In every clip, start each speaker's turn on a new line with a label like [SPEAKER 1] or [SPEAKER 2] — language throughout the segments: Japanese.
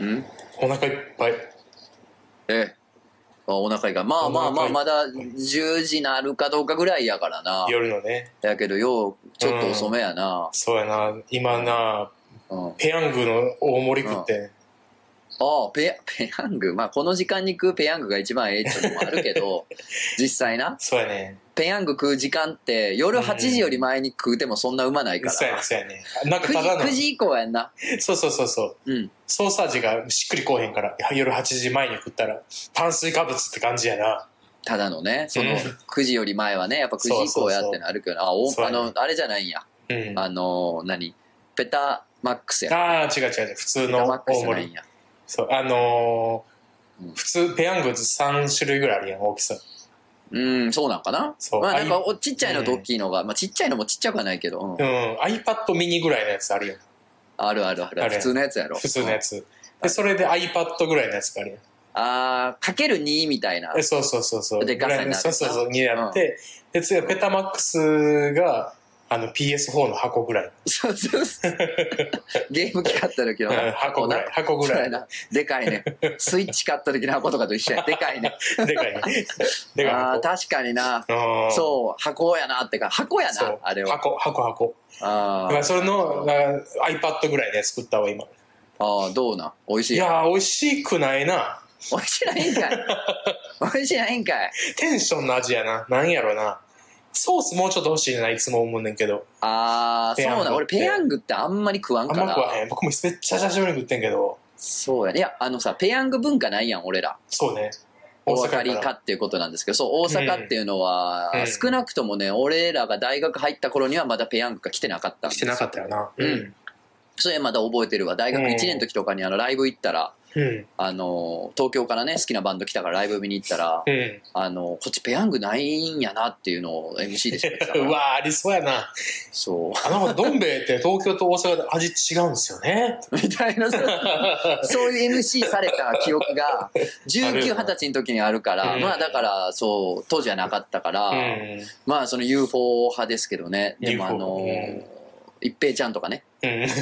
[SPEAKER 1] うん
[SPEAKER 2] お腹いっぱい。
[SPEAKER 1] ええあお腹いがまあまあまあ
[SPEAKER 2] お
[SPEAKER 1] ま
[SPEAKER 2] 腹
[SPEAKER 1] だ10時なるかどうかぐらいやからな
[SPEAKER 2] 夜のね。
[SPEAKER 1] やけどようちょっと遅めやな、
[SPEAKER 2] そうやな。今な、
[SPEAKER 1] うんあ
[SPEAKER 2] ペヤングの大盛り食って。
[SPEAKER 1] あペペヤングまあこの時間に食うペヤングが一番ええっていうのもあるけ ど実際な
[SPEAKER 2] そうやね。
[SPEAKER 1] ペヤング食う時間って夜
[SPEAKER 2] うん
[SPEAKER 1] 8時より前に食うてもそんなうまないから、
[SPEAKER 2] そうやね、そうやね。なんかただ
[SPEAKER 1] 9時
[SPEAKER 2] の
[SPEAKER 1] 9、時以降やんな
[SPEAKER 2] そうそうそうそう。
[SPEAKER 1] うん
[SPEAKER 2] ソーサージがしっくりこうへんから、夜8時前に食ったら、炭水化物って感じやな。
[SPEAKER 1] ただのねその
[SPEAKER 2] うん
[SPEAKER 1] 9時より前はねやっぱ9時 以降やってなるけどなあお
[SPEAKER 2] そう
[SPEAKER 1] あ
[SPEAKER 2] やね
[SPEAKER 1] のあれじゃないんや
[SPEAKER 2] うん。あ
[SPEAKER 1] あの何ペタマックスや
[SPEAKER 2] あー、違う違う違う。普通
[SPEAKER 1] ペタマッ
[SPEAKER 2] の
[SPEAKER 1] ク
[SPEAKER 2] 大
[SPEAKER 1] スじゃな
[SPEAKER 2] 盛
[SPEAKER 1] いん
[SPEAKER 2] り。
[SPEAKER 1] や
[SPEAKER 2] そう、あのー
[SPEAKER 1] うん
[SPEAKER 2] 普通、ペヤング3種類ぐらいあるやん、大きさ。
[SPEAKER 1] うん、そうなんかな。
[SPEAKER 2] そう
[SPEAKER 1] まあ
[SPEAKER 2] あ
[SPEAKER 1] ないんかおちっちゃいのと大きいのが、まあちっちゃいのもちっちゃくはないけど、うん
[SPEAKER 2] うん、iPad ミニぐらいのやつあるやん。
[SPEAKER 1] あるあるある
[SPEAKER 2] ある
[SPEAKER 1] 普通のやつやろ。
[SPEAKER 2] 普通のや
[SPEAKER 1] つ。
[SPEAKER 2] つ。で、それで iPad ぐらいのやつがあるやん。
[SPEAKER 1] あー、かける2みたいな
[SPEAKER 2] え。そうそうそうそう。
[SPEAKER 1] でかさになる
[SPEAKER 2] そうそうそう、になって、で、次はペタマックスが、あの PS4 の箱ぐらい。
[SPEAKER 1] そうそうそう。ゲーム機買った時の
[SPEAKER 2] うん箱ぐらい
[SPEAKER 1] な
[SPEAKER 2] 箱ぐらい
[SPEAKER 1] そう やな。でかいね。スイッチ買った時の箱とかと一緒や。でか いね。
[SPEAKER 2] でかいね。でかい
[SPEAKER 1] あー、
[SPEAKER 2] 箱。
[SPEAKER 1] 確かにな。
[SPEAKER 2] うん
[SPEAKER 1] そう、箱やなってか、箱や
[SPEAKER 2] そ
[SPEAKER 1] な
[SPEAKER 2] う、
[SPEAKER 1] あれは。
[SPEAKER 2] 箱、箱、箱。だ
[SPEAKER 1] あ
[SPEAKER 2] から
[SPEAKER 1] ー
[SPEAKER 2] それの、だから iPad ぐらいで作ったわ、今。
[SPEAKER 1] あー、どうなん美味し
[SPEAKER 2] い
[SPEAKER 1] い。
[SPEAKER 2] やー、美味しくないな。
[SPEAKER 1] 美味しないんか い。美味しないんかい。
[SPEAKER 2] テンションの味やな。なんやろな。ソースもうちょっと欲しいな、いつも思うねんけど。
[SPEAKER 1] あー、
[SPEAKER 2] ペヤン
[SPEAKER 1] そ
[SPEAKER 2] グ
[SPEAKER 1] うなん。俺、ペヤングってあんまり食わん
[SPEAKER 2] あ
[SPEAKER 1] か
[SPEAKER 2] ん
[SPEAKER 1] ら。
[SPEAKER 2] ま食わへん。僕もめっちゃ久しぶりに食ってんけど。
[SPEAKER 1] そうやね。いや、あのさ、ペヤング文化ないやん、俺ら。
[SPEAKER 2] そうね。
[SPEAKER 1] 大
[SPEAKER 2] やから
[SPEAKER 1] 阪にかっていうことなんですけど、そう、大阪っていうのは、
[SPEAKER 2] うん
[SPEAKER 1] 少なくともね、俺らが大学入った頃にはまだペヤングが来てなかったんで
[SPEAKER 2] 来
[SPEAKER 1] す
[SPEAKER 2] てなかったよな。
[SPEAKER 1] うん。それまだ覚えてるわ。大学1年の時とかにあのライブ行ったら、
[SPEAKER 2] うん。
[SPEAKER 1] あの、東京からね、好きなバンド来たからライブ見に行ったら、
[SPEAKER 2] うん。
[SPEAKER 1] あの、こっちペヤングないんやなっていうのを MC でしってた か
[SPEAKER 2] う
[SPEAKER 1] ら
[SPEAKER 2] わー、ありそうやな。
[SPEAKER 1] そ
[SPEAKER 2] あの、どん兵衛って東京と大阪で味違うんですよね。
[SPEAKER 1] う。 みたいな、そういう MC された記憶
[SPEAKER 2] あ
[SPEAKER 1] が、
[SPEAKER 2] る
[SPEAKER 1] 19、
[SPEAKER 2] よな
[SPEAKER 1] 20歳の時にあるから、
[SPEAKER 2] うん
[SPEAKER 1] まあだから、そう、当時はなかったから、
[SPEAKER 2] うん。
[SPEAKER 1] まあその UFO 派ですけどねでも
[SPEAKER 2] UFO
[SPEAKER 1] あのー
[SPEAKER 2] うん
[SPEAKER 1] 一平ちゃんとかね
[SPEAKER 2] うん。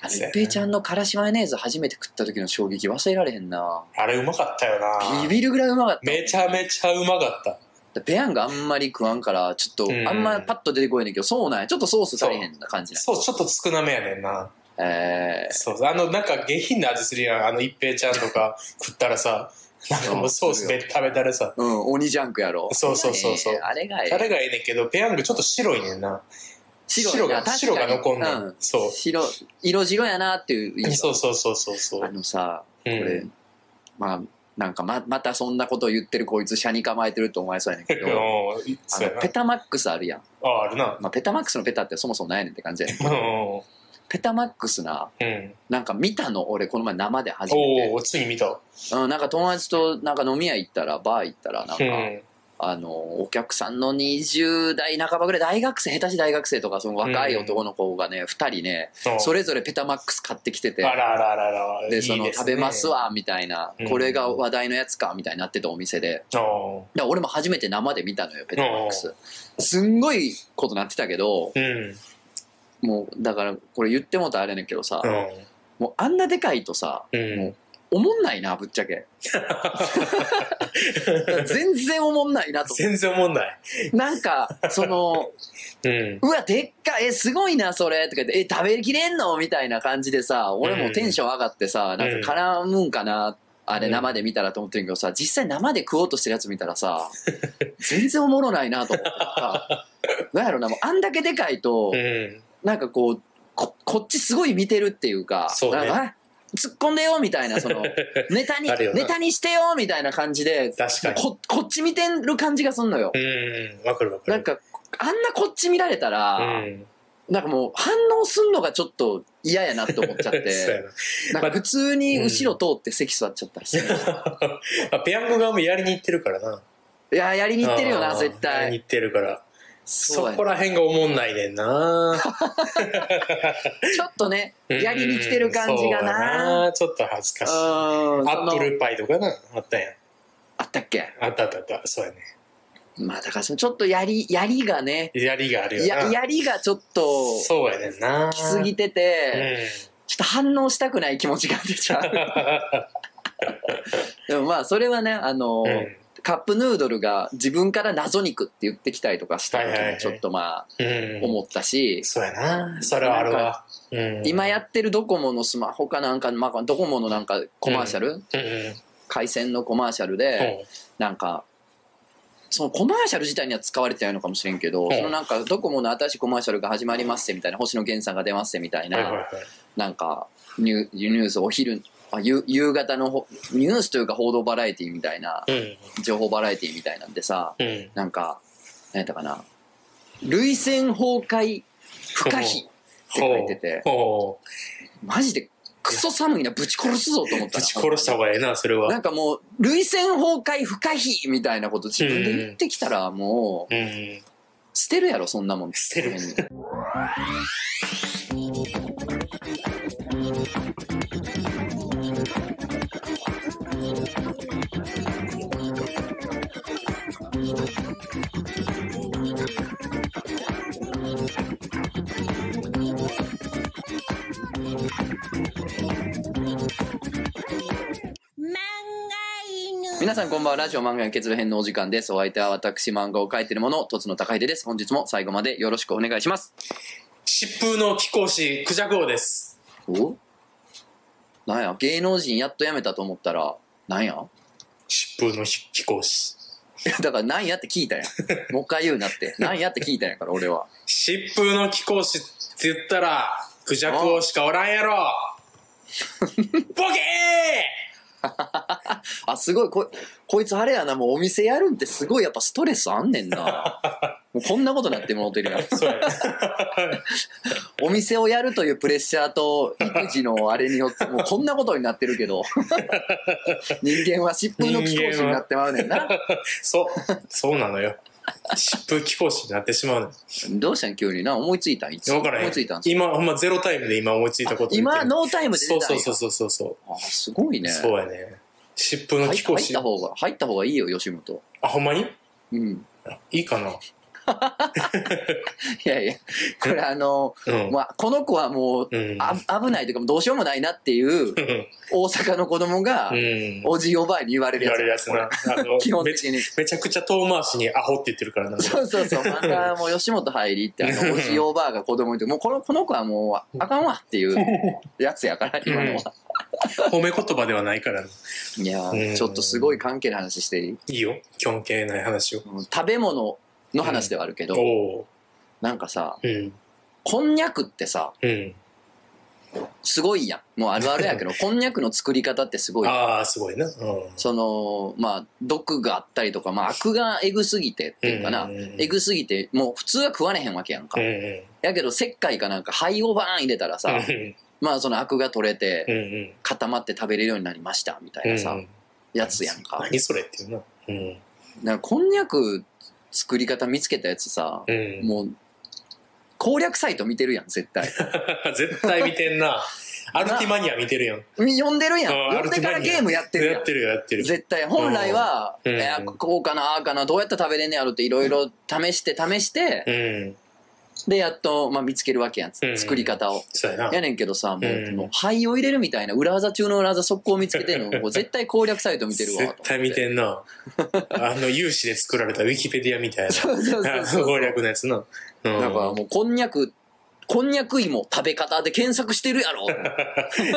[SPEAKER 1] あの
[SPEAKER 2] そうやな
[SPEAKER 1] 一平ちゃんのからしマヨネーズ初めて食った時の衝撃忘れられへんな
[SPEAKER 2] あれうまかったよな。
[SPEAKER 1] ビビるぐらいうまかっ
[SPEAKER 2] めちゃめちゃうまかった。
[SPEAKER 1] たペヤングあんまり食わんからちょっと
[SPEAKER 2] うん
[SPEAKER 1] あんまパッと出てこいねんけどそうなんやちょっとソース足りへんな感じなん
[SPEAKER 2] そう、ちょっと少なめやねんな。
[SPEAKER 1] え
[SPEAKER 2] そうそうあの、なんか下品な味するやん。あの、一平ちゃんとか食ったらさ、なんかもうソースべったべたでさ。
[SPEAKER 1] ー、うん鬼ジャンクやろ
[SPEAKER 2] そうそうそうそう
[SPEAKER 1] えーあれがええ
[SPEAKER 2] あれがええねんけど、ペヤングちょっと白いねんな。白
[SPEAKER 1] いな
[SPEAKER 2] が、白が
[SPEAKER 1] 確か
[SPEAKER 2] 残ん
[SPEAKER 1] に
[SPEAKER 2] ね
[SPEAKER 1] うん
[SPEAKER 2] ん。そう。
[SPEAKER 1] 白色白やなっていう印象
[SPEAKER 2] そうそうそうそうそう。
[SPEAKER 1] あのさ
[SPEAKER 2] う
[SPEAKER 1] これ、
[SPEAKER 2] ん。
[SPEAKER 1] まあなんかままたそんなこと言ってるこいつ車に構えてると思われそうやねん けど
[SPEAKER 2] おー
[SPEAKER 1] あ
[SPEAKER 2] そうや
[SPEAKER 1] の
[SPEAKER 2] な
[SPEAKER 1] ペ。タマックスあるやん、
[SPEAKER 2] あ、ある な。
[SPEAKER 1] まあ、ペタマックスのペタってそもそもないねんって感じやねん
[SPEAKER 2] うん。
[SPEAKER 1] ペタマックスな
[SPEAKER 2] うん。
[SPEAKER 1] なんか見たの俺この前生で初め
[SPEAKER 2] おお、ついに見た。
[SPEAKER 1] て、うん、なんか友達となんか飲み屋行ったらバー行ったらなん
[SPEAKER 2] う
[SPEAKER 1] か、
[SPEAKER 2] ん。
[SPEAKER 1] あのお客さんの20代半ばぐらい大学生下手し大学生とかその若い男の子がね、2人ねそ
[SPEAKER 2] れ
[SPEAKER 1] れぞれペタマックス買ってきてて
[SPEAKER 2] あらあらあらあら。
[SPEAKER 1] で
[SPEAKER 2] いいす
[SPEAKER 1] そ
[SPEAKER 2] ね
[SPEAKER 1] の食べます。わみたいな、
[SPEAKER 2] うん
[SPEAKER 1] これが話題のやつかみたいになってたお店で
[SPEAKER 2] おお
[SPEAKER 1] だから俺も初めて生で見たのよペタマックスすんごいことなってたけど
[SPEAKER 2] ー。うん。
[SPEAKER 1] もうだからこれ言ってもうたらあれやねんけどさ、
[SPEAKER 2] う
[SPEAKER 1] もうあんなでかいとさ
[SPEAKER 2] ん。うん。
[SPEAKER 1] おもんないなぶっちゃけ全然おもんないなと思
[SPEAKER 2] 全然思んない。
[SPEAKER 1] うなんかその
[SPEAKER 2] うん。
[SPEAKER 1] うわでっかいえすごいなそれとか言ってえ食べきれんのみたいな感じでさ俺もテンション上がってさなんか絡むんかなあれ
[SPEAKER 2] うん
[SPEAKER 1] 生で見たらと思ってるけどさ実際生で食おうとしてるやつ見たらさ全然おもろないなと思ってさなんやろなもうあんだけでかいと
[SPEAKER 2] うん。
[SPEAKER 1] なんかこうここっちすごい見てるっていうか
[SPEAKER 2] そうね
[SPEAKER 1] なんかあ突っ込んでよみたいなそ のネタに
[SPEAKER 2] あるよな
[SPEAKER 1] ネタにしてよみたいな感じで
[SPEAKER 2] 確かに。
[SPEAKER 1] ここっち見てる感じがすんのよ、
[SPEAKER 2] うん。わかるわか
[SPEAKER 1] なん
[SPEAKER 2] る。
[SPEAKER 1] かあんなこっち見られた
[SPEAKER 2] う
[SPEAKER 1] ら、
[SPEAKER 2] ん。
[SPEAKER 1] なんかもう反応すんのがちょっと嫌やなって思っちゃ
[SPEAKER 2] そ
[SPEAKER 1] っ
[SPEAKER 2] うや
[SPEAKER 1] て
[SPEAKER 2] な
[SPEAKER 1] なんか普通に後ろ通って席座っちゃったりして、
[SPEAKER 2] あペヤング側もやりに行ってるからな。
[SPEAKER 1] いややりに行ってるよな
[SPEAKER 2] あー
[SPEAKER 1] 絶
[SPEAKER 2] やりに
[SPEAKER 1] 対
[SPEAKER 2] 行ってるから。
[SPEAKER 1] そ
[SPEAKER 2] そう
[SPEAKER 1] や
[SPEAKER 2] こら辺がおもんないねんな。
[SPEAKER 1] ちょっとね やりに来てる感
[SPEAKER 2] う
[SPEAKER 1] じが
[SPEAKER 2] んそうや
[SPEAKER 1] な
[SPEAKER 2] なちょっと恥ずかしい。
[SPEAKER 1] うん
[SPEAKER 2] アップ
[SPEAKER 1] その
[SPEAKER 2] ルパイとかな、あったやん。
[SPEAKER 1] あったっけ
[SPEAKER 2] あったあったあった。そうやね。
[SPEAKER 1] まあだからそのちょっとやりやりがね
[SPEAKER 2] やりがあるよな。
[SPEAKER 1] ややりがちょっと
[SPEAKER 2] そうやねんな。
[SPEAKER 1] 来すぎてて、
[SPEAKER 2] う
[SPEAKER 1] ちょっと反応したくない気持ちが出ちゃうでもまあそれはねあの、
[SPEAKER 2] うん
[SPEAKER 1] カップヌードルが自分から謎肉って言ってきたりとかした時もちょっとまあ
[SPEAKER 2] うん
[SPEAKER 1] 思ったし、
[SPEAKER 2] そうやなそれはあるわ、うん、
[SPEAKER 1] 今やってるドコモのスマホかなんか、まあ、ドコモのなんかコマーシャル、
[SPEAKER 2] うんうん
[SPEAKER 1] 回線のコマーシャルで、なんかそのコマーシャル自体には使われてないのかもしれんけど、
[SPEAKER 2] うん
[SPEAKER 1] そのなんかドコモの新しいコマーシャルが始まりますってみたいな星野源さんが出ますってみたいな、
[SPEAKER 2] はいはいはい
[SPEAKER 1] なんかニュニュースお昼あ夕夕方のほニュースというか報道バラエティみたいな
[SPEAKER 2] うん
[SPEAKER 1] 情報バラエティみたいなんでさ
[SPEAKER 2] うん
[SPEAKER 1] なんか何やったかな「涙腺崩壊不可避」って書いてて
[SPEAKER 2] ほうほ
[SPEAKER 1] マジでクソ寒いなぶち殺すぞと思っ
[SPEAKER 2] う
[SPEAKER 1] た
[SPEAKER 2] ぶ
[SPEAKER 1] な
[SPEAKER 2] ち殺した方がええなそれは
[SPEAKER 1] なんかもう、涙腺崩壊不可避みたいなこと自分で言ってきたら、もう、
[SPEAKER 2] うん
[SPEAKER 1] 捨てるやろ、そんなもん。
[SPEAKER 2] 捨てる
[SPEAKER 3] 漫画犬
[SPEAKER 1] 皆さんこんばんは、ラジオ漫画や結露編のお時間です。お相手は私、漫画を描いてるもの、とつの高秀です。本日も最後までよろしくお願いします。
[SPEAKER 2] 疾風の貴公子クジャク王です
[SPEAKER 1] おなんや、芸能人やっと辞めたと思ったら、なんや
[SPEAKER 2] 疾風の貴貴公子
[SPEAKER 1] だから、なんやって聞いたやん。もう一回言うなって。なんやって聞いたんやから、俺は。
[SPEAKER 2] 疾風の貴公子って言ったらクジャク王しかおらんや ろボケー
[SPEAKER 1] あ、すごい、こ、こいつあれやな、もうお店やるんってすごいやっぱストレスあんねんな。もうこんなことなってもうてるやん。
[SPEAKER 2] そうやな
[SPEAKER 1] お店をやるというプレッシャーと育児のあれによってもうこんなことになってる けど人間は疾風の貴公子になってまうねんな
[SPEAKER 2] そうそうなのよ疾風貴公子になってしまうの
[SPEAKER 1] どうしたん急にな思いついたんいつ
[SPEAKER 2] 分からへ
[SPEAKER 1] 思
[SPEAKER 2] ん
[SPEAKER 1] いついたん
[SPEAKER 2] 今ほんまゼロタイムで今思いついたこと言ってる
[SPEAKER 1] 今ノータイムで出たん
[SPEAKER 2] そう
[SPEAKER 1] や
[SPEAKER 2] そうそうそうそうそう
[SPEAKER 1] あすごいね
[SPEAKER 2] そうやね疾風の
[SPEAKER 1] 入
[SPEAKER 2] 貴
[SPEAKER 1] 入
[SPEAKER 2] 公
[SPEAKER 1] っ
[SPEAKER 2] 子
[SPEAKER 1] た方が入った方がいいよ吉本
[SPEAKER 2] あほんまに
[SPEAKER 1] うん
[SPEAKER 2] いいかない
[SPEAKER 1] やいやこれあの、
[SPEAKER 2] うん、
[SPEAKER 1] まあ、この子はもう
[SPEAKER 2] うん
[SPEAKER 1] あ危ないというかどうしようもないなっていう
[SPEAKER 2] うん
[SPEAKER 1] 大阪の子供が
[SPEAKER 2] うん
[SPEAKER 1] おじいおばあに言われる
[SPEAKER 2] 言
[SPEAKER 1] や
[SPEAKER 2] わ
[SPEAKER 1] つ
[SPEAKER 2] れるやつなあの
[SPEAKER 1] 基本
[SPEAKER 2] めち
[SPEAKER 1] 的に
[SPEAKER 2] めちゃくちゃ遠回しにアホって言ってるからな
[SPEAKER 1] そうそう そう、またもう吉本入りって、あの、おじいおばあが子供に言って、もうこのこの子はもうあかんわっていうやつやから、今のは。
[SPEAKER 2] 褒め言葉ではないからない
[SPEAKER 1] や
[SPEAKER 2] う
[SPEAKER 1] ー、
[SPEAKER 2] ん
[SPEAKER 1] ちょっとすごい関係の話していい
[SPEAKER 2] いいよ尊敬ない話を
[SPEAKER 1] うん食べ物の話ではあるけど、
[SPEAKER 2] おお
[SPEAKER 1] なんかさ、
[SPEAKER 2] ーうん
[SPEAKER 1] こんにゃくってさ、
[SPEAKER 2] うん
[SPEAKER 1] すごいやん。もうあるあるや けど、こんにゃくの作り方ってすごい。
[SPEAKER 2] ああすごいな、うん、
[SPEAKER 1] その、まあ、毒があったりとか、まあ、アクがエグすぎてっていうかな
[SPEAKER 2] うん、
[SPEAKER 1] エグすぎて、もう普通は食われへんわけやんか
[SPEAKER 2] うん。うん
[SPEAKER 1] やけど、石灰かなんか灰をバーン入れたらさ、まあ、そのアクが取れて、
[SPEAKER 2] うんうん
[SPEAKER 1] 固まって食べれるようになりましたみた
[SPEAKER 2] う
[SPEAKER 1] い
[SPEAKER 2] ん
[SPEAKER 1] なさ、やつやんか
[SPEAKER 2] 何それっていうなうん
[SPEAKER 1] なんかこんにゃく作り方見つけたやつさ、
[SPEAKER 2] うん
[SPEAKER 1] もう攻略サイト見てるやん絶対
[SPEAKER 2] 絶対見てんなアルティマニア見てるやん
[SPEAKER 1] み読んでるやん
[SPEAKER 2] あー
[SPEAKER 1] 読んでから
[SPEAKER 2] アルティマニア
[SPEAKER 1] ゲームやってるや
[SPEAKER 2] や
[SPEAKER 1] ん
[SPEAKER 2] ってるよやってる
[SPEAKER 1] 絶対本来は、
[SPEAKER 2] うん
[SPEAKER 1] えーこうかなああかなどうやって食べれんねやろっていろいろ試して試して、
[SPEAKER 2] うん
[SPEAKER 1] でやっと、まあ、見つけるわけやん、
[SPEAKER 2] うん
[SPEAKER 1] 作り方を。
[SPEAKER 2] そうやな
[SPEAKER 1] やねんけどさもう,、
[SPEAKER 2] うん
[SPEAKER 1] もう灰を入れるみたいな裏技中の裏技速攻見つけてんのもう絶対攻略サイト見てるわと思って
[SPEAKER 2] 絶対見てんな あの有志で作られたウィキペディアみたい
[SPEAKER 1] そうそうそう
[SPEAKER 2] な
[SPEAKER 1] そう
[SPEAKER 2] 攻略のやつなうん
[SPEAKER 1] だからもうこんにゃくこんにゃく芋食べ方で検索してるや ろ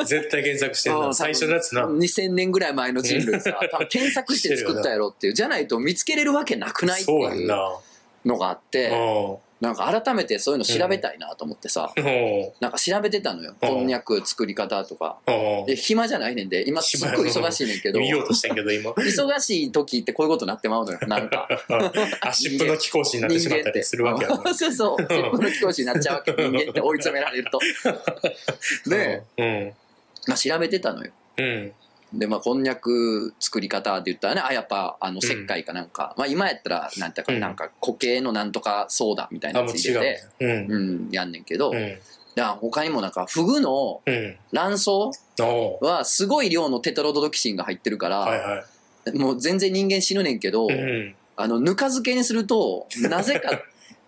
[SPEAKER 2] 絶対検索してん
[SPEAKER 1] あー多
[SPEAKER 2] な
[SPEAKER 1] 分
[SPEAKER 2] 最初のやつな
[SPEAKER 1] 2000年ぐらい前の人 類さ多分検索して作ったやろっていうじゃないと見つけれるわけなくないって
[SPEAKER 2] そうや
[SPEAKER 1] い
[SPEAKER 2] ん
[SPEAKER 1] う
[SPEAKER 2] な
[SPEAKER 1] のがあっ
[SPEAKER 2] うん
[SPEAKER 1] て
[SPEAKER 2] お
[SPEAKER 1] なんか改めてそういうの調べたいなと思ってさ
[SPEAKER 2] ー
[SPEAKER 1] なんか調べてたのよ
[SPEAKER 2] うん
[SPEAKER 1] こんにゃく作り方とか
[SPEAKER 2] お
[SPEAKER 1] で暇じゃないねんで今すっごい忙しいねんけ
[SPEAKER 2] ー
[SPEAKER 1] ど
[SPEAKER 2] 見ようとしてんけど 今
[SPEAKER 1] 忙しい時ってこういうことになってまうのよなんか
[SPEAKER 2] 足っぷの貴公子 になってしまったりするわけや
[SPEAKER 1] 人間って そうそう自分の気持ちになっちゃうわけ人間って追い詰められ るとで、
[SPEAKER 2] ね
[SPEAKER 1] まあ、調べてたのよ
[SPEAKER 2] うんうん
[SPEAKER 1] でまあこんにゃく作り方って言ったらねあやっぱあの石灰かなんか、まあ今やったらなんていうか、
[SPEAKER 2] うん
[SPEAKER 1] なんか固形のなんとかソーダみたいな
[SPEAKER 2] あ
[SPEAKER 1] や
[SPEAKER 2] もう
[SPEAKER 1] つ
[SPEAKER 2] 違
[SPEAKER 1] 入れて
[SPEAKER 2] ううん
[SPEAKER 1] うん、やんねんけど、
[SPEAKER 2] う
[SPEAKER 1] だか
[SPEAKER 2] ん
[SPEAKER 1] ら他にもなんかフグの
[SPEAKER 2] うん
[SPEAKER 1] 卵巣
[SPEAKER 2] おー
[SPEAKER 1] はすごい量のテトロドドキシンが入ってるから、
[SPEAKER 2] はいは
[SPEAKER 1] もう全然人間死ぬねんけど、
[SPEAKER 2] いうん
[SPEAKER 1] あのぬか漬けにするとな ぜか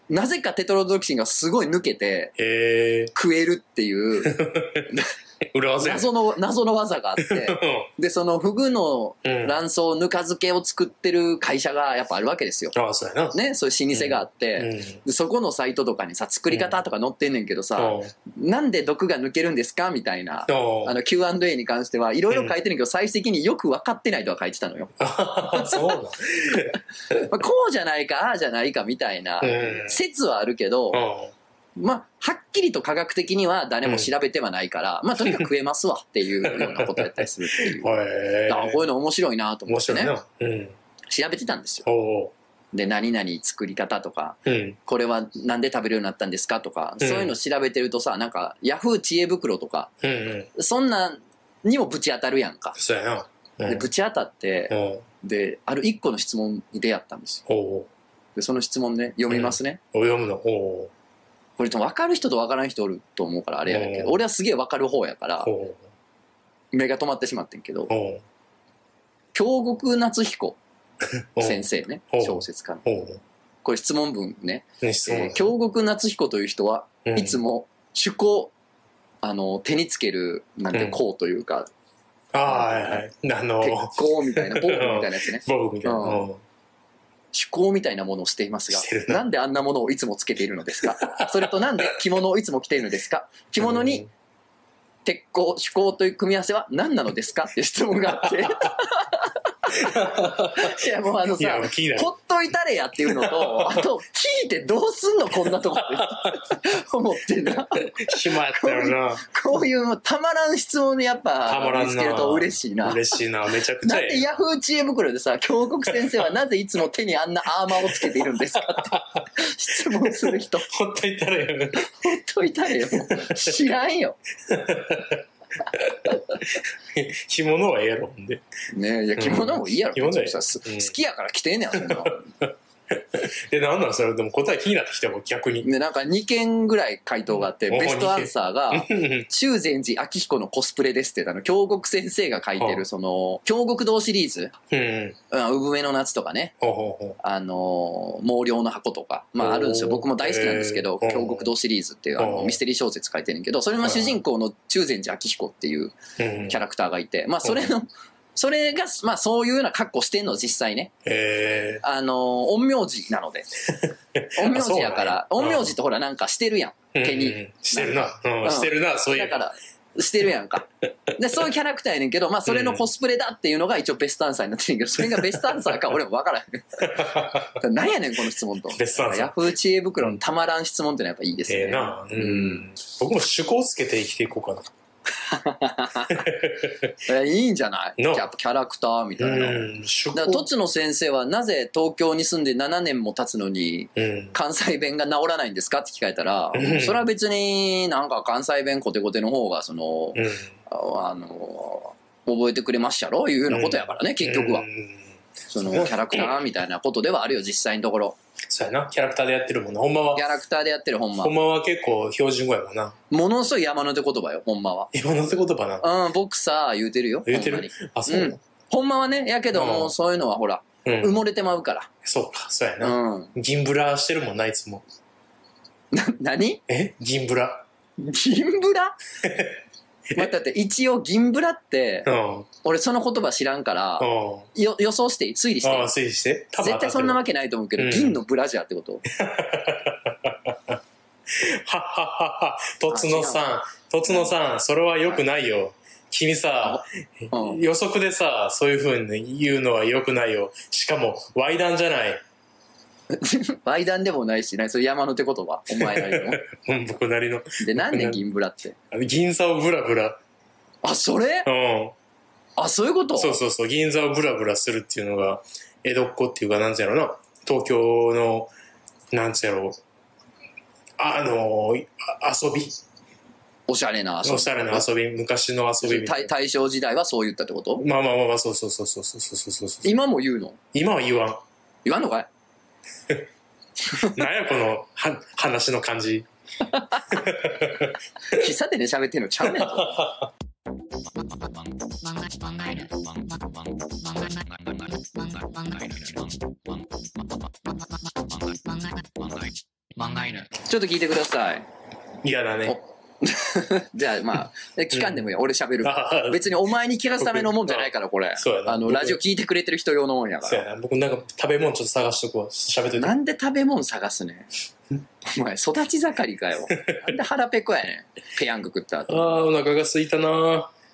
[SPEAKER 1] なぜかテトロドドキシンがすごい抜けて
[SPEAKER 2] へえ
[SPEAKER 1] 食えるっていう
[SPEAKER 2] 裏技や
[SPEAKER 1] 謎の、謎の技があって、で、そのフグの
[SPEAKER 2] うん。うん。あ
[SPEAKER 1] 卵巣ぬか漬けを作ってる会社がやっぱあるわけですよ。
[SPEAKER 2] あ、そうやな。
[SPEAKER 1] ね、そういう老舗があって、
[SPEAKER 2] うん。
[SPEAKER 1] でそこのサイトとかにさ、作り方とか載ってんねんけどさ、
[SPEAKER 2] おう
[SPEAKER 1] なんで毒が抜けるんですかみたいな。
[SPEAKER 2] おう
[SPEAKER 1] あの Q&A に関してはいろいろ書いてるけど、最終的によく分かってないとは書いてたのよ。
[SPEAKER 2] そうなん。
[SPEAKER 1] まあ、こうじゃないか、ああじゃないかみたいな
[SPEAKER 2] うん
[SPEAKER 1] 説はあるけど、まあ、はっきりと科学的には誰も調べてはないから、まあ、とにかく食えますわっていうようなことやったりするってい う
[SPEAKER 2] うん。。へえ
[SPEAKER 1] あこういうの面白いなと
[SPEAKER 2] 面
[SPEAKER 1] 思って
[SPEAKER 2] 白
[SPEAKER 1] ね
[SPEAKER 2] い。な。うん。
[SPEAKER 1] 調べてたんですよ。
[SPEAKER 2] おう
[SPEAKER 1] で、何々作り方とか、
[SPEAKER 2] うん。
[SPEAKER 1] これはなんで食べるようになったんですかとか、
[SPEAKER 2] うん
[SPEAKER 1] そういうの調べてるとさ、なんか、ヤフー知恵袋とか、
[SPEAKER 2] うんうん。
[SPEAKER 1] そんなんにもぶち当たるやんか。
[SPEAKER 2] そうやな。う
[SPEAKER 1] で、
[SPEAKER 2] ん
[SPEAKER 1] ぶち当たって、
[SPEAKER 2] おう
[SPEAKER 1] で、ある一個の質問に出会ったんですよ。
[SPEAKER 2] おう
[SPEAKER 1] で、その質問ね、読みますね。
[SPEAKER 2] おう読むの。おう
[SPEAKER 1] これでも分かる人と分からん人おると思うからあれやねんけど、
[SPEAKER 2] うん
[SPEAKER 1] 俺はすげえ分かる方やから
[SPEAKER 2] お、う
[SPEAKER 1] 目が止まってしまってんけど、
[SPEAKER 2] おう
[SPEAKER 1] 京極夏彦
[SPEAKER 2] おう
[SPEAKER 1] 先生ね
[SPEAKER 2] お、う
[SPEAKER 1] 小説家の。
[SPEAKER 2] おう
[SPEAKER 1] これ質問文ね。
[SPEAKER 2] ね、質
[SPEAKER 1] え
[SPEAKER 2] 問
[SPEAKER 1] ー。京極夏彦という人は、
[SPEAKER 2] うん
[SPEAKER 1] いつも趣向、あの、手につける、なんて
[SPEAKER 2] うん
[SPEAKER 1] こうというか、
[SPEAKER 2] ああ、はいはい。あの
[SPEAKER 1] 鉄、鋼みたいな、ボールみたいな やつね。
[SPEAKER 2] ボブみたいな。
[SPEAKER 1] うん
[SPEAKER 2] うん
[SPEAKER 1] 趣向みたいなものをしていますが
[SPEAKER 2] してる、な
[SPEAKER 1] なんであんなものをいつもつけているのですかそれとなんで着物をいつも着ているのですか着物に、鉄鋼、趣向という組み合わせは何なのですかっていう質問が あって。いや、もうあの
[SPEAKER 2] いや
[SPEAKER 1] さ、、
[SPEAKER 2] 気になる。
[SPEAKER 1] ほっといたれやっていうのと、あと、聞いてどうすんのこんなとこって思ってな。
[SPEAKER 2] 暇やったよ
[SPEAKER 1] こういうたまらん質問にやっぱ
[SPEAKER 2] たまらんな
[SPEAKER 1] 見つけると嬉しいな
[SPEAKER 2] な。。嬉しいな。めちゃくち
[SPEAKER 1] な
[SPEAKER 2] ゃ
[SPEAKER 1] ん
[SPEAKER 2] え
[SPEAKER 1] で
[SPEAKER 2] え。
[SPEAKER 1] ヤフー知恵袋でさ、京極先生は なぜいつも手にあんなアーマーをつけているんですか って質問する人、ほっ
[SPEAKER 2] ほっといたらよ。
[SPEAKER 1] といたれよ。知らんよ。
[SPEAKER 2] 着物はええやろ、ほんで。
[SPEAKER 1] ねえ、いや、着物もいいやろ。
[SPEAKER 2] 着物や
[SPEAKER 1] 別にさ
[SPEAKER 2] うん
[SPEAKER 1] 好きやから着てんねや、そんな。
[SPEAKER 2] え、なんなんそれ。でも答え気になってきたもん、逆に。
[SPEAKER 1] で、なんか2件ぐらい回答があって、
[SPEAKER 2] うん
[SPEAKER 1] ベストアンサーが、
[SPEAKER 2] うん
[SPEAKER 1] 中禅寺明彦のコスプレですって、あの、京極先生が書いて
[SPEAKER 2] はあ
[SPEAKER 1] る、その、京極堂シリーズ、
[SPEAKER 2] うん。
[SPEAKER 1] うん、産めの夏とかね、
[SPEAKER 2] ほうほうほ
[SPEAKER 1] あのー、毛量の箱とか、ま
[SPEAKER 2] お
[SPEAKER 1] あ
[SPEAKER 2] ー
[SPEAKER 1] あるんですよ。僕も大好きなんですけど、
[SPEAKER 2] へー
[SPEAKER 1] 京極堂シリーズっていうあの
[SPEAKER 2] うん
[SPEAKER 1] ミステリー小説書いてるんやけど、それの主人公の中禅寺明彦っていう
[SPEAKER 2] う。うん
[SPEAKER 1] キャラクターがいて、まあそれの、 それが、まあそういうような格好してんの、実際ね。
[SPEAKER 2] え
[SPEAKER 1] あのー、陰陽師な ので。陰陽師やから、
[SPEAKER 2] そうなん
[SPEAKER 1] 陰
[SPEAKER 2] や
[SPEAKER 1] 陽師ってほらなんかしてるやん。
[SPEAKER 2] ー。
[SPEAKER 1] 手に
[SPEAKER 2] うんうんしてるな。うんしてるな、そうい
[SPEAKER 1] だ
[SPEAKER 2] う
[SPEAKER 1] か。ら、してるやんか。で、そういうキャラクターやねんけど、まあ、それのコスプレだっていうのが一応ベストアンサーになってるけ ど、それがベストアンサーか俺も分からへん。何やねん、この質問と。
[SPEAKER 2] ベストアンサー
[SPEAKER 1] ヤフー知恵袋のたまらん質問ってのはやっぱいいですね。
[SPEAKER 2] ええな。う
[SPEAKER 1] うんん。
[SPEAKER 2] 僕も趣向つけて生きていこうかな。
[SPEAKER 1] えいいんじゃない
[SPEAKER 2] な
[SPEAKER 1] やっぱキャラクターみた
[SPEAKER 2] う
[SPEAKER 1] いな。
[SPEAKER 2] ん。趣
[SPEAKER 1] だから、
[SPEAKER 2] 向
[SPEAKER 1] と。つの先生はなぜ東京に住んで7年も経つのに、
[SPEAKER 2] うん。
[SPEAKER 1] 関西弁が治らないんですかって聞かれたら
[SPEAKER 2] うん、
[SPEAKER 1] それは別になんか関西弁コテコテの方が、その、
[SPEAKER 2] うん。
[SPEAKER 1] あの、覚えてくれましたろいうようなことやからね、結局は
[SPEAKER 2] う。ん。
[SPEAKER 1] そのキャラクターみたいなことではあるよ、実際のところ。
[SPEAKER 2] そうやな。キャラクターでやってるもんな。ほんまは
[SPEAKER 1] キ。ャラクターでやってる、ほんま
[SPEAKER 2] ほ。んまは結構標準語やもんな。
[SPEAKER 1] ものすごい山の手言葉よ、ほんまは。
[SPEAKER 2] 今のって言葉な。
[SPEAKER 1] うん、僕さ、言うてるよ。
[SPEAKER 2] 言うてる
[SPEAKER 1] ほんまに
[SPEAKER 2] あ、そうな。
[SPEAKER 1] ほんまはね、やけど
[SPEAKER 2] う
[SPEAKER 1] も、
[SPEAKER 2] ん
[SPEAKER 1] そういうのはほら、
[SPEAKER 2] うん
[SPEAKER 1] 埋もれてまうか
[SPEAKER 2] そうか、そうや
[SPEAKER 1] ら。
[SPEAKER 2] な。
[SPEAKER 1] うん。
[SPEAKER 2] 銀ブラしてるもんな、いつも。
[SPEAKER 1] な、何
[SPEAKER 2] え銀ブラ。
[SPEAKER 1] 銀 ブラ待って待って、一応銀ブラって
[SPEAKER 2] う、ん。うん。
[SPEAKER 1] 俺その言葉知らんから、よ予想していい推理していい
[SPEAKER 2] ああ、推理して。多分
[SPEAKER 1] 絶
[SPEAKER 2] 当たって
[SPEAKER 1] 対
[SPEAKER 2] る
[SPEAKER 1] そんなわけないと思うけ
[SPEAKER 2] う
[SPEAKER 1] ど、
[SPEAKER 2] ん
[SPEAKER 1] 銀のブラジャーっ てこと
[SPEAKER 2] はっはっはっは。とつのさん、とつのさん、それは良くないよ。君さ、
[SPEAKER 1] うん。
[SPEAKER 2] 予測でさ、そういう風に言うのは良くないよ。しかも、歪談じゃない。
[SPEAKER 1] ワイダンでもないし、何それ山の手言葉。お前なりの。
[SPEAKER 2] うん、僕なりの。
[SPEAKER 1] で、なんで銀ブラって。
[SPEAKER 2] 銀座をブラブラ。
[SPEAKER 1] あ、それ
[SPEAKER 2] うん。
[SPEAKER 1] あ、そういうこと
[SPEAKER 2] そうそうそう、銀座をブラブラするっていうのが、江戸っ子っていうか、なんつうやろな、東京の、なんつうやろあのあ遊び、
[SPEAKER 1] おしゃれな遊び
[SPEAKER 2] おしゃれな遊び、昔の遊びみたい
[SPEAKER 1] 大
[SPEAKER 2] な。
[SPEAKER 1] 大正時代はそう言ったってこと
[SPEAKER 2] まあまあまあまあ、そうそうそうそうそうそうそうそう。
[SPEAKER 1] 今も言うの
[SPEAKER 2] 今は言わん。
[SPEAKER 1] 言わんのか い
[SPEAKER 2] なんやこのは話の感じ。
[SPEAKER 1] 喫茶店で喋ってんのちゃうねんぞ
[SPEAKER 4] Mangaire.
[SPEAKER 1] ちょっと聞いてください
[SPEAKER 2] 嫌だね。
[SPEAKER 1] じゃあまあ、え聞かんでもいいよ。俺喋るから。
[SPEAKER 2] ああ
[SPEAKER 1] 別にお前に聞かすためのもんじゃないから、これ。
[SPEAKER 2] そうやな
[SPEAKER 1] あの、
[SPEAKER 2] 僕
[SPEAKER 1] ラジオ聞いてくれてる人用のもんやか
[SPEAKER 2] そう
[SPEAKER 1] ら。
[SPEAKER 2] やな僕なんか食べ物ちょっと探しとくわ喋っといて
[SPEAKER 1] なんで食べ物探すねんお前、育ち盛り かよ。なんで腹ペコやねん。ペヤング食った
[SPEAKER 2] あ
[SPEAKER 1] 後。
[SPEAKER 2] ーお腹が空いたな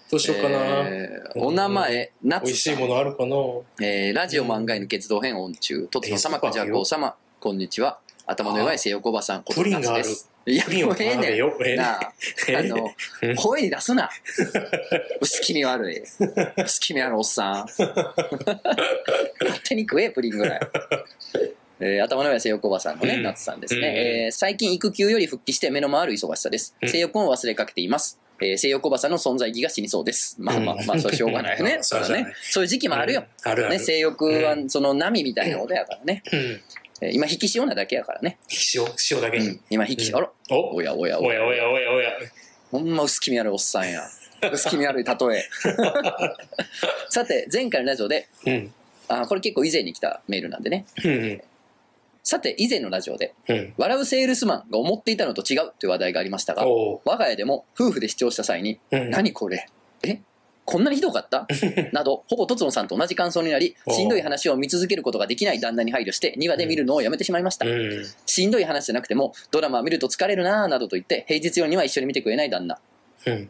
[SPEAKER 2] どうしようかな、
[SPEAKER 1] えーお名前、
[SPEAKER 2] 美
[SPEAKER 1] 夏
[SPEAKER 2] 味し
[SPEAKER 1] さ
[SPEAKER 2] いも
[SPEAKER 1] ん。
[SPEAKER 2] のある かな
[SPEAKER 1] えーラジオ漫画への決動編音中。とつの様、こじゃこう様、こんにちは。頭の弱い西洋小ばさん、こと
[SPEAKER 2] プリン
[SPEAKER 1] 夏
[SPEAKER 2] があ
[SPEAKER 1] で
[SPEAKER 2] る
[SPEAKER 1] す。いや、
[SPEAKER 2] プリン
[SPEAKER 1] も
[SPEAKER 2] を
[SPEAKER 1] うええ
[SPEAKER 2] 食べ
[SPEAKER 1] ねん。
[SPEAKER 2] ようええねん
[SPEAKER 1] なあ、あの
[SPEAKER 2] うん、
[SPEAKER 1] 声に出す な。薄気味悪い。薄気味悪いおっさん。勝手に食え、プリンぐらい。えー頭の上は性欲おばさんのね、
[SPEAKER 2] うん
[SPEAKER 1] 夏さんですね、
[SPEAKER 2] うん
[SPEAKER 1] えー最近育休より復帰して目の回る忙しさです。
[SPEAKER 2] うん
[SPEAKER 1] 性欲も忘れかけています。えー性欲おばさんの存在意義が死にそうです。まあまあまあ、それしょう がないよね
[SPEAKER 2] う。ん
[SPEAKER 1] そうだ
[SPEAKER 2] そうじゃな
[SPEAKER 1] ね
[SPEAKER 2] い。
[SPEAKER 1] そういう時期もあるよ。
[SPEAKER 2] あるあ
[SPEAKER 1] ね、
[SPEAKER 2] る、
[SPEAKER 1] 性欲はその波みたいなことやからね。
[SPEAKER 2] うん
[SPEAKER 1] えー今、引き潮なだけやからね。
[SPEAKER 2] 塩塩だけ
[SPEAKER 1] う
[SPEAKER 2] に、
[SPEAKER 1] ん、今、引き潮、あら、
[SPEAKER 2] お
[SPEAKER 1] おやおやおや
[SPEAKER 2] お。やおやおやおや
[SPEAKER 1] ほんま薄気味悪いおっさんや。 薄気味悪い例え。さて、前回のラジオで、
[SPEAKER 2] うん
[SPEAKER 1] あこれ結構以前に来たメールなんでね。
[SPEAKER 2] うん
[SPEAKER 1] さて、以前のラジオで、
[SPEAKER 2] うん
[SPEAKER 1] 笑うセールスマンが思っていたのと違うという話題がありましたが、
[SPEAKER 2] おう
[SPEAKER 1] 我が家でも夫婦で視聴した際に、
[SPEAKER 2] うん
[SPEAKER 1] 何これえこんなにひどかった など、ほぼとつのさんと同じ感想になり、
[SPEAKER 2] お
[SPEAKER 1] しんどい話を見続けることができない旦那に配慮して、2話で見るのをやめてしまいました
[SPEAKER 2] う。ん
[SPEAKER 1] しんどい話じゃなくても、ドラマは見ると疲れるなぁなどと言って、平日用には一緒に見てくれない旦那。
[SPEAKER 2] うん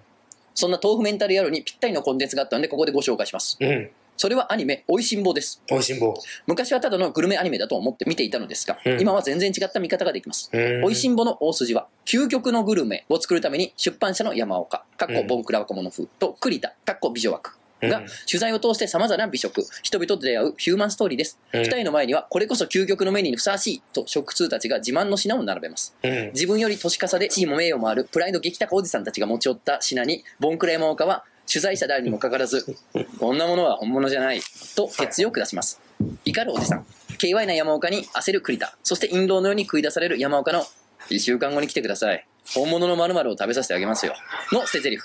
[SPEAKER 1] そんな豆腐メンタル野郎にぴったりのコンテンツがあったので、ここでご紹介します。
[SPEAKER 2] うん
[SPEAKER 1] それはアニメ、おいしんぼです。
[SPEAKER 2] おいしんぼ
[SPEAKER 1] 昔はただのグルメアニメだと思って見ていたのですが、
[SPEAKER 2] うん
[SPEAKER 1] 今は全然違った見方ができます。
[SPEAKER 2] うん
[SPEAKER 1] おいしんぼの大筋は、究極のグルメを作るために出版社の山岡、かっこボンクラ若者風と栗田、かっこ美女枠が
[SPEAKER 2] うん
[SPEAKER 1] 取材を通して様々な美食、人々と出会うヒューマンストーリーです。
[SPEAKER 2] うん
[SPEAKER 1] 二人の前には、これこそ究極のメニューにふさわしいと食通たちが自慢の品を並べます。
[SPEAKER 2] うん
[SPEAKER 1] 自分より年かさで地位も名誉もあるプライド激高おじさんたちが持ち寄った品にボンクレ山岡は取材した誰にもかかわらずこんなものは本物じゃないと鉄を下します怒るおじさん KY な山岡に焦る栗田そして印籠のように食い出される山岡の1週間後に来てください本物の〇〇を食べさせてあげますよの捨て台詞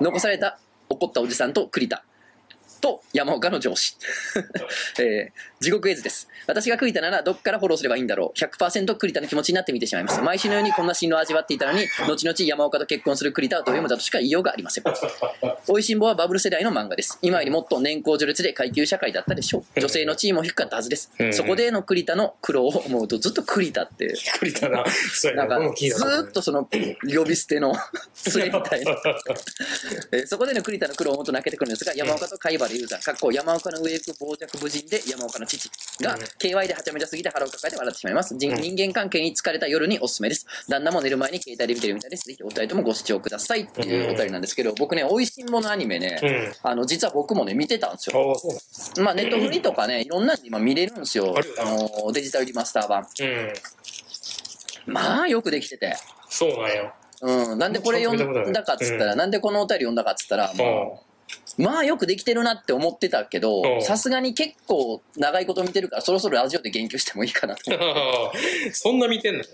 [SPEAKER 1] 残された怒ったおじさんと栗田と山岡の上司、 えー地獄絵図です私が栗田ならどっからフォローすればいいんだろう100%栗田の気持ちになって見てしまいます毎週のようにこんな進路を味わっていたのに後々山岡と結婚する栗田はどういうものだとしか言いようがありませんおいしんぼはバブル世代の漫画です今よりもっと年功序列で階級社会だったでしょう女性の地位も低かったはずです
[SPEAKER 2] うん
[SPEAKER 1] そこでの栗田の苦労を思うとずっと栗田って
[SPEAKER 2] 栗田なそう
[SPEAKER 1] な
[SPEAKER 2] や
[SPEAKER 1] ん
[SPEAKER 2] な
[SPEAKER 1] か
[SPEAKER 2] 僕も聞い
[SPEAKER 1] ず
[SPEAKER 2] たこと
[SPEAKER 1] ーっとその呼び捨 ての杖みたいなえーそこでの栗田の苦労をもと泣けてくるんですが、山岡と貝原雄山、かっこ山岡の上行く傍若無人で山岡の父が、
[SPEAKER 2] うん
[SPEAKER 1] KY ではちゃめちゃすぎて腹を抱えて笑ってしまいます。人
[SPEAKER 2] うん
[SPEAKER 1] 人間関係に疲れた夜におすすめです。旦那も寝る前に携帯で見てるみたいです。ぜひお二人ともご視聴くださいっていうお便りなんですけど、僕ね、おいしんぼのアニメね、
[SPEAKER 2] うん
[SPEAKER 1] あの、実は僕もね、見てたんですよ。
[SPEAKER 2] おうそう
[SPEAKER 1] まあ、ネットフリとかね、いろんなの今見れるんですよ。
[SPEAKER 2] あるよな
[SPEAKER 1] あの、デジタルリマスター版。
[SPEAKER 2] うん
[SPEAKER 1] まあ、よくできてて。
[SPEAKER 2] そうなんや
[SPEAKER 1] うん、なんでこれ読んだかっつったら、
[SPEAKER 2] う
[SPEAKER 1] なんでこのお便り読んだかっつったら、もう、まあよくできてるなって思ってたけ
[SPEAKER 2] う
[SPEAKER 1] ど、
[SPEAKER 2] ん
[SPEAKER 1] さすがに結構長いこと見てるから、そろそろラジオで言及してもいいかな と。
[SPEAKER 2] そんな 見てんの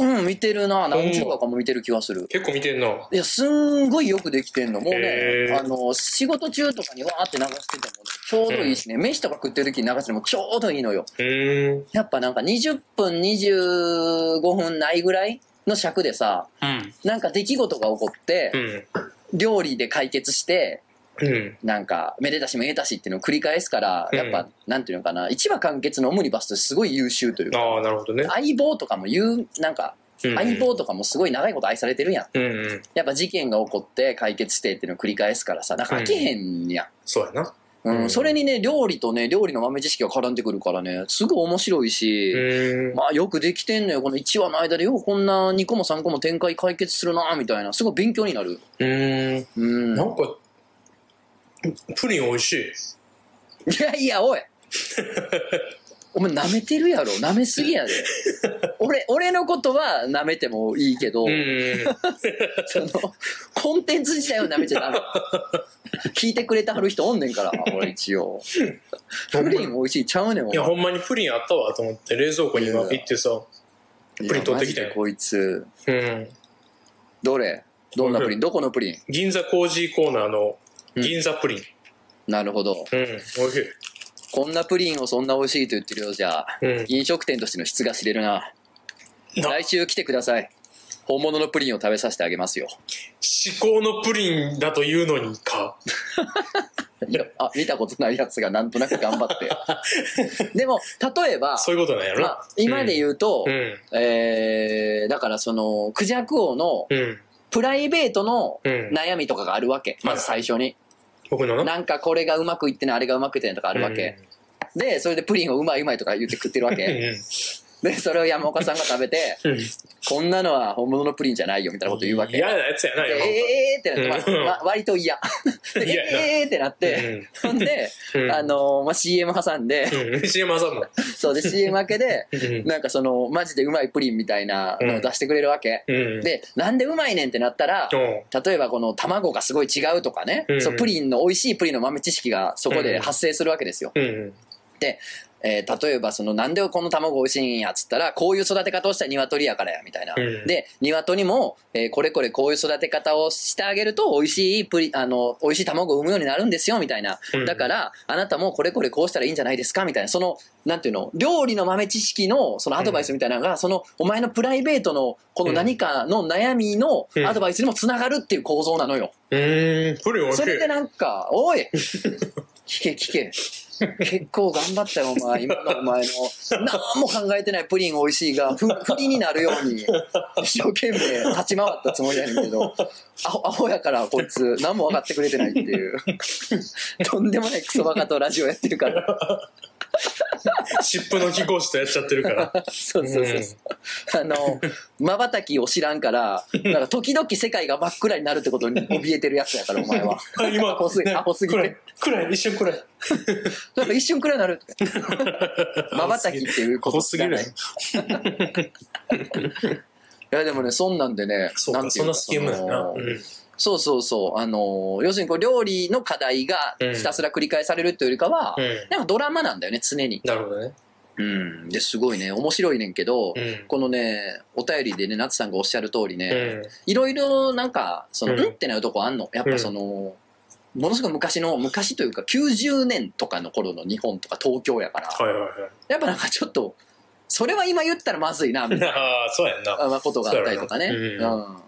[SPEAKER 1] うん、見てる
[SPEAKER 2] ま
[SPEAKER 1] な。何十話かも見てる気がする。
[SPEAKER 2] 結構見てんの
[SPEAKER 1] いや、すんごいよくできてんの。もう
[SPEAKER 2] へ
[SPEAKER 1] ね、
[SPEAKER 2] ー
[SPEAKER 1] あの、仕事中とかにわーって流してても、ちょうどいいしね、飯とか食ってる時に流してもちょうどいいのよ。
[SPEAKER 2] うーん
[SPEAKER 1] やっぱなんか20分、25分ないぐらいの尺でさ、
[SPEAKER 2] うん
[SPEAKER 1] なんか出来事が起こって
[SPEAKER 2] う、ん
[SPEAKER 1] 料理で解決して、
[SPEAKER 2] うん
[SPEAKER 1] なんか、めでたしめでたしっていうのを繰り返すから、
[SPEAKER 2] うん
[SPEAKER 1] やっぱ、なんていうのかな、一話完結のオムニバスってすごい優秀というか、
[SPEAKER 2] ああなるほどね
[SPEAKER 1] 相棒とかも言う、なんか、
[SPEAKER 2] うん
[SPEAKER 1] 相棒とかもすごい長いこと愛されてるやん。
[SPEAKER 2] うんうん
[SPEAKER 1] やっぱ事件が起こって解決してっていうのを繰り返すからさ、なんか飽きへんやん。
[SPEAKER 2] そうやな
[SPEAKER 1] うん、
[SPEAKER 2] うん
[SPEAKER 1] それにね、料理とね、料理の豆知識が絡んでくるからね、すごい面白いうし、
[SPEAKER 2] ーん
[SPEAKER 1] まあよくできてんのよ、この1話の間でようこんな2個も3個も展開解決するな、みたいな、すごい勉強になる。
[SPEAKER 2] うーん
[SPEAKER 1] うん。い
[SPEAKER 2] なんかプリン美味しい
[SPEAKER 1] やいや、おいお前舐めてるやろ舐めすぎやで俺俺のことは舐めてもいいけど、
[SPEAKER 2] うん
[SPEAKER 1] そのコンテンツ自体を舐めちゃダメ聞いてくれてはる人おんねんから俺一応プリン美味しいちゃうねんお
[SPEAKER 2] い
[SPEAKER 1] 前
[SPEAKER 2] やほんまにプリンあったわと思って冷蔵庫に今行ってさ
[SPEAKER 1] いや
[SPEAKER 2] プリン取ってきたよ
[SPEAKER 1] マジでこいつ
[SPEAKER 2] うん
[SPEAKER 1] どれどんなプリンどこのプリン
[SPEAKER 2] 銀座コージーコーナーの
[SPEAKER 1] うん
[SPEAKER 2] 銀座プリン
[SPEAKER 1] なるほど
[SPEAKER 2] うん美味しい
[SPEAKER 1] こんなプリンをそんな美味しいと言ってるようじゃ
[SPEAKER 2] うん
[SPEAKER 1] 飲食店としての質が知れるな
[SPEAKER 2] な
[SPEAKER 1] 来週来てください本物のプリンを食べさせてあげますよ。
[SPEAKER 2] 至高のプリンだというのにか。
[SPEAKER 1] いやあ、見たことないやつがなんとなく頑張って。 でも、例えば、
[SPEAKER 2] そういうことなんやろ
[SPEAKER 1] ま
[SPEAKER 2] な
[SPEAKER 1] あ。今で言うと、
[SPEAKER 2] うん。
[SPEAKER 1] えーだからその、クジャク王の
[SPEAKER 2] うん。
[SPEAKER 1] プライベートの
[SPEAKER 2] うん。
[SPEAKER 1] 悩みとかがあるわけ。まず最初に。
[SPEAKER 2] 僕のな。
[SPEAKER 1] なんかこれがうまくいってない、あれがうまくいってないとかあるわけ。で、それでプリンをうまいうまいとか言って食ってるわ
[SPEAKER 2] うん。う
[SPEAKER 1] け。
[SPEAKER 2] ん。
[SPEAKER 1] で、それを山岡さんが食べて、
[SPEAKER 2] うん。
[SPEAKER 1] こんなのは本物のプリンじゃないよみたいなこと言うわけ。
[SPEAKER 2] 嫌なやつやな、
[SPEAKER 1] でえー
[SPEAKER 2] 今。
[SPEAKER 1] えーってなって、
[SPEAKER 2] うん
[SPEAKER 1] まわ割と嫌。で
[SPEAKER 2] 嫌やな
[SPEAKER 1] えーってなって、ほんで、
[SPEAKER 2] うんうん
[SPEAKER 1] あのーまあ、CM 挟んで、
[SPEAKER 2] うん。CM 挟むの。
[SPEAKER 1] そうで CM 明けで、
[SPEAKER 2] うん。
[SPEAKER 1] なんかその、マジでうまいプリンみたいなのを出してくれるわけ。
[SPEAKER 2] うん。
[SPEAKER 1] で、なんでうまいねんってなったら、
[SPEAKER 2] うん、
[SPEAKER 1] 例えばこの卵がすごい違うとかね、
[SPEAKER 2] うん
[SPEAKER 1] そうプリンの美味しいプリンの豆知識がそこで発生するわけですよ。
[SPEAKER 2] うん。
[SPEAKER 1] えー例えばそのなんでこの卵美味しいんやっつったらこういう育て方をしたら鶏やからやみたいな、
[SPEAKER 2] うん
[SPEAKER 1] で鶏も、えーこれこれこういう育て方をしてあげると美味しいプリあの美味しい卵を産むようになるんですよみたいな、
[SPEAKER 2] うん
[SPEAKER 1] だからあなたもこれこれこうしたらいいんじゃないですかみたいなそのなんていうの料理の豆知識のそのアドバイスみたいなのが、そのお前のプライベートのこの何かの悩みの
[SPEAKER 2] うん
[SPEAKER 1] アドバイスにもつながるっていう構造なのよ、
[SPEAKER 2] うーん。プリン美味し
[SPEAKER 1] それで
[SPEAKER 2] い。
[SPEAKER 1] なんか、おい聞け聞け。結構頑張ったよ、お前。今のお前の、何も考えてないプリン美味しいが、ふ不利になるように、一生懸命立ち回ったつもりやねんけど、アホアホやから、こいつ、何も分かってくれてないっていう、とんでもないクソバカとラジオやってるから、
[SPEAKER 2] 湿布の貴公子とやっちゃってるから。
[SPEAKER 1] そうそうそうそう。あの、瞬きを知らんから、なんか時々世界が真っ暗になるってことに怯えてるやつやから、お前は。
[SPEAKER 2] あ今、
[SPEAKER 1] アホすぎ
[SPEAKER 2] ね
[SPEAKER 1] アホすぎて
[SPEAKER 2] 暗い、暗い、一瞬暗い。
[SPEAKER 1] なんか一瞬くらいなるとか。まばたきっていうこと
[SPEAKER 2] アホすぎる
[SPEAKER 1] 知らない。いやでもね、そんなんでね、
[SPEAKER 2] そう
[SPEAKER 1] な
[SPEAKER 2] か、
[SPEAKER 1] んてい
[SPEAKER 2] そん
[SPEAKER 1] う
[SPEAKER 2] な
[SPEAKER 1] か
[SPEAKER 2] スキームだよな。
[SPEAKER 1] その
[SPEAKER 2] うん
[SPEAKER 1] そうそうそう。あのー、要するにこう料理の課題が
[SPEAKER 2] うん
[SPEAKER 1] ひたすら繰り返されるというよりかは、
[SPEAKER 2] うん。
[SPEAKER 1] なんかドラマなんだよね、常に。
[SPEAKER 2] なるほどね。
[SPEAKER 1] うん。で、すごいね、面白いねんけど、
[SPEAKER 2] うん。
[SPEAKER 1] このね、お便りでね、夏さんがおっしゃる通り
[SPEAKER 2] う
[SPEAKER 1] ね、
[SPEAKER 2] ん。
[SPEAKER 1] いろいろなんか、その、
[SPEAKER 2] う
[SPEAKER 1] うんんってなるとこあんの。やっぱその、ものすごい昔の、昔というか90年とかの頃の日本とか東京やから、
[SPEAKER 2] はいはいはい。
[SPEAKER 1] やっぱなんかちょっと、それは今言ったらまずいな、みたい
[SPEAKER 2] ああ、そうやんな。
[SPEAKER 1] なことがあったりとかね。
[SPEAKER 2] そうやろ
[SPEAKER 1] う。
[SPEAKER 2] なん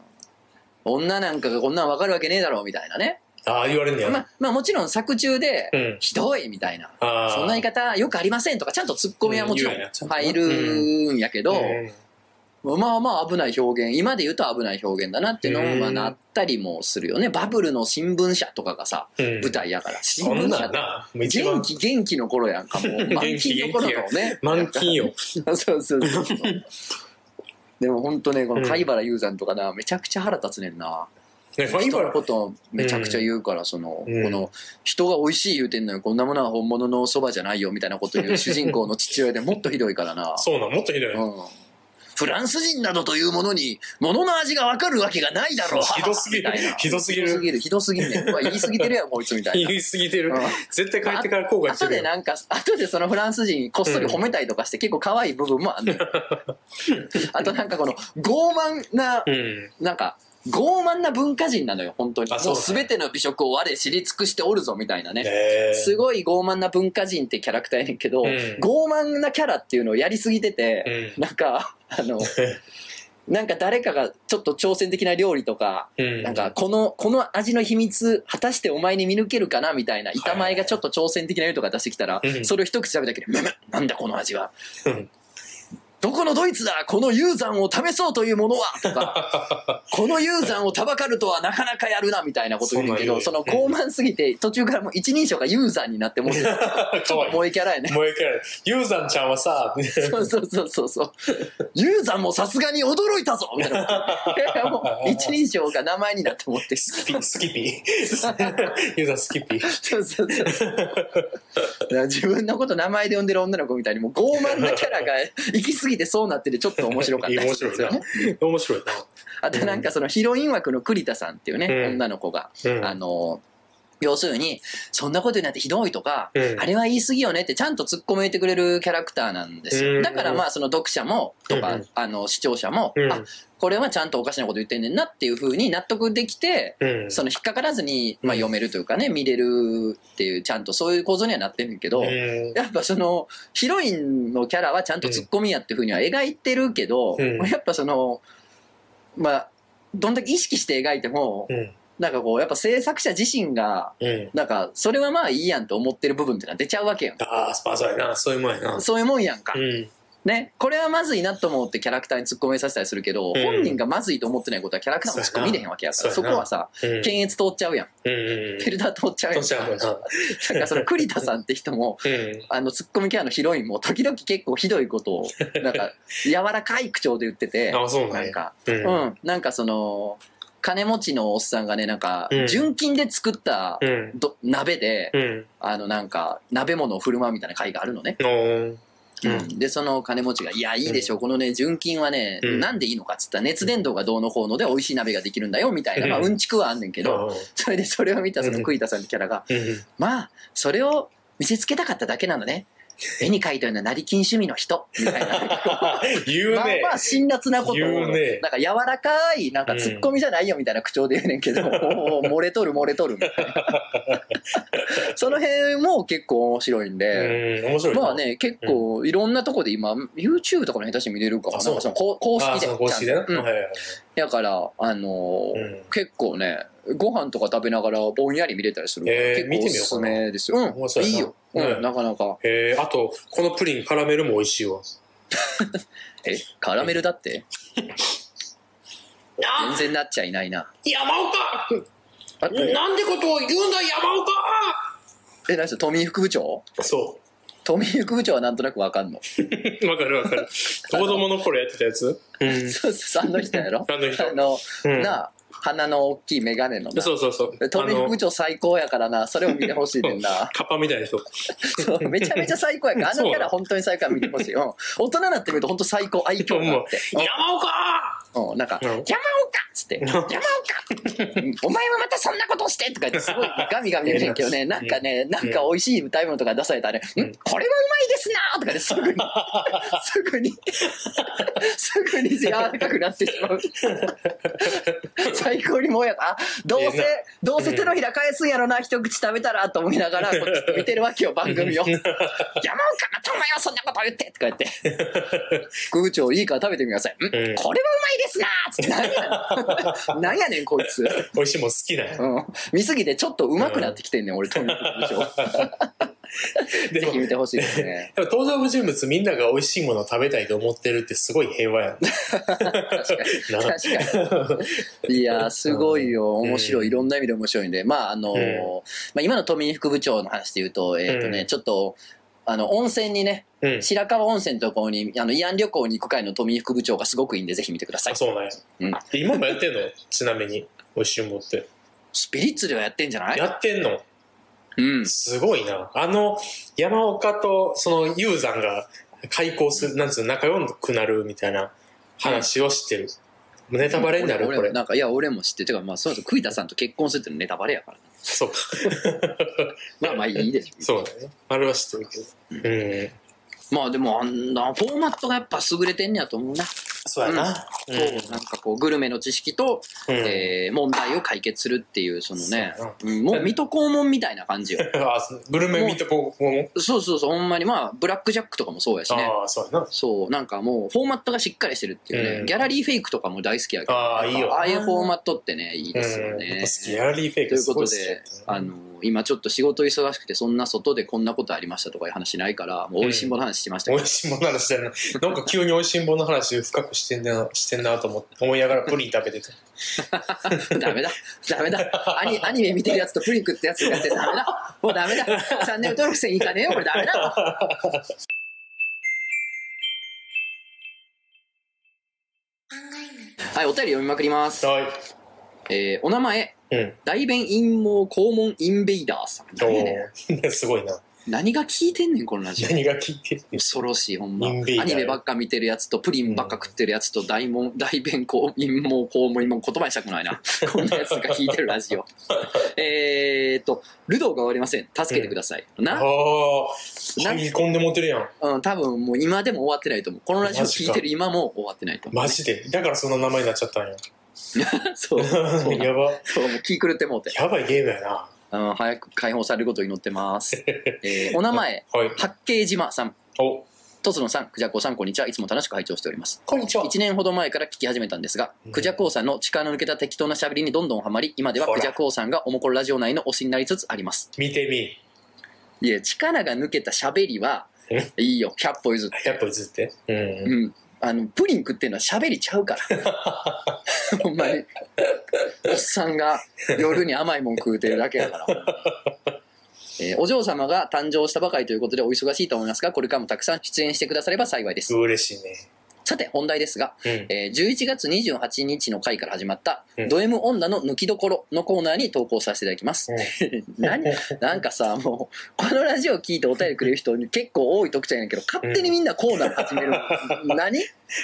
[SPEAKER 1] 女なんかがこんなんわかるわけねえだろ、みたいなね。
[SPEAKER 2] ああ、言われんねや。
[SPEAKER 1] まあ、まあもちろん作中で
[SPEAKER 2] う、ん。
[SPEAKER 1] ひどいみたいな。
[SPEAKER 2] ああ。
[SPEAKER 1] そんな言い方よくありませんとか、ちゃんとツッコミはもちろん
[SPEAKER 2] うん言うよねちゃんと
[SPEAKER 1] 入るんやけど、
[SPEAKER 2] うん
[SPEAKER 1] まあまあ危ない表現、今で言うと危ない表現だなっていうの
[SPEAKER 2] う
[SPEAKER 1] も
[SPEAKER 2] ん
[SPEAKER 1] まあなったりもするよね。バブルの新聞社とかがさ、
[SPEAKER 2] うん
[SPEAKER 1] 舞台やから。新
[SPEAKER 2] そん
[SPEAKER 1] 聞
[SPEAKER 2] な
[SPEAKER 1] 社
[SPEAKER 2] ん
[SPEAKER 1] って
[SPEAKER 2] な、もう一
[SPEAKER 1] 元
[SPEAKER 2] 番
[SPEAKER 1] 気、元気の頃やんか、も う。満金の頃のね。
[SPEAKER 2] 満金よ。
[SPEAKER 1] そうそうそう そう。でも本当ね、この貝原雄山とかな、めちゃくちゃ腹立つねんな。
[SPEAKER 2] ね、 ファイ
[SPEAKER 1] 人
[SPEAKER 2] バ
[SPEAKER 1] の
[SPEAKER 2] ラ
[SPEAKER 1] ことめちゃくちゃ言うから、その、
[SPEAKER 2] うん
[SPEAKER 1] この、人が美味しい言うてんのよ、こんなものは本物のそばじゃないよ、みたいなこと 言う主人公の父親でもっとひどいからな。
[SPEAKER 2] そうなん、もっとひどい。
[SPEAKER 1] うん。フランス人などというものに、ものの味がわかるわけがないだろう。
[SPEAKER 2] ひどすぎる
[SPEAKER 1] みたいな。
[SPEAKER 2] ひどすぎ
[SPEAKER 1] ひどす
[SPEAKER 2] る。
[SPEAKER 1] ぎる。ひどすぎるねん。うわ言い過ぎてるやん、こいつみたいな。
[SPEAKER 2] 言いすぎてる
[SPEAKER 1] うん。
[SPEAKER 2] 絶対帰ってから後悔して
[SPEAKER 1] 後
[SPEAKER 2] る
[SPEAKER 1] で
[SPEAKER 2] よ。
[SPEAKER 1] なんか、後でそのフランス人こっそり褒めたりとかして結構可愛い部分もあ んのよ。あとなんかこの傲慢な、
[SPEAKER 2] うん。
[SPEAKER 1] なんか、傲慢な文化人なのよ、本当に。
[SPEAKER 2] あそう
[SPEAKER 1] もう
[SPEAKER 2] だね
[SPEAKER 1] 全ての美食を我知り尽くしておるぞ、みたいなね。
[SPEAKER 2] え
[SPEAKER 1] すごい傲慢な文化人ってキャラクターやねんけど、
[SPEAKER 2] うん
[SPEAKER 1] 傲慢なキャラっていうのをやりすぎてて、
[SPEAKER 2] う
[SPEAKER 1] なんか、あの、なんか誰かがちょっと挑戦的な料理とか、
[SPEAKER 2] ん。うん。
[SPEAKER 1] なんか、この、この味の秘密、果たしてお前に見抜けるかなみたいな、板前がちょっと挑戦的な料理とか出してきたら
[SPEAKER 2] う、ん
[SPEAKER 1] それを一口食べただけで、むむなんだこの味は
[SPEAKER 2] うん。
[SPEAKER 1] どこのドイツだこのユーザンを試そうというものはとか、 このユーザンをたばかるとはなかなかやるなみたいなこと言うんだけど、
[SPEAKER 2] そ
[SPEAKER 1] そ
[SPEAKER 2] んなん
[SPEAKER 1] の
[SPEAKER 2] 言うよ
[SPEAKER 1] 傲慢すぎて、途中からもう一人称がユーザンになってもう、ち ょっ
[SPEAKER 2] かわい
[SPEAKER 1] と
[SPEAKER 2] い。
[SPEAKER 1] 萌えキャラ やね。
[SPEAKER 2] もう一回、ユーザンちゃんはさ、みたいな
[SPEAKER 1] そうそうそうそうそう。ユーザンもさすがに驚いたぞみたいな。 いやもう一人称が名前になって思ってる。
[SPEAKER 2] スキピ、 スキピ。ユーザンスキピ。
[SPEAKER 1] そうそうそう。だから自分のこと名前で呼んでる女の子みたいにもう傲慢なキャラ が行き過ぎてそうなっててちょっと面白かった
[SPEAKER 2] 面
[SPEAKER 1] りするん
[SPEAKER 2] 白
[SPEAKER 1] で
[SPEAKER 2] い
[SPEAKER 1] すよね。
[SPEAKER 2] な。面白い
[SPEAKER 1] あとなんかそのヒロイン枠の栗田さんっていうね、
[SPEAKER 2] うん
[SPEAKER 1] 女の子が、
[SPEAKER 2] な。
[SPEAKER 1] あ
[SPEAKER 2] うん。
[SPEAKER 1] の、要するに、そんなことになってひどいとか、
[SPEAKER 2] うん
[SPEAKER 1] あれは言い過ぎよねってちゃんと突っ込めてくれるキャラクターなんです
[SPEAKER 2] う
[SPEAKER 1] よ。
[SPEAKER 2] ん
[SPEAKER 1] だからまあその読者も、とか、
[SPEAKER 2] うん
[SPEAKER 1] あの視聴者も、
[SPEAKER 2] うん
[SPEAKER 1] あ、これはちゃんとおかしなこと言ってんねんなっていう風に納得できて、
[SPEAKER 2] うん。
[SPEAKER 1] その引っかからずに、まあ、
[SPEAKER 2] うん
[SPEAKER 1] 読めるというかね、見れるっていう、ちゃんとそういう構造にはなってるけど、
[SPEAKER 2] うん
[SPEAKER 1] やっぱその、ヒロインのキャラはちゃんとツッコミやっていうふうには描いてるけど、
[SPEAKER 2] うん
[SPEAKER 1] やっぱその、まあ、どんだけ意識して描いても、
[SPEAKER 2] うん。
[SPEAKER 1] なんかこう、やっぱ制作者自身が、
[SPEAKER 2] うん。
[SPEAKER 1] なんか、それはまあいいやんと思ってる部分っていうのは出ちゃうわけよ。
[SPEAKER 2] ああ、スパーサーやな。そういうもんやな。
[SPEAKER 1] そういうもんやんか
[SPEAKER 2] う。ん。
[SPEAKER 1] ね。これはまずいなと思ってキャラクターに突っ込めさせたりするけど、
[SPEAKER 2] うん
[SPEAKER 1] 本人がまずいと思ってないことはキャラクターも突っ込み入れへんわけやから、
[SPEAKER 2] そ
[SPEAKER 1] そう
[SPEAKER 2] や
[SPEAKER 1] こ
[SPEAKER 2] な
[SPEAKER 1] はさ、
[SPEAKER 2] うん。
[SPEAKER 1] 検閲通っちゃうやん。
[SPEAKER 2] うんうん。
[SPEAKER 1] フィルター通っちゃうや
[SPEAKER 2] と
[SPEAKER 1] ん。
[SPEAKER 2] ちゃうもんな。
[SPEAKER 1] だからその栗田さんって人も、
[SPEAKER 2] うん。
[SPEAKER 1] あの、ツッコミキャラのヒロインも、時々結構ひどいこと を、なんか、柔らかい口調で言ってて、
[SPEAKER 2] ああ、そうな
[SPEAKER 1] なんん
[SPEAKER 2] や。
[SPEAKER 1] か、
[SPEAKER 2] う。
[SPEAKER 1] うんん、なんかその、金持ちのおっさんがね、なんか
[SPEAKER 2] うん、
[SPEAKER 1] 純金で作った
[SPEAKER 2] うん。
[SPEAKER 1] ど鍋で、
[SPEAKER 2] うん。
[SPEAKER 1] あの、なんか、鍋物を振る舞うみたいな会があるのね。
[SPEAKER 2] のーう
[SPEAKER 1] うんん、で、その金持ちが、いや、いいでしょ、このね、純金はね、
[SPEAKER 2] うん
[SPEAKER 1] なんでいいのかっつったら、熱伝導がどうのこうので美味しい鍋ができるんだよ、みたいな、まあ、
[SPEAKER 2] うん
[SPEAKER 1] うんちくはあんねんけど、それでそれを見たその
[SPEAKER 2] うん
[SPEAKER 1] 栗田さんってキャラが、
[SPEAKER 2] うん。うん。
[SPEAKER 1] まあ、それを見せつけたかっただけなのね。絵に描いたような成金趣味の人、みたいな。
[SPEAKER 2] 言う
[SPEAKER 1] まあ
[SPEAKER 2] ね
[SPEAKER 1] ま。あ辛辣なことを、
[SPEAKER 2] 言うね
[SPEAKER 1] なんか柔らかい、なんかツッコミじゃないよみたいな口調で言うねん けど、もう漏れとる漏れとるみたいな。その辺も結構面白いん
[SPEAKER 2] う
[SPEAKER 1] で、
[SPEAKER 2] ん。面白いな。
[SPEAKER 1] まあね、結構いろんなとこで今、YouTube とかの下手して見れるから、
[SPEAKER 2] あ
[SPEAKER 1] なんかその公公
[SPEAKER 2] あ
[SPEAKER 1] 式
[SPEAKER 2] あ、
[SPEAKER 1] で
[SPEAKER 2] その。公式でな。
[SPEAKER 1] うん
[SPEAKER 2] はいはいはい。
[SPEAKER 1] だから、あのー
[SPEAKER 2] うん
[SPEAKER 1] 結構ね、ご飯とか食べながらぼんやり見れたりするから、
[SPEAKER 2] えー
[SPEAKER 1] 結構おすすめですよ。
[SPEAKER 2] 面白
[SPEAKER 1] うん、
[SPEAKER 2] いない
[SPEAKER 1] いよ。うん、
[SPEAKER 2] ね
[SPEAKER 1] なかなか。
[SPEAKER 2] えー、あと、このプリン、カラメルも美味しいわ。
[SPEAKER 1] え、カラメルだって
[SPEAKER 2] な
[SPEAKER 1] 全然なっちゃいないな。
[SPEAKER 2] 山岡
[SPEAKER 1] あ
[SPEAKER 2] なんてことを言うんだ、山岡
[SPEAKER 1] え、何しトミー副部長
[SPEAKER 2] そ
[SPEAKER 1] トミー副部長はなんとなくわか んの。
[SPEAKER 2] う。 わかるわかる。子供の頃やってたやつうん。
[SPEAKER 1] そうそう、あの人やろ
[SPEAKER 2] あの人
[SPEAKER 1] あの、
[SPEAKER 2] うん
[SPEAKER 1] なあ、鼻の大きいメガネのな。
[SPEAKER 2] そうそうそう。
[SPEAKER 1] トミー副部
[SPEAKER 2] あ
[SPEAKER 1] 長最高やからな、それを見てほしいねんな
[SPEAKER 2] の。カッパみたいな人。
[SPEAKER 1] そうめちゃめちゃ最高やから、あのキャラ本当に最高や見てほしい。うん。大人になってみると本当最高、愛嬌があって。
[SPEAKER 2] 山岡
[SPEAKER 1] うん、うんなんか、
[SPEAKER 2] うん
[SPEAKER 1] 山岡っつって、山岡お前はまたそんなことをしてとか言って、すごいガミガミ言うねんけどね、なんかね、なんか美味しい歌い物とか出されたらね、
[SPEAKER 2] うん
[SPEAKER 1] んこれはうまいですなーとかですぐに、す ぐに、すぐに柔らかくなってしまう。最高にもうやあ、どう
[SPEAKER 2] いやな
[SPEAKER 1] せ、どうせ手のひら返すんやろな、一口食べたらと思いながら、こうちょっと見てるわけよ、番組を。山岡またお前はそんなこと言ってとか言って。 副部長いいから食べてみなさい。ん、これはうまいですなーつって何 やねん。何やねんこいつ。
[SPEAKER 2] 美味しいもん好きなんや
[SPEAKER 1] うん、見すぎてちょっとうまくなってきてんねん、俺、トミー副部長。
[SPEAKER 2] で
[SPEAKER 1] ぜ
[SPEAKER 2] も
[SPEAKER 1] ひ見てほしいですね。
[SPEAKER 2] でも登場人物みんなが美味しいものを食べたいと思ってるってすごい平和や ん。
[SPEAKER 1] 確か
[SPEAKER 2] な
[SPEAKER 1] に。確かに。いやー、すごいよ。
[SPEAKER 2] うん
[SPEAKER 1] 面白い。いろんな意味で面白いんで。まあ、あのー
[SPEAKER 2] う
[SPEAKER 1] まあ、今のトミー副部長の話で言うと、えっ、とね、
[SPEAKER 2] うん
[SPEAKER 1] ちょっと、あの、温泉にね、
[SPEAKER 2] うん。
[SPEAKER 1] 白川温泉のところに、あの、慰安旅行に行く会のトミー副部長がすごくいいんで、ぜひ見てください
[SPEAKER 2] あ、。そうなんや。
[SPEAKER 1] うん
[SPEAKER 2] 今もやってんのちなみに。美味しいもんって。
[SPEAKER 1] スピリッツではやってんじゃない
[SPEAKER 2] やってんの
[SPEAKER 1] うん。
[SPEAKER 2] すごいな。あの、山岡とその雄山が開口する、なんつうの、仲良くなるみたいな話を知ってる。ネタバレになる、こ
[SPEAKER 1] 俺も
[SPEAKER 2] れ。
[SPEAKER 1] なんか、いや、俺も知っててか、まあ、そうそう、栗田さんと結婚するってのネタバレやから。
[SPEAKER 2] そうか。
[SPEAKER 1] まあまあ、いいでしょ。
[SPEAKER 2] そうだね。あれは知ってるけど。うん。
[SPEAKER 1] まあ、でも、あんな、フォーマットがやっぱ優れてんねやと思うな。
[SPEAKER 2] そうやな。うん。
[SPEAKER 1] そうなんかこう、グルメの知識と、
[SPEAKER 2] うん
[SPEAKER 1] えー問題を解決するっていう、そのね
[SPEAKER 2] そうや、
[SPEAKER 1] うんもう、水戸黄門みたいな感じよ。
[SPEAKER 2] あそうグルメミートポーも。
[SPEAKER 1] そうそうそう、ほんまに、まあ、ブラックジャックとかもそうやしね。
[SPEAKER 2] ああ、そうやな。
[SPEAKER 1] そう、なんかもう、フォーマットがしっかりしてるっていうね、
[SPEAKER 2] うん
[SPEAKER 1] ギャラリーフェイクとかも大好きやけど、
[SPEAKER 2] ああいいよ
[SPEAKER 1] なんかああいうフォーマットってね、いいですよ
[SPEAKER 2] うんやっぱ
[SPEAKER 1] ね。
[SPEAKER 2] 好き。ギャラリーフェイ
[SPEAKER 1] と
[SPEAKER 2] ク
[SPEAKER 1] いう
[SPEAKER 2] す
[SPEAKER 1] こ
[SPEAKER 2] ご
[SPEAKER 1] と
[SPEAKER 2] い好きだ
[SPEAKER 1] で
[SPEAKER 2] ったね、
[SPEAKER 1] あの今ちょっと仕事忙しくて、そんな外でこんなことありましたとかいう話しないから、もう美味しいもの話してました
[SPEAKER 2] 美
[SPEAKER 1] けど、
[SPEAKER 2] 味しんぼの話 だな。なんか急に美味しんぼの話深くしてんな、してんなと思って、思いながらプリン食べてた。
[SPEAKER 1] ダメだ、ダメだ、アニアニメ見てるやつとプリン食ってやつがやって、ダメだ、もうダメだ、チャンネル登録せんいかねえよ、これダメだ。はい、お便り読みまくります。
[SPEAKER 2] は
[SPEAKER 1] えーお名前、
[SPEAKER 2] い。うん。
[SPEAKER 1] 大弁陰謀肛門インベイダーさん。
[SPEAKER 2] お
[SPEAKER 1] 何やね
[SPEAKER 2] ー すごいな。
[SPEAKER 1] ん何が聞いてんねん、このラジオ。
[SPEAKER 2] 何が聞いてる
[SPEAKER 1] 恐ろしい、ほんま。ア
[SPEAKER 2] インベイダー
[SPEAKER 1] ニメばっか見てるやつと、プリンばっか食ってるやつと、大門、 大弁公、陰謀、公務員も言葉にしたくない な。こんなやつが聞いてるラジオ。 えーっと、ルドーが終わりません。助けてください。
[SPEAKER 2] ああ
[SPEAKER 1] な、
[SPEAKER 2] ー、
[SPEAKER 1] な
[SPEAKER 2] 入り込んで持てるやん。
[SPEAKER 1] うん、多分もう今でも終わってないと思う。このラジオ聞いてる今も終わってないと思う。
[SPEAKER 2] マジで。だからその名前になっちゃったんや。
[SPEAKER 1] そう。そ う
[SPEAKER 2] やば。
[SPEAKER 1] そう、もう気狂ってもうて。
[SPEAKER 2] やばいゲームやな。は
[SPEAKER 1] うん、 早く解放されることを祈ってます。えーお名前、
[SPEAKER 2] い。
[SPEAKER 1] 八景島さん。
[SPEAKER 2] お、
[SPEAKER 1] とつのさん、クジャコウさん、こんにちは。いつも楽しく拝聴しております。
[SPEAKER 2] こんにちは。
[SPEAKER 1] 1年ほど前から聞き始めたんですが、
[SPEAKER 2] うん
[SPEAKER 1] クジャコウさんの力の抜けた適当な喋りにどんどんハマり、今ではクジャコウさんがおもころラジオ内の推しになりつつあります。
[SPEAKER 2] 見てみ。
[SPEAKER 1] いや、力が抜けた喋りは
[SPEAKER 2] え、
[SPEAKER 1] いいよ、100歩譲って。
[SPEAKER 2] やっぱ映って。うん。
[SPEAKER 1] うん。あの、プリン食ってんのは喋りちゃうから。 ほんまに。おっさんが夜に甘いもん食うてるだけやから。 ほんまにえーお嬢様が誕生したばかりということでお忙しいと思いますが、これからもたくさん出演してくだされば幸いです。
[SPEAKER 2] 嬉しいね。
[SPEAKER 1] さて、本題ですが、
[SPEAKER 2] うん。
[SPEAKER 1] えー11月28日の回から始まった
[SPEAKER 2] うん、
[SPEAKER 1] ド M 女の抜きどころのコーナーに投稿させていただきます。 何なんかさ、もう、このラジオ聞いてお便りくれる人結構多い特徴やねんけど、勝手にみんなコーナー始める。何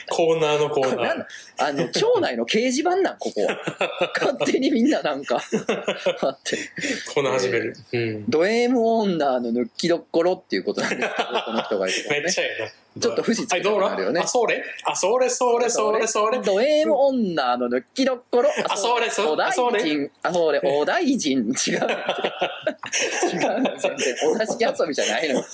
[SPEAKER 2] コーナーのコ
[SPEAKER 1] こ
[SPEAKER 2] ー
[SPEAKER 1] れ
[SPEAKER 2] ナ
[SPEAKER 1] な
[SPEAKER 2] ー
[SPEAKER 1] ん。あの、町内の掲示板なん、ここは。勝手にみんななんか、待って。
[SPEAKER 2] コーナー始める。うん。
[SPEAKER 1] ド M 女の抜きどころっていうことなんですけど、この人が言ってた
[SPEAKER 2] めっ
[SPEAKER 1] のね。
[SPEAKER 2] ちゃええな。
[SPEAKER 1] ちょっと不死つ
[SPEAKER 2] は
[SPEAKER 1] け
[SPEAKER 2] い、
[SPEAKER 1] た
[SPEAKER 2] どう
[SPEAKER 1] くなるよ
[SPEAKER 2] だ
[SPEAKER 1] ね
[SPEAKER 2] あ、。それあ、それ、それ、それ、それ。
[SPEAKER 1] ド M 女の抜きどころ。
[SPEAKER 2] あそうです
[SPEAKER 1] お大
[SPEAKER 2] あそう
[SPEAKER 1] 臣
[SPEAKER 2] ね、
[SPEAKER 1] あ、そうね、お大臣、違うって。違うの全然。お座敷遊びじゃないのよ。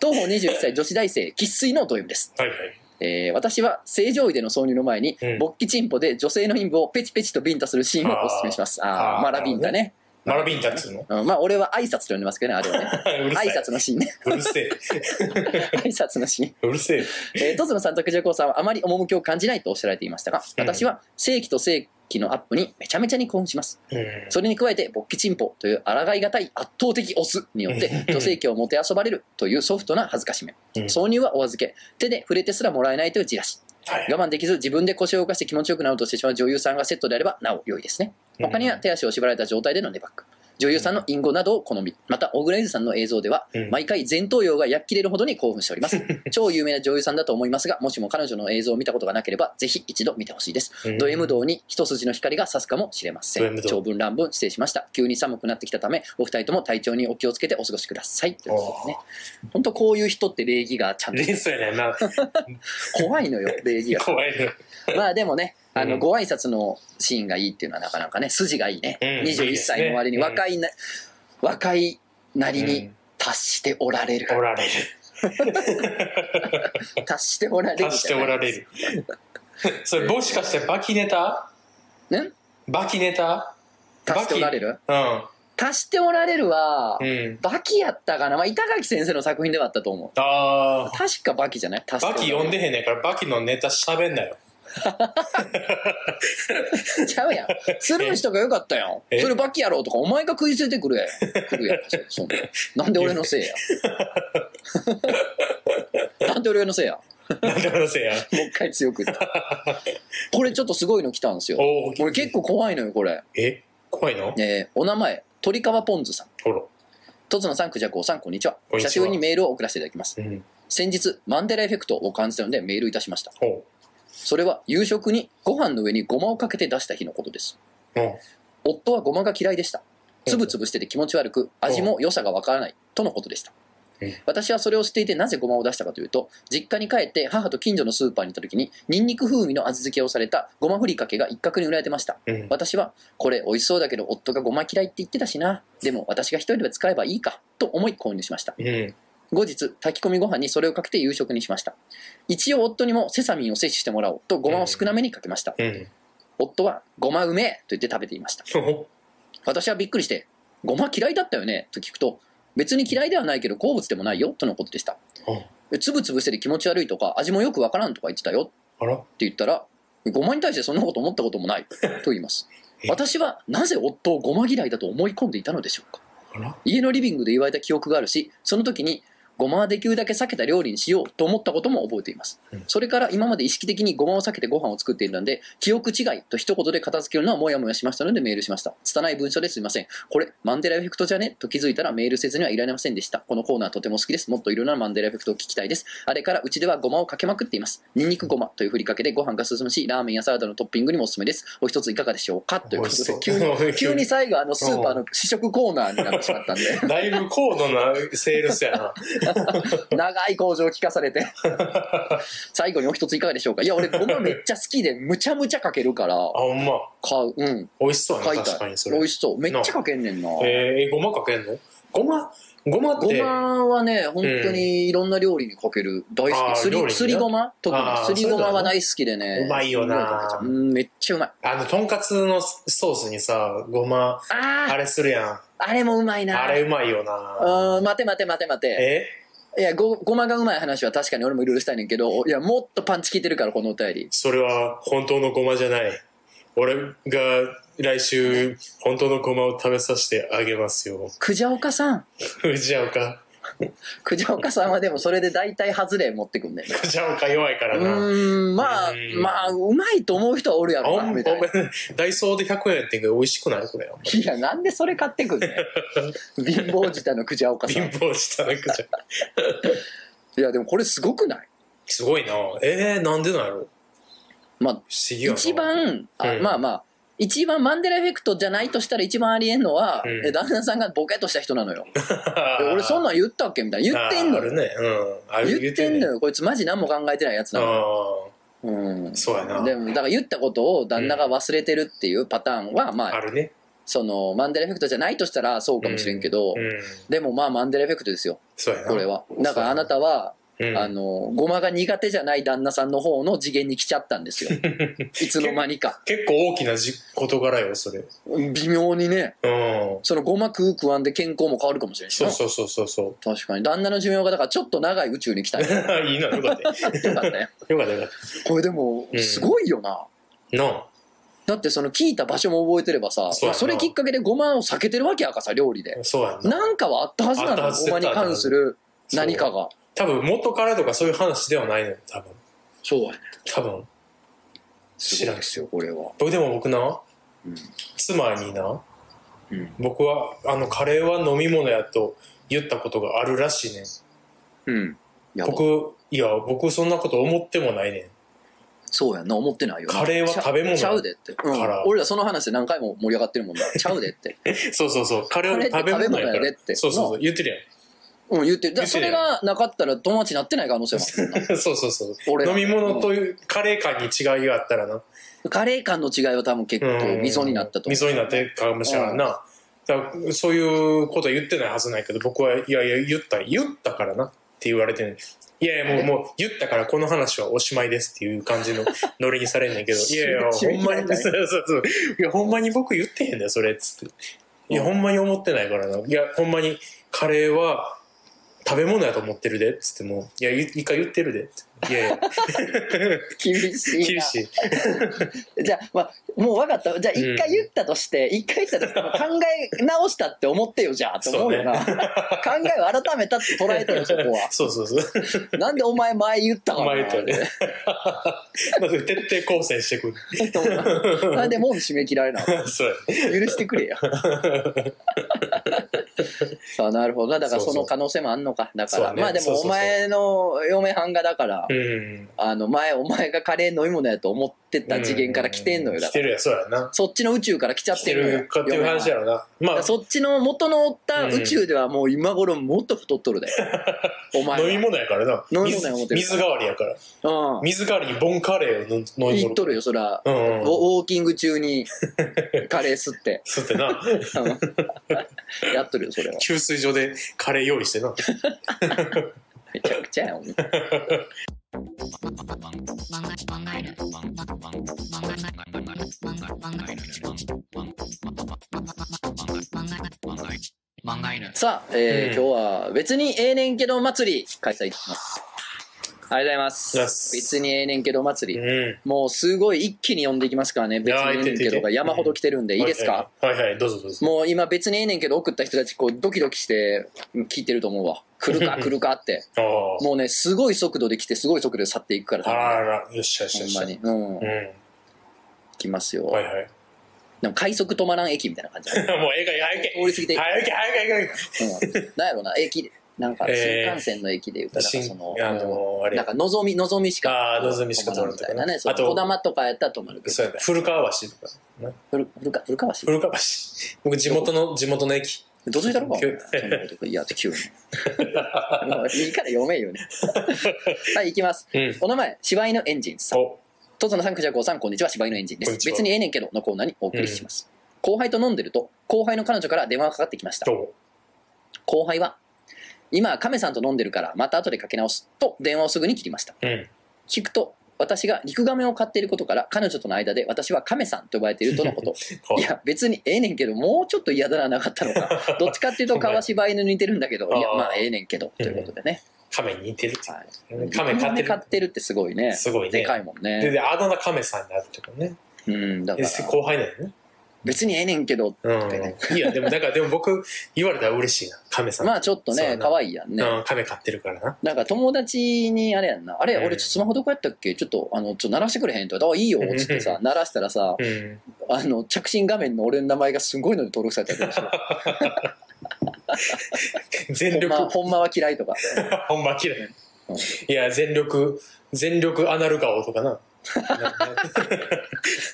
[SPEAKER 1] 徒歩21歳女子大生、生粋のド M です。
[SPEAKER 2] はいはい。
[SPEAKER 1] えー私は正常位での挿入の前に、
[SPEAKER 2] うん
[SPEAKER 1] 勃起チンポで女性の陰部をペチペチとビンタするシーンをお勧めします。あ
[SPEAKER 2] あ
[SPEAKER 1] あ
[SPEAKER 2] ー
[SPEAKER 1] まあラビンタね。
[SPEAKER 2] マラビンタっつうの。
[SPEAKER 1] うんまあ俺は挨拶と呼んでますけどね、あれはね。
[SPEAKER 2] うるさ
[SPEAKER 1] 挨
[SPEAKER 2] い。
[SPEAKER 1] 拶のシーンね。
[SPEAKER 2] うるせえ。
[SPEAKER 1] 挨拶のシーン。
[SPEAKER 2] うる せえ。
[SPEAKER 1] えー、とつのさんとくじゃこうさんはあまり趣を感じないとおっしゃられていましたが、
[SPEAKER 2] うん
[SPEAKER 1] 私は正規と正規のアップにめちゃめちゃに興奮します。
[SPEAKER 2] うん
[SPEAKER 1] それに加えて、勃起チンポという抗いがたい圧倒的オスによって、女性器をもてあそばれるというソフトな恥ずかしめ。
[SPEAKER 2] うん
[SPEAKER 1] 挿入はお預け。手で触れてすらもらえないというじらし。
[SPEAKER 2] はい
[SPEAKER 1] 我慢できず自分で腰を動かして気持ちよくなろうとしてしまう女優さんがセットであればなお良いですね
[SPEAKER 2] うん
[SPEAKER 1] 他には手足を縛られた状態でのネバック女優さんの隠語などを好みまた小倉優子さんの映像では
[SPEAKER 2] うん
[SPEAKER 1] 毎回前頭葉がやっきれるほどに興奮しております 超有名な女優さんだと思いますがもしも彼女の映像を見たことがなければぜひ一度見てほしいです
[SPEAKER 2] うん
[SPEAKER 1] ド M 道に一筋の光が差すかもしれませ
[SPEAKER 2] ド
[SPEAKER 1] ん
[SPEAKER 2] M 道
[SPEAKER 1] 長文乱文失礼しました急に寒くなってきたためお二人とも体調にお気をつけてお過ごしくださいということでね本当こういう人って礼儀がちゃんと
[SPEAKER 2] リンスやねんな。
[SPEAKER 1] 怖いのよ礼儀が
[SPEAKER 2] 怖いの。
[SPEAKER 1] まあでもね、あの、
[SPEAKER 2] うん
[SPEAKER 1] ご挨拶のシーンがいいっていうのはなかなかね、筋がいいね。
[SPEAKER 2] うんいい
[SPEAKER 1] 21
[SPEAKER 2] ですね
[SPEAKER 1] 歳の割に
[SPEAKER 2] うん
[SPEAKER 1] 若いな、若いなり
[SPEAKER 2] う
[SPEAKER 1] に
[SPEAKER 2] ん
[SPEAKER 1] 達しておられる。
[SPEAKER 2] おられる。
[SPEAKER 1] 達しておられる。
[SPEAKER 2] 足しておられ る。それもしかしてバキネタ
[SPEAKER 1] ね
[SPEAKER 2] バキネタ
[SPEAKER 1] 達しておられる
[SPEAKER 2] うん。
[SPEAKER 1] 達しておられるは、
[SPEAKER 2] うん。
[SPEAKER 1] バキやったかな。まあ、板垣先生の作品ではあったと思う。
[SPEAKER 2] あー
[SPEAKER 1] 確かバキじゃない達
[SPEAKER 2] バキ読んでへんねんからバキのネタ喋んなよ。
[SPEAKER 1] んちゃ うやん。スルーしとかよかったやん。
[SPEAKER 2] え
[SPEAKER 1] それバキやろうとか、お前が食いついてくるやん。くるやん。そ そんななんで俺のせいや。なんで俺のせいや。
[SPEAKER 2] なんで話せや。
[SPEAKER 1] もう一回強く言ってこれちょっとすごいの来たんですよ。
[SPEAKER 2] おお。
[SPEAKER 1] 俺結構怖いのよ、これ。
[SPEAKER 2] え怖いの
[SPEAKER 1] えーお名前、鳥川ポンズさん。
[SPEAKER 2] ほら。
[SPEAKER 1] とつのさん、くじゃこうさん、こんにちは。
[SPEAKER 2] こんにち
[SPEAKER 1] 久
[SPEAKER 2] は
[SPEAKER 1] しぶりにメールを送らせていただきま
[SPEAKER 2] う
[SPEAKER 1] す。
[SPEAKER 2] ん。
[SPEAKER 1] 先日、マンデラエフェクトを感じたのでメールいたしました。
[SPEAKER 2] ほ
[SPEAKER 1] それは夕食にご飯の上にごまをかけて出した日のことです。
[SPEAKER 2] う。うん。
[SPEAKER 1] 夫はごまが嫌いでした。つぶつぶしてて気持ち悪く、味も良さがわからない、とのことでした
[SPEAKER 2] うん。
[SPEAKER 1] 私はそれを知っていてなぜごまを出したかというと、実家に帰って母と近所のスーパーに行った時に、ニンニク風味の味付けをされたごまふりかけが一角に売られてました。
[SPEAKER 2] うん。
[SPEAKER 1] 私は、これ美味しそうだけど夫がごま嫌いって言ってたしな。でも私が一人で使えばいいか、と思い購入しました。
[SPEAKER 2] うん。
[SPEAKER 1] 後日、炊き込みご飯にそれをかけて夕食にしました。一応夫にもセサミンを摂取してもらおうとごまを少なめにかけました。
[SPEAKER 2] うん。
[SPEAKER 1] 夫は、ごまうめえと言って食べていました。
[SPEAKER 2] ほ
[SPEAKER 1] 私はびっくりして、ごま嫌いだったよねと聞くと、別に嫌いではないけど好物でもないよとのことでした。
[SPEAKER 2] うん
[SPEAKER 1] えつぶつぶしてて気持ち悪いとか、味もよくわからんとか言ってたよ
[SPEAKER 2] あら
[SPEAKER 1] って言ったら、ごまに対してそんなこと思ったこともないと言います。
[SPEAKER 2] え
[SPEAKER 1] 私はなぜ夫をごま嫌いだと思い込んでいたのでしょうか
[SPEAKER 2] あら
[SPEAKER 1] 家のリビングで言われた記憶があるし、その時に、ごまはできるだけ避けた料理にしようと思ったことも覚えています
[SPEAKER 2] うん。
[SPEAKER 1] それから今まで意識的にごまを避けてご飯を作っていたんで、記憶違いと一言で片付けるのはもやもやしましたのでメールしました。拙い文章ですいません。これ、マンデラエフェクトじゃねと気づいたらメールせずにはいられませんでした。このコーナーとても好きです。もっといろんなマンデラエフェクトを聞きたいです。あれからうちではごまをかけまくっています。ニンニクごまというふりかけでご飯が進むし、ラーメンやサラダのトッピングにもおすすめです。お一ついかがでしょうかというこ
[SPEAKER 2] 美味し
[SPEAKER 1] と
[SPEAKER 2] そ
[SPEAKER 1] で
[SPEAKER 2] う、
[SPEAKER 1] 急 に急に最後あのスーパーの試食コーナーになってしまったんで。
[SPEAKER 2] だいぶ高度なセールスやな。
[SPEAKER 1] 長い工場を聞かさ れて最後にお一ついかがでしょうかいや俺ごまめっちゃ好きでむちゃむちゃかけるから
[SPEAKER 2] あ、ほんま。
[SPEAKER 1] 買ううん
[SPEAKER 2] 美味しそうや
[SPEAKER 1] 買い
[SPEAKER 2] な。
[SPEAKER 1] た
[SPEAKER 2] 確か
[SPEAKER 1] い
[SPEAKER 2] にそ
[SPEAKER 1] 美
[SPEAKER 2] れ
[SPEAKER 1] 味。しそうめっちゃかけんねんな、
[SPEAKER 2] えー、えごまかけんのごま、ごまっ
[SPEAKER 1] ご
[SPEAKER 2] て、
[SPEAKER 1] まはね、本当にいろんな料理にかける。大
[SPEAKER 2] あ
[SPEAKER 1] 好
[SPEAKER 2] ー
[SPEAKER 1] き。す
[SPEAKER 2] 料理
[SPEAKER 1] り、
[SPEAKER 2] ね
[SPEAKER 1] すりごま特
[SPEAKER 2] あー
[SPEAKER 1] に。すりごまは大好きでね。
[SPEAKER 2] うまいよな
[SPEAKER 1] うん、めっちゃうまい。
[SPEAKER 2] あの、とんかつのソースにさ、ごま、
[SPEAKER 1] あ
[SPEAKER 2] あ
[SPEAKER 1] あ
[SPEAKER 2] れするや
[SPEAKER 1] あれもうまい
[SPEAKER 2] ん。
[SPEAKER 1] な。
[SPEAKER 2] あれうまいよな。
[SPEAKER 1] うん、待て待て待て待て。
[SPEAKER 2] え
[SPEAKER 1] いやご、ごまがうまい話は確かに俺もいろいろしたいねんけど、いや、もっとパンチ効いてるから、このお便り。
[SPEAKER 2] それは本当のごまじゃない。俺が来週、本当のごまを食べさせてあげますよ。
[SPEAKER 1] じゃおかさん。
[SPEAKER 2] 藤岡。
[SPEAKER 1] じゃおかさんはでもそれで大体外れ持ってくんね。
[SPEAKER 2] 藤岡弱いか
[SPEAKER 1] う
[SPEAKER 2] らな。
[SPEAKER 1] ーん、まあ
[SPEAKER 2] う、ん
[SPEAKER 1] まあ、うまいと思う人はおるや
[SPEAKER 2] あ
[SPEAKER 1] ろ
[SPEAKER 2] ほ
[SPEAKER 1] な、
[SPEAKER 2] ん
[SPEAKER 1] み
[SPEAKER 2] ごめん
[SPEAKER 1] たいな。
[SPEAKER 2] ダイソーで100円やってんけど、美味しくないこれ。
[SPEAKER 1] いや、なんでそれ買ってくんね ん貧乏舌のじゃおかさ
[SPEAKER 2] 貧
[SPEAKER 1] ん。
[SPEAKER 2] 乏したなくじゃ。
[SPEAKER 1] いや、でもこれすごくない
[SPEAKER 2] すごいな。えー、なんでなんやろ
[SPEAKER 1] まあ、
[SPEAKER 2] 不思議やな。
[SPEAKER 1] 一 番、あ
[SPEAKER 2] うん
[SPEAKER 1] まあまあ、一番マンデラエフェクトじゃないとしたら一番ありえんのは、
[SPEAKER 2] うん
[SPEAKER 1] え旦那さんがボケっとした人なのよ。で俺そん
[SPEAKER 2] な
[SPEAKER 1] なん言ったっけみたいな。言ってんの
[SPEAKER 2] ある
[SPEAKER 1] よ。
[SPEAKER 2] ね。うん。ある
[SPEAKER 1] 言ってんのよ。こいつマジ何も考えてないやつ
[SPEAKER 2] あ
[SPEAKER 1] なの。
[SPEAKER 2] あ
[SPEAKER 1] うん
[SPEAKER 2] ー、。そうやな。
[SPEAKER 1] でも、だから言ったことを旦那が忘れてるっていうパターンは、ま
[SPEAKER 2] あ
[SPEAKER 1] あ、
[SPEAKER 2] るね。
[SPEAKER 1] その、マンデラエフェクトじゃないとしたらそうかもしれんけど、
[SPEAKER 2] うん。
[SPEAKER 1] でもまあ、マンデラエフェクトですよ。
[SPEAKER 2] そうやな。
[SPEAKER 1] これは。だからあなたは、
[SPEAKER 2] うん、
[SPEAKER 1] あの、ごまが苦手じゃない旦那さんの方の次元に来ちゃったんです よ。いつの間にか。
[SPEAKER 2] 結構大きなじ事柄よ、それ。うん。
[SPEAKER 1] 微妙にね。そのごま食う食わんで健康も変わるかもしれないし
[SPEAKER 2] そ
[SPEAKER 1] な
[SPEAKER 2] うそうそうそう そ
[SPEAKER 1] 確かに旦那の寿命がだからちょっと長い宇宙に来たん
[SPEAKER 2] う。
[SPEAKER 1] やよ
[SPEAKER 2] いいな、よかった。
[SPEAKER 1] かった ね
[SPEAKER 2] よかった、よかっ
[SPEAKER 1] これでも
[SPEAKER 2] うん
[SPEAKER 1] すごいよな、
[SPEAKER 2] た。な
[SPEAKER 1] だってその聞いた場所も覚えてればさ
[SPEAKER 2] そうやな
[SPEAKER 1] まあそれきっかけでごまを避けてるわけやからさ料理で
[SPEAKER 2] あ、そうやんな。
[SPEAKER 1] なんかはあったはずな
[SPEAKER 2] あった
[SPEAKER 1] の
[SPEAKER 2] はず
[SPEAKER 1] ごまに関する
[SPEAKER 2] そう
[SPEAKER 1] 何かが
[SPEAKER 2] 多分、元からとかそういう話ではないのよ、多分。
[SPEAKER 1] そうやね
[SPEAKER 2] 多分。
[SPEAKER 1] す
[SPEAKER 2] 知
[SPEAKER 1] ご
[SPEAKER 2] ら
[SPEAKER 1] い
[SPEAKER 2] ん
[SPEAKER 1] ですよこれは
[SPEAKER 2] 僕でも僕な、
[SPEAKER 1] うん
[SPEAKER 2] 妻にな、
[SPEAKER 1] うん
[SPEAKER 2] 僕は、あの、カレーは飲み物やと言ったことがあるらしいねん。
[SPEAKER 1] うんやば
[SPEAKER 2] 僕、いや、僕そんなこと思ってもないねん。
[SPEAKER 1] そうやんな思ってないよな
[SPEAKER 2] カレーは
[SPEAKER 1] ちゃ
[SPEAKER 2] 食べ物
[SPEAKER 1] ちゃうでって、うん
[SPEAKER 2] から
[SPEAKER 1] 俺らその話で何回も盛り上がってる もんなちゃうでって
[SPEAKER 2] そうそうそう。カレーは食べ物や
[SPEAKER 1] カレーっ
[SPEAKER 2] か
[SPEAKER 1] て食べ物や
[SPEAKER 2] ら
[SPEAKER 1] でって。
[SPEAKER 2] そうそうそう。言ってる
[SPEAKER 1] うん言ってるだからそ
[SPEAKER 2] 言って
[SPEAKER 1] れ
[SPEAKER 2] るや
[SPEAKER 1] がなかったら友達になってない可能性もあるもんな
[SPEAKER 2] やん。そうそうそう。
[SPEAKER 1] 俺ら
[SPEAKER 2] 飲み物というカレー感に違いがあったらな。
[SPEAKER 1] カレー感の違いは多分結構溝になったと思う。
[SPEAKER 2] 溝になってるかもしれないな。だからそういうことは言ってないはずないけど、僕は、いやいや、言った、言ったからなって言われてる。いやいや、もう、もう、言ったからこの話はおしまいですっていう感じのノリにされんねんけ ど、いやいや、
[SPEAKER 1] 締め
[SPEAKER 2] ほんま
[SPEAKER 1] 締め切られ
[SPEAKER 2] に、そ
[SPEAKER 1] たいう
[SPEAKER 2] そうそう。いや、ほんまに僕言ってへんだよ、それ、つって。いや、
[SPEAKER 1] うん
[SPEAKER 2] ほんまに思ってないからな。いや、ほんまに、カレーは、食べ物やと思ってるで、つっても、いや、ゆ一回言ってるで、っていやいや、
[SPEAKER 1] 厳しいな。
[SPEAKER 2] 厳しい。
[SPEAKER 1] じゃあ、まあ、もう分かった。じゃあ、一回言ったとして、一、回言ったとしても考え直したって思ってよ、じゃあ、と思うよな。考えを改めたって捉えてよ、そこは。
[SPEAKER 2] そうそうそう。
[SPEAKER 1] なんでお前前言ったかな
[SPEAKER 2] 前言ったよね。 まず徹底抗戦してくる。
[SPEAKER 1] なんでもう締め切られなの
[SPEAKER 2] そうや
[SPEAKER 1] 許してく れよ。あなるほどな。だから、その可能性もあんのか。だから、
[SPEAKER 2] そうね
[SPEAKER 1] まあで
[SPEAKER 2] そ
[SPEAKER 1] も、
[SPEAKER 2] うそう
[SPEAKER 1] お
[SPEAKER 2] そう
[SPEAKER 1] 前の嫁はんがだから、
[SPEAKER 2] うん。
[SPEAKER 1] あの前お前がカレー飲み物やと思ってた次元から来てんのよだ
[SPEAKER 2] 来
[SPEAKER 1] か
[SPEAKER 2] て
[SPEAKER 1] ら
[SPEAKER 2] るやん、そうやな。
[SPEAKER 1] そっちの宇宙から来ちゃっ
[SPEAKER 2] 来
[SPEAKER 1] て
[SPEAKER 2] て
[SPEAKER 1] るのよ
[SPEAKER 2] るかっていう話やろな。ま
[SPEAKER 1] 嫁
[SPEAKER 2] あ
[SPEAKER 1] は、そっちの元のおった宇宙ではもう今頃もっと太っとる でお前
[SPEAKER 2] 飲み物やからな。
[SPEAKER 1] 飲み物や思ってる
[SPEAKER 2] 水水代わりやから。
[SPEAKER 1] 物うん
[SPEAKER 2] 水代わりにボンカレーを飲ん飲み
[SPEAKER 1] 言っ
[SPEAKER 2] 物。
[SPEAKER 1] とるよそら、
[SPEAKER 2] う
[SPEAKER 1] ウ
[SPEAKER 2] ん
[SPEAKER 1] ォ
[SPEAKER 2] うん。
[SPEAKER 1] ウォーキング中にカレー吸って
[SPEAKER 2] そうってな。
[SPEAKER 1] うん やっとるよそれは
[SPEAKER 2] 給水所でカレー用意 してな。
[SPEAKER 1] めちゃくちゃやんさあ、えー
[SPEAKER 2] う
[SPEAKER 1] 今日は別にええねんけど祭り開催しますありがとうご
[SPEAKER 2] ありがとう
[SPEAKER 1] ざいま
[SPEAKER 2] ございますす
[SPEAKER 1] 別にええねんけど祭
[SPEAKER 2] う
[SPEAKER 1] り、
[SPEAKER 2] ん。
[SPEAKER 1] もうすごい一気に読んでいきますからね別にええねんけどが山ほど来てるんでいいですか、
[SPEAKER 2] はいはいはいはい、どうぞどうぞ。
[SPEAKER 1] もう今別にええねんけど送った人たちこうドキドキして聞いてると思うわ来 るか来るかって
[SPEAKER 2] あー
[SPEAKER 1] もうねすごい速度で来てすごい速度で去っていくから多
[SPEAKER 2] あ
[SPEAKER 1] 分ね
[SPEAKER 2] ら、よっしゃよっしゃよっし
[SPEAKER 1] ほんま
[SPEAKER 2] ゃ。
[SPEAKER 1] にうん
[SPEAKER 2] う
[SPEAKER 1] 来ますよ、
[SPEAKER 2] ん。はい はい。
[SPEAKER 1] でも快速止まらん駅みたいな感じ、う
[SPEAKER 2] もうええかい、早いけ。
[SPEAKER 1] 通り過ぎて
[SPEAKER 2] 早いけ、早いけ、早い
[SPEAKER 1] ん、なんやろな駅でなんか新幹線の駅で言うた
[SPEAKER 2] け。
[SPEAKER 1] ら
[SPEAKER 2] 新
[SPEAKER 1] なんかその、
[SPEAKER 2] あのー、あれ
[SPEAKER 1] なん
[SPEAKER 2] や。
[SPEAKER 1] かのぞみのぞみしか
[SPEAKER 2] あーのぞみしか
[SPEAKER 1] 止まらんみたいなね
[SPEAKER 2] 止まらんとかね
[SPEAKER 1] あ
[SPEAKER 2] あと
[SPEAKER 1] とこだまとかやったら止まるけど
[SPEAKER 2] そうやね。古川橋とか。
[SPEAKER 1] 古古か古川市
[SPEAKER 2] 古川橋。僕、地元の、地元の駅。
[SPEAKER 1] どついたろかお前
[SPEAKER 2] 急
[SPEAKER 1] そんなこといや急 にもういいから読めんよねはい行きます
[SPEAKER 2] うん。
[SPEAKER 1] お名前柴犬エンジンさん
[SPEAKER 2] お、
[SPEAKER 1] とつのさんくじゃこうさんこんにちは柴犬エンジンで
[SPEAKER 2] こんに
[SPEAKER 1] す
[SPEAKER 2] ちは
[SPEAKER 1] 別にええねんけどのコーナーにお送りします、後輩と飲んでると後輩の彼女から電話がかかってきました
[SPEAKER 2] どう
[SPEAKER 1] 後輩は、今、亀さんと飲んでるから、また後でかけ直す。と、電話をすぐに切りました。
[SPEAKER 2] うん。
[SPEAKER 1] 聞くと、私が陸亀を買っていることから、彼女との間で私は亀さんと呼ばれているとのこと。
[SPEAKER 2] はい
[SPEAKER 1] いや、別にええねんけど、もうちょっと嫌だななかった のか。どっちかっていうと、川柴犬に似てるんだけど、いや、まあええねんけど、ということでね。
[SPEAKER 2] 亀に似てるって
[SPEAKER 1] はい。
[SPEAKER 2] いうね。亀飼って
[SPEAKER 1] 買っ
[SPEAKER 2] る。
[SPEAKER 1] てるってすごいね。
[SPEAKER 2] すごいね
[SPEAKER 1] でかいもん
[SPEAKER 2] で、
[SPEAKER 1] ね。
[SPEAKER 2] であだ名亀さんになるってことね。
[SPEAKER 1] うん、だか
[SPEAKER 2] で
[SPEAKER 1] ら、
[SPEAKER 2] 後輩なんよね。
[SPEAKER 1] 別にええねんけど、
[SPEAKER 2] うん。いや、でも、だから、でも僕、言われたら嬉しいな。亀さん。
[SPEAKER 1] まあちょっと
[SPEAKER 2] そう
[SPEAKER 1] ね
[SPEAKER 2] や、な
[SPEAKER 1] 可愛いやんね。
[SPEAKER 2] うん、亀飼ってるからな。
[SPEAKER 1] なんか友達にあれやんな、あれ、
[SPEAKER 2] うん
[SPEAKER 1] 俺、スマホどこやったっけ、ちょっと、あの、ちょっと鳴らしてくれへんとか、あ、いいよ、つってさ、鳴らしたらさ、
[SPEAKER 2] うん。
[SPEAKER 1] あの、着信画面の俺の名前がすごいのに登録されたりとか
[SPEAKER 2] 全
[SPEAKER 1] して、ほん
[SPEAKER 2] 力、
[SPEAKER 1] ま、ほんまは嫌いとか、
[SPEAKER 2] ほんま嫌い
[SPEAKER 1] うん。
[SPEAKER 2] いや、全力、全力アナル顔とか な。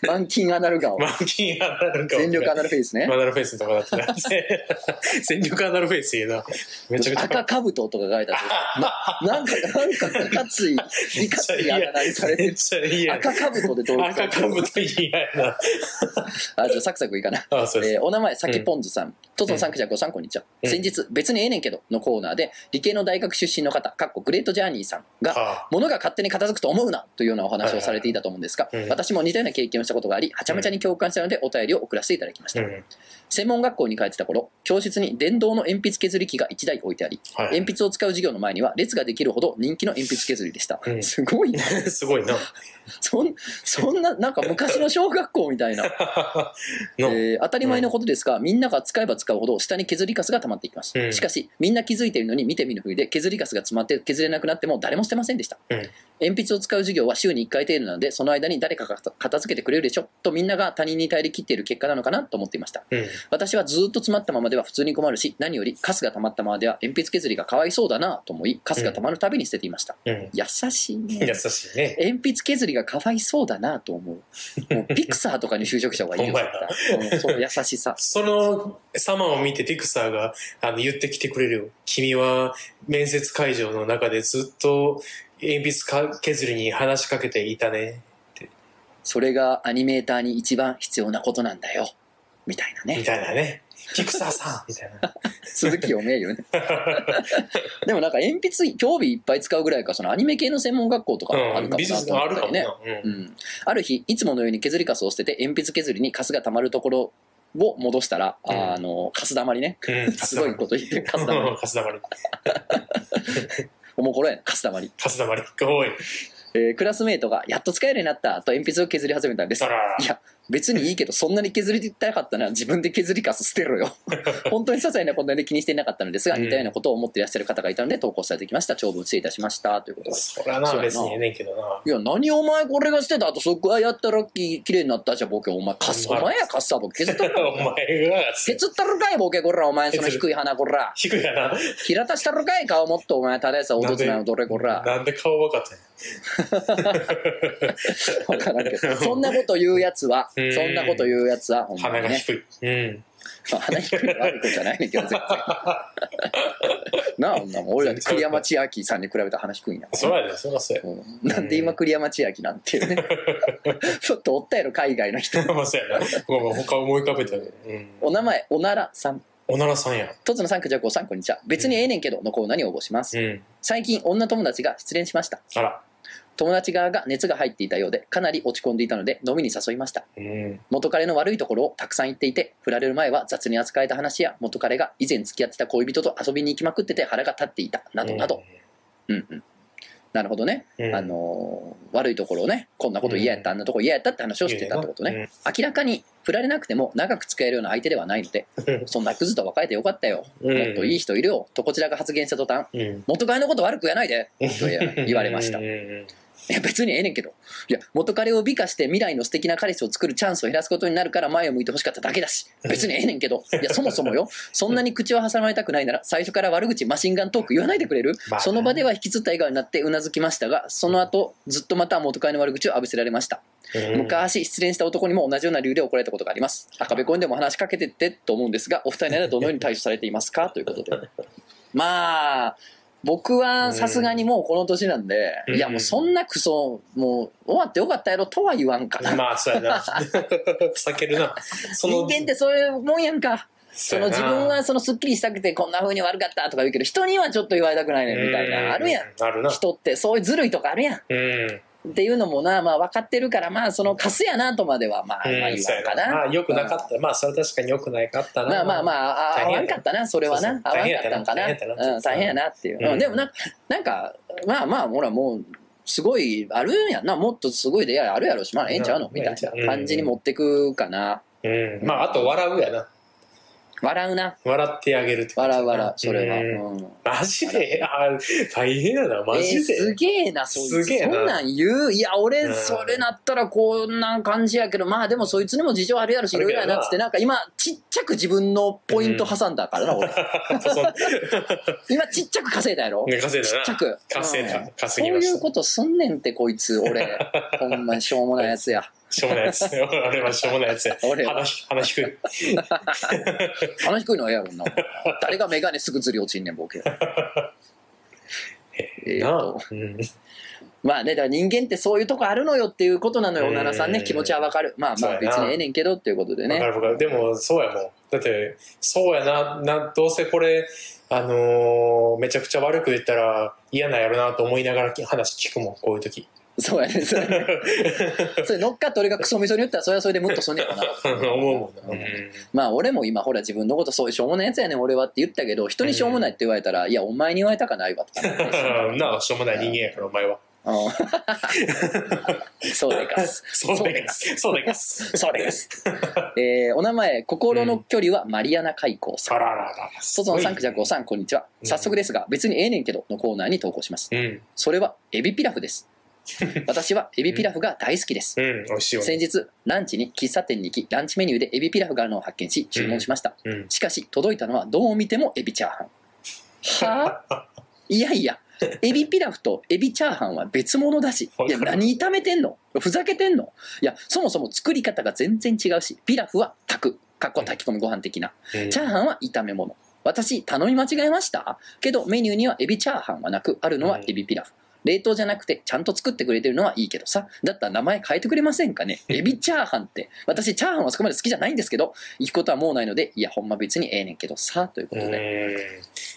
[SPEAKER 1] 満金アナル顔
[SPEAKER 2] マ、ンキーアナル顔とか。
[SPEAKER 1] 全力アナルフェイスね
[SPEAKER 2] ア。ナルフェイスとかだって な。全力アナルフェイス言うな。めちゃめちゃ
[SPEAKER 1] 赤兜とか書いてあ るななんか、なんか、いかつい、いかついあだ名にされて
[SPEAKER 2] めっ
[SPEAKER 1] る。
[SPEAKER 2] ちゃ嫌や。
[SPEAKER 1] 赤兜で登録
[SPEAKER 2] 赤
[SPEAKER 1] されて
[SPEAKER 2] か
[SPEAKER 1] る。
[SPEAKER 2] ぶと嫌やな。
[SPEAKER 1] あ、ちょ、サクサクいいかな。
[SPEAKER 2] あ、そうです。
[SPEAKER 1] えーお名前、さきぽんずさん。とぞんさんくじゃこさん、こんにちは。
[SPEAKER 2] うん
[SPEAKER 1] 先日、別にええねんけど、のコーナーで、理系の大学出身の方、かっこグレートジャーニーさんが、
[SPEAKER 2] あ
[SPEAKER 1] 物が勝手に片付くと思うなというようなお話をされていたと思うんですが
[SPEAKER 2] はいはい、はい
[SPEAKER 1] 私も似たような経験をしたことがあり、はちゃめちゃに共感したのでお便りを送らせていただきまし
[SPEAKER 2] う
[SPEAKER 1] た。
[SPEAKER 2] ん。
[SPEAKER 1] 専門学校に通ってた頃、教室に電動の鉛筆削り機が1台置いてあり、
[SPEAKER 2] は
[SPEAKER 1] 鉛筆を使う授業の前には列ができるほど人気の鉛筆削りでした
[SPEAKER 2] う。ん
[SPEAKER 1] すごいな。
[SPEAKER 2] い。すごいな。
[SPEAKER 1] そんそんな、なんか昔の小学校みたいな。
[SPEAKER 2] の、
[SPEAKER 1] えー当たり前のことですが、みんなが使えば使うほど下に削りカスが溜まっていきます、
[SPEAKER 2] うん
[SPEAKER 1] しかしみんな気づいているのに見て見ぬふりで削りカスが詰まって削れなくなっても誰も捨てませんでした、
[SPEAKER 2] うん
[SPEAKER 1] 鉛筆を使う授業は週に1回程度なのでその間に誰かが片付けてくれるでしょとみんなが他人に頼り切っている結果なのかなと思っていました
[SPEAKER 2] うん。
[SPEAKER 1] 私はずっと詰まったままでは普通に困るし何よりカスが溜まったままでは鉛筆削りがかわいそうだなと思いカスが溜まるたびに捨てていました、
[SPEAKER 2] うん。
[SPEAKER 1] 優しいね
[SPEAKER 2] 優しいね。
[SPEAKER 1] 鉛筆削りがかわいそうだなと思 う。もうピクサーとかに就職した方がいいよ。
[SPEAKER 2] ほんま
[SPEAKER 1] 絶対うんその優しさ。
[SPEAKER 2] その様を見てピクサーがあの言ってきてくれるよ。君は面接会場の中でずっと鉛筆か削りに話しかけていたね。
[SPEAKER 1] それがアニメーターに一番必要なことなんだよ。みたいな
[SPEAKER 2] み
[SPEAKER 1] ね。
[SPEAKER 2] たいなね。ピクサーさんみた いな。
[SPEAKER 1] 鈴木おめえよ ね。でもなんか鉛筆、興味いっぱい使うぐらいか、そのアニメ系の専門学校とかあ
[SPEAKER 2] う
[SPEAKER 1] る
[SPEAKER 2] ん、
[SPEAKER 1] かも
[SPEAKER 2] 美
[SPEAKER 1] な
[SPEAKER 2] 術
[SPEAKER 1] と
[SPEAKER 2] のあ
[SPEAKER 1] 思
[SPEAKER 2] る
[SPEAKER 1] っ
[SPEAKER 2] か
[SPEAKER 1] た
[SPEAKER 2] も
[SPEAKER 1] りね。
[SPEAKER 2] な。う。
[SPEAKER 1] うんん、ある日いつものように削りカスを捨てて鉛筆削りにカスがたまるところを戻したら、
[SPEAKER 2] うん
[SPEAKER 1] あのカスだまりね
[SPEAKER 2] うん。
[SPEAKER 1] すごいこと言って るカスだまり
[SPEAKER 2] カスダマリ。
[SPEAKER 1] おもころやなカスだまり
[SPEAKER 2] カスダマリ。おい。
[SPEAKER 1] えークラスメートが「やっと使えるようになった」と鉛筆を削り始めたんです
[SPEAKER 2] あら
[SPEAKER 1] いや別にいいけどそんなに削りたかったなら自分で削りカス捨て ろよ本当に些細なことで気にしていなかったのですが
[SPEAKER 2] うん
[SPEAKER 1] 似たようなことを思っていらっしゃる方がいたので投稿されてきました長文失礼いたしましたということです
[SPEAKER 2] そらな、
[SPEAKER 1] そうやな
[SPEAKER 2] 別にええねんけどな。
[SPEAKER 1] いや何お前これがしてたあとそこはやったらき綺麗になったじゃんボケお前カスお
[SPEAKER 2] お前
[SPEAKER 1] 前やカスだボケ削ったろ
[SPEAKER 2] お前が、
[SPEAKER 1] 削ったるかいボケこらお前その低い鼻こら
[SPEAKER 2] 低いやな。
[SPEAKER 1] 平たしたるかい顔もっとお前ただやさおどつなのどれこ ら
[SPEAKER 2] なんで顔分かったんや
[SPEAKER 1] 分からんけどそんなこと言うやつはそ
[SPEAKER 2] うん
[SPEAKER 1] んなこと言うやつはほんま
[SPEAKER 2] 鼻
[SPEAKER 1] に
[SPEAKER 2] が
[SPEAKER 1] ね
[SPEAKER 2] 低い。うん。
[SPEAKER 1] まあ、鼻低いの悪いことじゃないねんけど、 全然。なあ、女もん俺だって栗山千明さんに比べたら鼻低いんやもん
[SPEAKER 2] そらやで、そらそうや。
[SPEAKER 1] うんなんで今栗山千明なんていう ね。ちょっとおったやろ、海外の人。
[SPEAKER 2] まあ、そうやな。 ごめん、他思い浮かべたけど。うん。
[SPEAKER 1] お名前、おならさん。
[SPEAKER 2] おならさんや。
[SPEAKER 1] とつのさんくじゃこさん、こんにちは。別にええねんけど、のコーナーに応募します
[SPEAKER 2] う。ん。
[SPEAKER 1] 最近、女友達が失恋しました。
[SPEAKER 2] あら。
[SPEAKER 1] 友達側が熱が入っていたようで、かなり落ち込んでいたので、飲みに誘いました。
[SPEAKER 2] うん。
[SPEAKER 1] 元彼の悪いところをたくさん言っていて振られる前は雑に扱えた話や元彼が以前付き合ってた恋人と遊びに行きまくってて腹が立っていたなどなど、うんうん、なるほどね、
[SPEAKER 2] うん。
[SPEAKER 1] あのー悪いところをねこんなこと嫌やった、あんなとこ嫌やったって話をしてたってことね、
[SPEAKER 2] うん
[SPEAKER 1] 明らかに振られなくても長く付き合えるような相手ではないので
[SPEAKER 2] うん
[SPEAKER 1] そんなクズと別れてよかったよ、
[SPEAKER 2] うん
[SPEAKER 1] もっといい人いるよとこちらが発言した途端
[SPEAKER 2] うん。
[SPEAKER 1] 元彼のこと悪く言わないでと言われました
[SPEAKER 2] うんうん
[SPEAKER 1] いや別にええねんけどいや元彼を美化して未来の素敵な彼氏を作るチャンスを減らすことになるから前を向いてほしかっただけだし別にええねんけどいやそもそもよそんなに口を挟まれたくないなら最初から悪口マシンガントーク言わないでくれる、
[SPEAKER 2] まあね
[SPEAKER 1] その場では引きつった笑顔になってうなずきましたがその後ずっとまた元彼の悪口を浴びせられました
[SPEAKER 2] うん
[SPEAKER 1] 昔失恋した男にも同じような理由で怒られたことがあります赤べこにでも話しかけてってと思うんですがお二人ならどのように対処されていま すかということでまあ僕はさすがにもうこの年なんで、
[SPEAKER 2] うん
[SPEAKER 1] いやもうそんなクソもう終わってよかったやろとは言わんか な、
[SPEAKER 2] まあ、そうやな。避けるな。そ
[SPEAKER 1] 人
[SPEAKER 2] の、
[SPEAKER 1] 間ってそういうもんやんかその自分はそのすっきりしたくてこんな風に悪かったとか言うけど人にはちょっと言われたくないねみたいなあるやん
[SPEAKER 2] ん。あるな。
[SPEAKER 1] 人ってそういうずるいとかあるやん
[SPEAKER 2] うん。
[SPEAKER 1] っていうのもな、まあ、分かってるからまあそのカスやなとまではまあ
[SPEAKER 2] う
[SPEAKER 1] まあ
[SPEAKER 2] ん
[SPEAKER 1] 言
[SPEAKER 2] そう
[SPEAKER 1] わ
[SPEAKER 2] や
[SPEAKER 1] んかな、
[SPEAKER 2] まあ、良くなかった。まあ、それは確かに良くなかったな。
[SPEAKER 1] まあまあまあ、あ
[SPEAKER 2] 大
[SPEAKER 1] 合
[SPEAKER 2] 変や
[SPEAKER 1] わ
[SPEAKER 2] なん
[SPEAKER 1] かったな、それは
[SPEAKER 2] そう
[SPEAKER 1] な
[SPEAKER 2] そ。う
[SPEAKER 1] 合わんかったんかな。
[SPEAKER 2] 大変やったな
[SPEAKER 1] うん、大変やなっていう。
[SPEAKER 2] うん
[SPEAKER 1] うんでもな、なんか、まあまあ、ほら、もう、すごい、あるんやんな。もっとすごい出会いあるやろし、まあ、ええんちゃうの
[SPEAKER 2] うん
[SPEAKER 1] みたい
[SPEAKER 2] うん
[SPEAKER 1] な感じに持ってくかな。
[SPEAKER 2] うん。まあ、あと笑うやな。
[SPEAKER 1] 笑うな。
[SPEAKER 2] 笑ってあげるって感じ
[SPEAKER 1] 笑
[SPEAKER 2] や
[SPEAKER 1] う
[SPEAKER 2] な
[SPEAKER 1] 笑う、それは。
[SPEAKER 2] うん
[SPEAKER 1] うん
[SPEAKER 2] マジであ大変やな、マ
[SPEAKER 1] えー
[SPEAKER 2] ジ
[SPEAKER 1] す
[SPEAKER 2] で。
[SPEAKER 1] げえな、そいつ。
[SPEAKER 2] すげえ
[SPEAKER 1] そ
[SPEAKER 2] なん
[SPEAKER 1] なん言う。いや、
[SPEAKER 2] う
[SPEAKER 1] 俺、
[SPEAKER 2] ん
[SPEAKER 1] それなったらこんな感じやけど、まあでもそいつにも事情あるやろし、い
[SPEAKER 2] ある
[SPEAKER 1] ろい
[SPEAKER 2] けど
[SPEAKER 1] ろ
[SPEAKER 2] な
[SPEAKER 1] やなっつって、なんか今、ちっちゃく自分のポイント挟んだか らな、俺。今、ちっちゃく稼いだやろ。
[SPEAKER 2] ね稼い
[SPEAKER 1] ち
[SPEAKER 2] だ
[SPEAKER 1] っ
[SPEAKER 2] な。
[SPEAKER 1] ちゃく。
[SPEAKER 2] 稼い
[SPEAKER 1] うん
[SPEAKER 2] だ。
[SPEAKER 1] そう
[SPEAKER 2] 稼ぎま
[SPEAKER 1] い
[SPEAKER 2] し
[SPEAKER 1] う
[SPEAKER 2] た。
[SPEAKER 1] ことすんねんってこいつ 俺ほんまにしょうもないやつや
[SPEAKER 2] しょうもないやつ。 俺はしょうもないやつや。
[SPEAKER 1] 俺は
[SPEAKER 2] 鼻ひ鼻低い。
[SPEAKER 1] あの低いのはええやろんな誰がメガネすぐずり落ちんねんボ ケえー
[SPEAKER 2] なあ
[SPEAKER 1] と。
[SPEAKER 2] うん
[SPEAKER 1] まあねだから人間ってそういうとこあるのよっていうことなのよ
[SPEAKER 2] う
[SPEAKER 1] お
[SPEAKER 2] ん
[SPEAKER 1] ならさんね気持ちはわかるまあま
[SPEAKER 2] そ
[SPEAKER 1] あ
[SPEAKER 2] うや
[SPEAKER 1] 別
[SPEAKER 2] な
[SPEAKER 1] にええねんけどっていうことで
[SPEAKER 2] わか
[SPEAKER 1] ね
[SPEAKER 2] るわかるでもそうやもんだってそうやななどうせこれあのーめちゃくちゃ悪く言ったら嫌なんやろなと思いながらき話聞くもんこういう 時
[SPEAKER 1] そうやねそ れそれ乗っかって俺がクソみそに言ったらそれはそれでムッとすんねんかな
[SPEAKER 2] 思うもんな、
[SPEAKER 1] うんまあ俺も今ほら自分のことそういうしょうもないやつやねん俺はって言ったけど人にしょうもないって言われたらいやお前に言われたかないわとかなって
[SPEAKER 2] うん なあしょうもない人間やからお前は
[SPEAKER 1] うんそうでかす
[SPEAKER 2] そうでかすそうでかす
[SPEAKER 1] そ うです。えーお名前、心の距離はマリアナ海溝さ
[SPEAKER 2] あ
[SPEAKER 1] ん。
[SPEAKER 2] らららら
[SPEAKER 1] ソゾンさん、クジャクオさん、こんにちは。
[SPEAKER 2] うん
[SPEAKER 1] 早速ですが、別にええねんけどのコーナーに投稿します。
[SPEAKER 2] うん
[SPEAKER 1] それは、エビピラ フです。私はエビピラフが大好きです。
[SPEAKER 2] うん美味しいよね
[SPEAKER 1] 先日、ランチに喫茶店に行き、ランチメニューでエビピラフがあるのを発見し、注文しました。
[SPEAKER 2] うん
[SPEAKER 1] しかし、届いたのはどう見てもエビチャーハン。はあいやいや、エビピラフとエビチャーハンは別物だし、いや、
[SPEAKER 2] わかる
[SPEAKER 1] 何炒めてんのふざけてんのいや、そもそも作り方が全然違うし、ピラフは炊く、かっこ炊き込みご飯的な、
[SPEAKER 2] うん
[SPEAKER 1] チャーハンは炒め物。私、頼み間違えましたけど、メニューにはエビチャーハンはなく、あるのはエビピラフ。冷凍じゃなくて、ちゃんと作ってくれてるのはいいけどさ、だったら名前変えてくれませんかね。 エビチャーハンって、私、チャーハンはそこまで好きじゃないんですけど、行くことはもうないので、いや、ほんま別にええねんけどさ、ということで。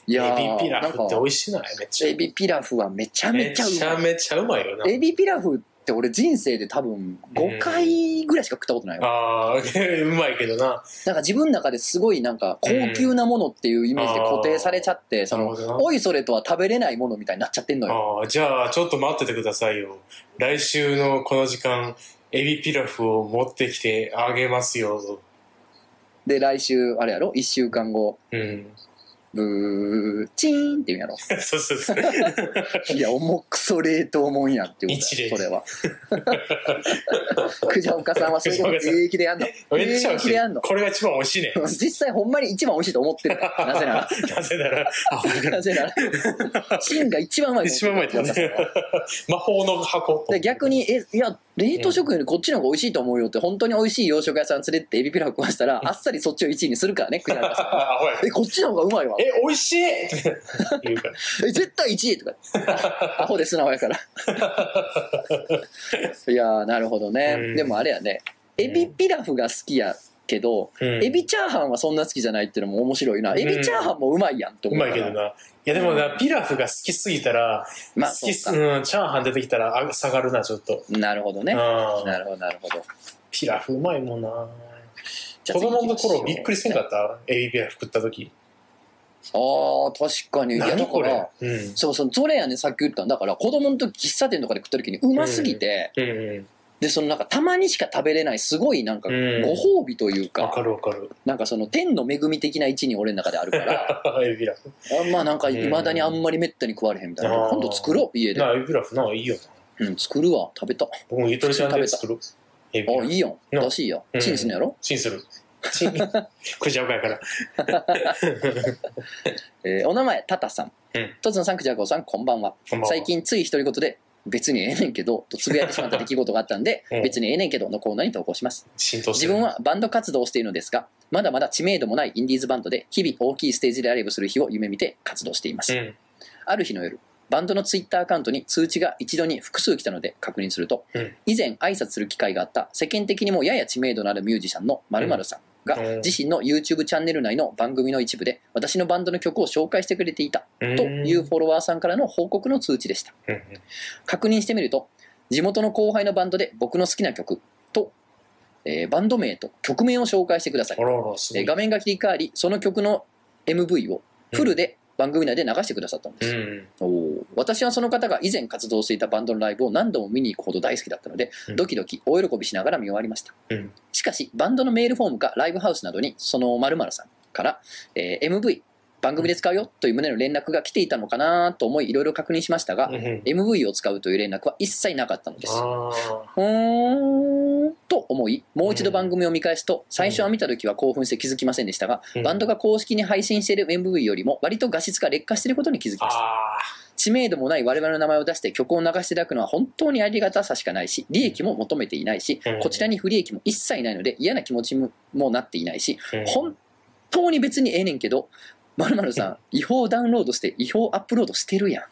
[SPEAKER 1] い
[SPEAKER 2] い
[SPEAKER 1] や
[SPEAKER 2] や
[SPEAKER 1] ー
[SPEAKER 2] エビピラフって
[SPEAKER 1] な
[SPEAKER 2] 美
[SPEAKER 1] んか
[SPEAKER 2] 味しないめっちゃ
[SPEAKER 1] エビピラフはめちゃめ
[SPEAKER 2] め
[SPEAKER 1] ちゃう
[SPEAKER 2] ち
[SPEAKER 1] まい
[SPEAKER 2] ゃ。めちゃうまいよな
[SPEAKER 1] エビピラフって俺人生で多分5回ぐらいしか食ったことないわ、
[SPEAKER 2] あーうまいけどな
[SPEAKER 1] なんか自分の中ですごいなんか高級なものっていうイメージで固定されちゃって、そ
[SPEAKER 2] なる
[SPEAKER 1] の
[SPEAKER 2] ほどな
[SPEAKER 1] おいそれとは食べれないものみたいになっちゃってんのよ
[SPEAKER 2] ああ、じゃあ、ちょっと待っててくださいよ。来週のこの時間、エビピラフを持ってきてあげますよ。
[SPEAKER 1] で来週あれやろ1週間後
[SPEAKER 2] うん。
[SPEAKER 1] ブーチーンって言うんやろ
[SPEAKER 2] そうそう そう。
[SPEAKER 1] いや重くそ冷凍もんやっていうこと
[SPEAKER 2] 一
[SPEAKER 1] や
[SPEAKER 2] 例
[SPEAKER 1] それはクジャオカさんは そういうこと平気でやんの
[SPEAKER 2] めっちゃ美
[SPEAKER 1] 平
[SPEAKER 2] 味
[SPEAKER 1] 気
[SPEAKER 2] し
[SPEAKER 1] で
[SPEAKER 2] い
[SPEAKER 1] やん。の。
[SPEAKER 2] これが一番美味しいね
[SPEAKER 1] 実際ほんまに一番美味しいと思ってる からなぜなら
[SPEAKER 2] なぜなら、あ、わか
[SPEAKER 1] な
[SPEAKER 2] る。
[SPEAKER 1] ぜ なら芯が一番うまい
[SPEAKER 2] 一番うまいと思 う魔法の箱。
[SPEAKER 1] で逆に「えいや冷凍食品よりこっちの方が美味しいと思うよ」って本当に美味しい洋食屋さん連れてってエビピラフ食わしたらあっさりそっちを1位にするからねクジャラさん
[SPEAKER 2] あ、ほら。
[SPEAKER 1] えこっちの方がうまいわ
[SPEAKER 2] え、美味しいって言うから。
[SPEAKER 1] え絶対1位 とかアホで素直やからいやーなるほどね、
[SPEAKER 2] うん
[SPEAKER 1] でもあれやねエビピラフが好きやけど、
[SPEAKER 2] うん
[SPEAKER 1] エビチャーハンはそんな好きじゃないっていうのも面白いなエビチャーハンもうまいやんと
[SPEAKER 2] う
[SPEAKER 1] 思う
[SPEAKER 2] ま
[SPEAKER 1] か
[SPEAKER 2] い
[SPEAKER 1] ら
[SPEAKER 2] けどな。いや、でもな、ピラフが好きすぎたら、
[SPEAKER 1] まあ
[SPEAKER 2] 好きす、
[SPEAKER 1] そう
[SPEAKER 2] うん、チャーハン出てきたらあ下がるな、ちょっと。
[SPEAKER 1] かなるほど
[SPEAKER 2] う
[SPEAKER 1] ね
[SPEAKER 2] ん
[SPEAKER 1] なるほどなるほど
[SPEAKER 2] ピラフうまいもんな。
[SPEAKER 1] じゃあ
[SPEAKER 2] 子供の頃びっくりせんか
[SPEAKER 1] あ
[SPEAKER 2] ったエビピラフ食った時
[SPEAKER 1] あー確かにいやだ
[SPEAKER 2] 何
[SPEAKER 1] か
[SPEAKER 2] こ
[SPEAKER 1] ら
[SPEAKER 2] れうん
[SPEAKER 1] そうそうそれやねさっき言ったんだから子供の時喫茶店とかで食った時にうますぎて、
[SPEAKER 2] うん
[SPEAKER 1] でそのなんかたまにしか食べれないすごいなんかご
[SPEAKER 2] うん
[SPEAKER 1] 褒美という
[SPEAKER 2] わ
[SPEAKER 1] か、
[SPEAKER 2] かるわかる
[SPEAKER 1] なんかその天の恵み的な位置に俺の中であるから
[SPEAKER 2] エビピラフ
[SPEAKER 1] あんまあなんかいまだにあんまりめったに食われへんみたいな
[SPEAKER 2] あー
[SPEAKER 1] 今度作ろう家で
[SPEAKER 2] な、あエビピラフないいよな
[SPEAKER 1] うん、作るわ食べたあ
[SPEAKER 2] 僕もゆとりちゃんで作るエビピラ
[SPEAKER 1] い
[SPEAKER 2] フ
[SPEAKER 1] いやん
[SPEAKER 2] な
[SPEAKER 1] らしいや
[SPEAKER 2] うん
[SPEAKER 1] チンすんのやろ、
[SPEAKER 2] チンするチン 食っちゃうかや から
[SPEAKER 1] えーお名前タタさん、
[SPEAKER 2] うん
[SPEAKER 1] とつのさんくじゃこさんこんばんは
[SPEAKER 2] こんばんは
[SPEAKER 1] 最近つい独り言で別にええねんけどとつぶやいてしまった出来事があったんで、
[SPEAKER 2] うん
[SPEAKER 1] 別にええねんけどのコーナーに投稿します
[SPEAKER 2] 浸透して
[SPEAKER 1] 自
[SPEAKER 2] る
[SPEAKER 1] 分はバンド活動をしているのですがまだまだ知名度もないインディーズバンドで日々大きいステージでライブする日を夢見て活動しています、
[SPEAKER 2] うん
[SPEAKER 1] ある日の夜バンドのツイッターアカウントに通知が一度に複数来たので確認すると、
[SPEAKER 2] うん
[SPEAKER 1] 以前挨拶する機会があった世間的にもやや知名度のあるミュージシャンの〇〇さん、が
[SPEAKER 2] うん
[SPEAKER 1] 自身の YouTube チャンネル内の番組の一部で私のバンドの曲を紹介してくれていた
[SPEAKER 2] と
[SPEAKER 1] というフォロワーさんからの報告の通知でした確認してみると地元の後輩のバンドで僕の好きな曲と、えーバンド名と曲名を紹介してください
[SPEAKER 2] あらあら、すご
[SPEAKER 1] え
[SPEAKER 2] い。
[SPEAKER 1] ー画面が切り替わりその曲の MV をフルで番組内で流してくださったんです、
[SPEAKER 2] うん
[SPEAKER 1] おー私はその方が以前活動していたバンドのライブを何度も見に行くほど大好きだったので、
[SPEAKER 2] うん
[SPEAKER 1] ドキドキ大喜びしながら見終わりました、
[SPEAKER 2] うん
[SPEAKER 1] しかしバンドのメールフォームかライブハウスなどにその〇〇さんから、えー MV 番組で使うよという旨の連絡が来ていたのかなと思いいろいろ確認しましたが、
[SPEAKER 2] うんうん。
[SPEAKER 1] MV を使うという連絡は一切なかったのです
[SPEAKER 2] あ
[SPEAKER 1] うーんと思いもう一度番組を見返すと最初は見た時は興奮して気づきませんでしたが、
[SPEAKER 2] ー
[SPEAKER 1] バンドが公式に配信している MV よりも割と画質が劣化していることに気づきました
[SPEAKER 2] あ
[SPEAKER 1] 知名度もない我々の名前を出して曲を流していただくのは本当にありがたさしかないし利益も求めていないし、
[SPEAKER 2] うん
[SPEAKER 1] こちらに不利益も一切ないので嫌な気持ちもなっていないし、
[SPEAKER 2] ーうん
[SPEAKER 1] 本当に別にええねんけどまるさん違法ダウンロードして違法アップロードしてるやん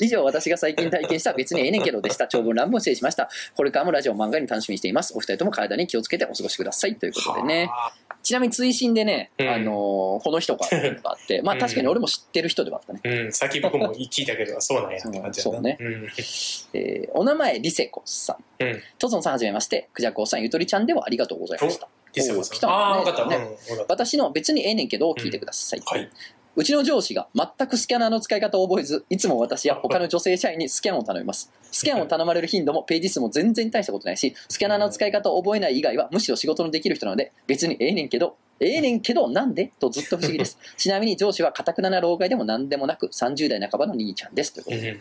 [SPEAKER 1] 以上私が最近体験した別にええねんけどでした長文乱文失礼しましたこれからもラジオ漫画に楽しみにしていますお二人とも体に気をつけてお過ごしくださいということでね
[SPEAKER 2] は
[SPEAKER 1] ちなみに追伸でね、
[SPEAKER 2] うん
[SPEAKER 1] あのーこの人がっていうのがあってまあ確かに俺も知ってる人ではあったね
[SPEAKER 2] あうん、さっき僕も聞いたけど、そうなんやって感じやな。
[SPEAKER 1] そうね
[SPEAKER 2] うん。
[SPEAKER 1] えーお名前リセコさん、
[SPEAKER 2] うん
[SPEAKER 1] トゾンさんはじめましてクジャコウさんゆとりちゃんではありがとうございました
[SPEAKER 2] リセコ
[SPEAKER 1] おー来
[SPEAKER 2] さ
[SPEAKER 1] た
[SPEAKER 2] ん。
[SPEAKER 1] ね
[SPEAKER 2] ああ、わかった。うん、
[SPEAKER 1] ね
[SPEAKER 2] わかった。
[SPEAKER 1] 私の別にええねんけどを聞いてください、
[SPEAKER 2] はいう
[SPEAKER 1] ちの上司が全くスキャナーの使い方を覚えずいつも私や他の女性社員にスキャンを頼みますスキャンを頼まれる頻度もページ数も全然大したことないしスキャナーの使い方を覚えない以外はむしろ仕事のできる人なので別にええねんけどええねんけどなんでとずっと不思議ですちなみに上司はかたくなな老害でも何でもなく30代半ばの兄ちゃんですというこ
[SPEAKER 2] う
[SPEAKER 1] と
[SPEAKER 2] ん
[SPEAKER 1] で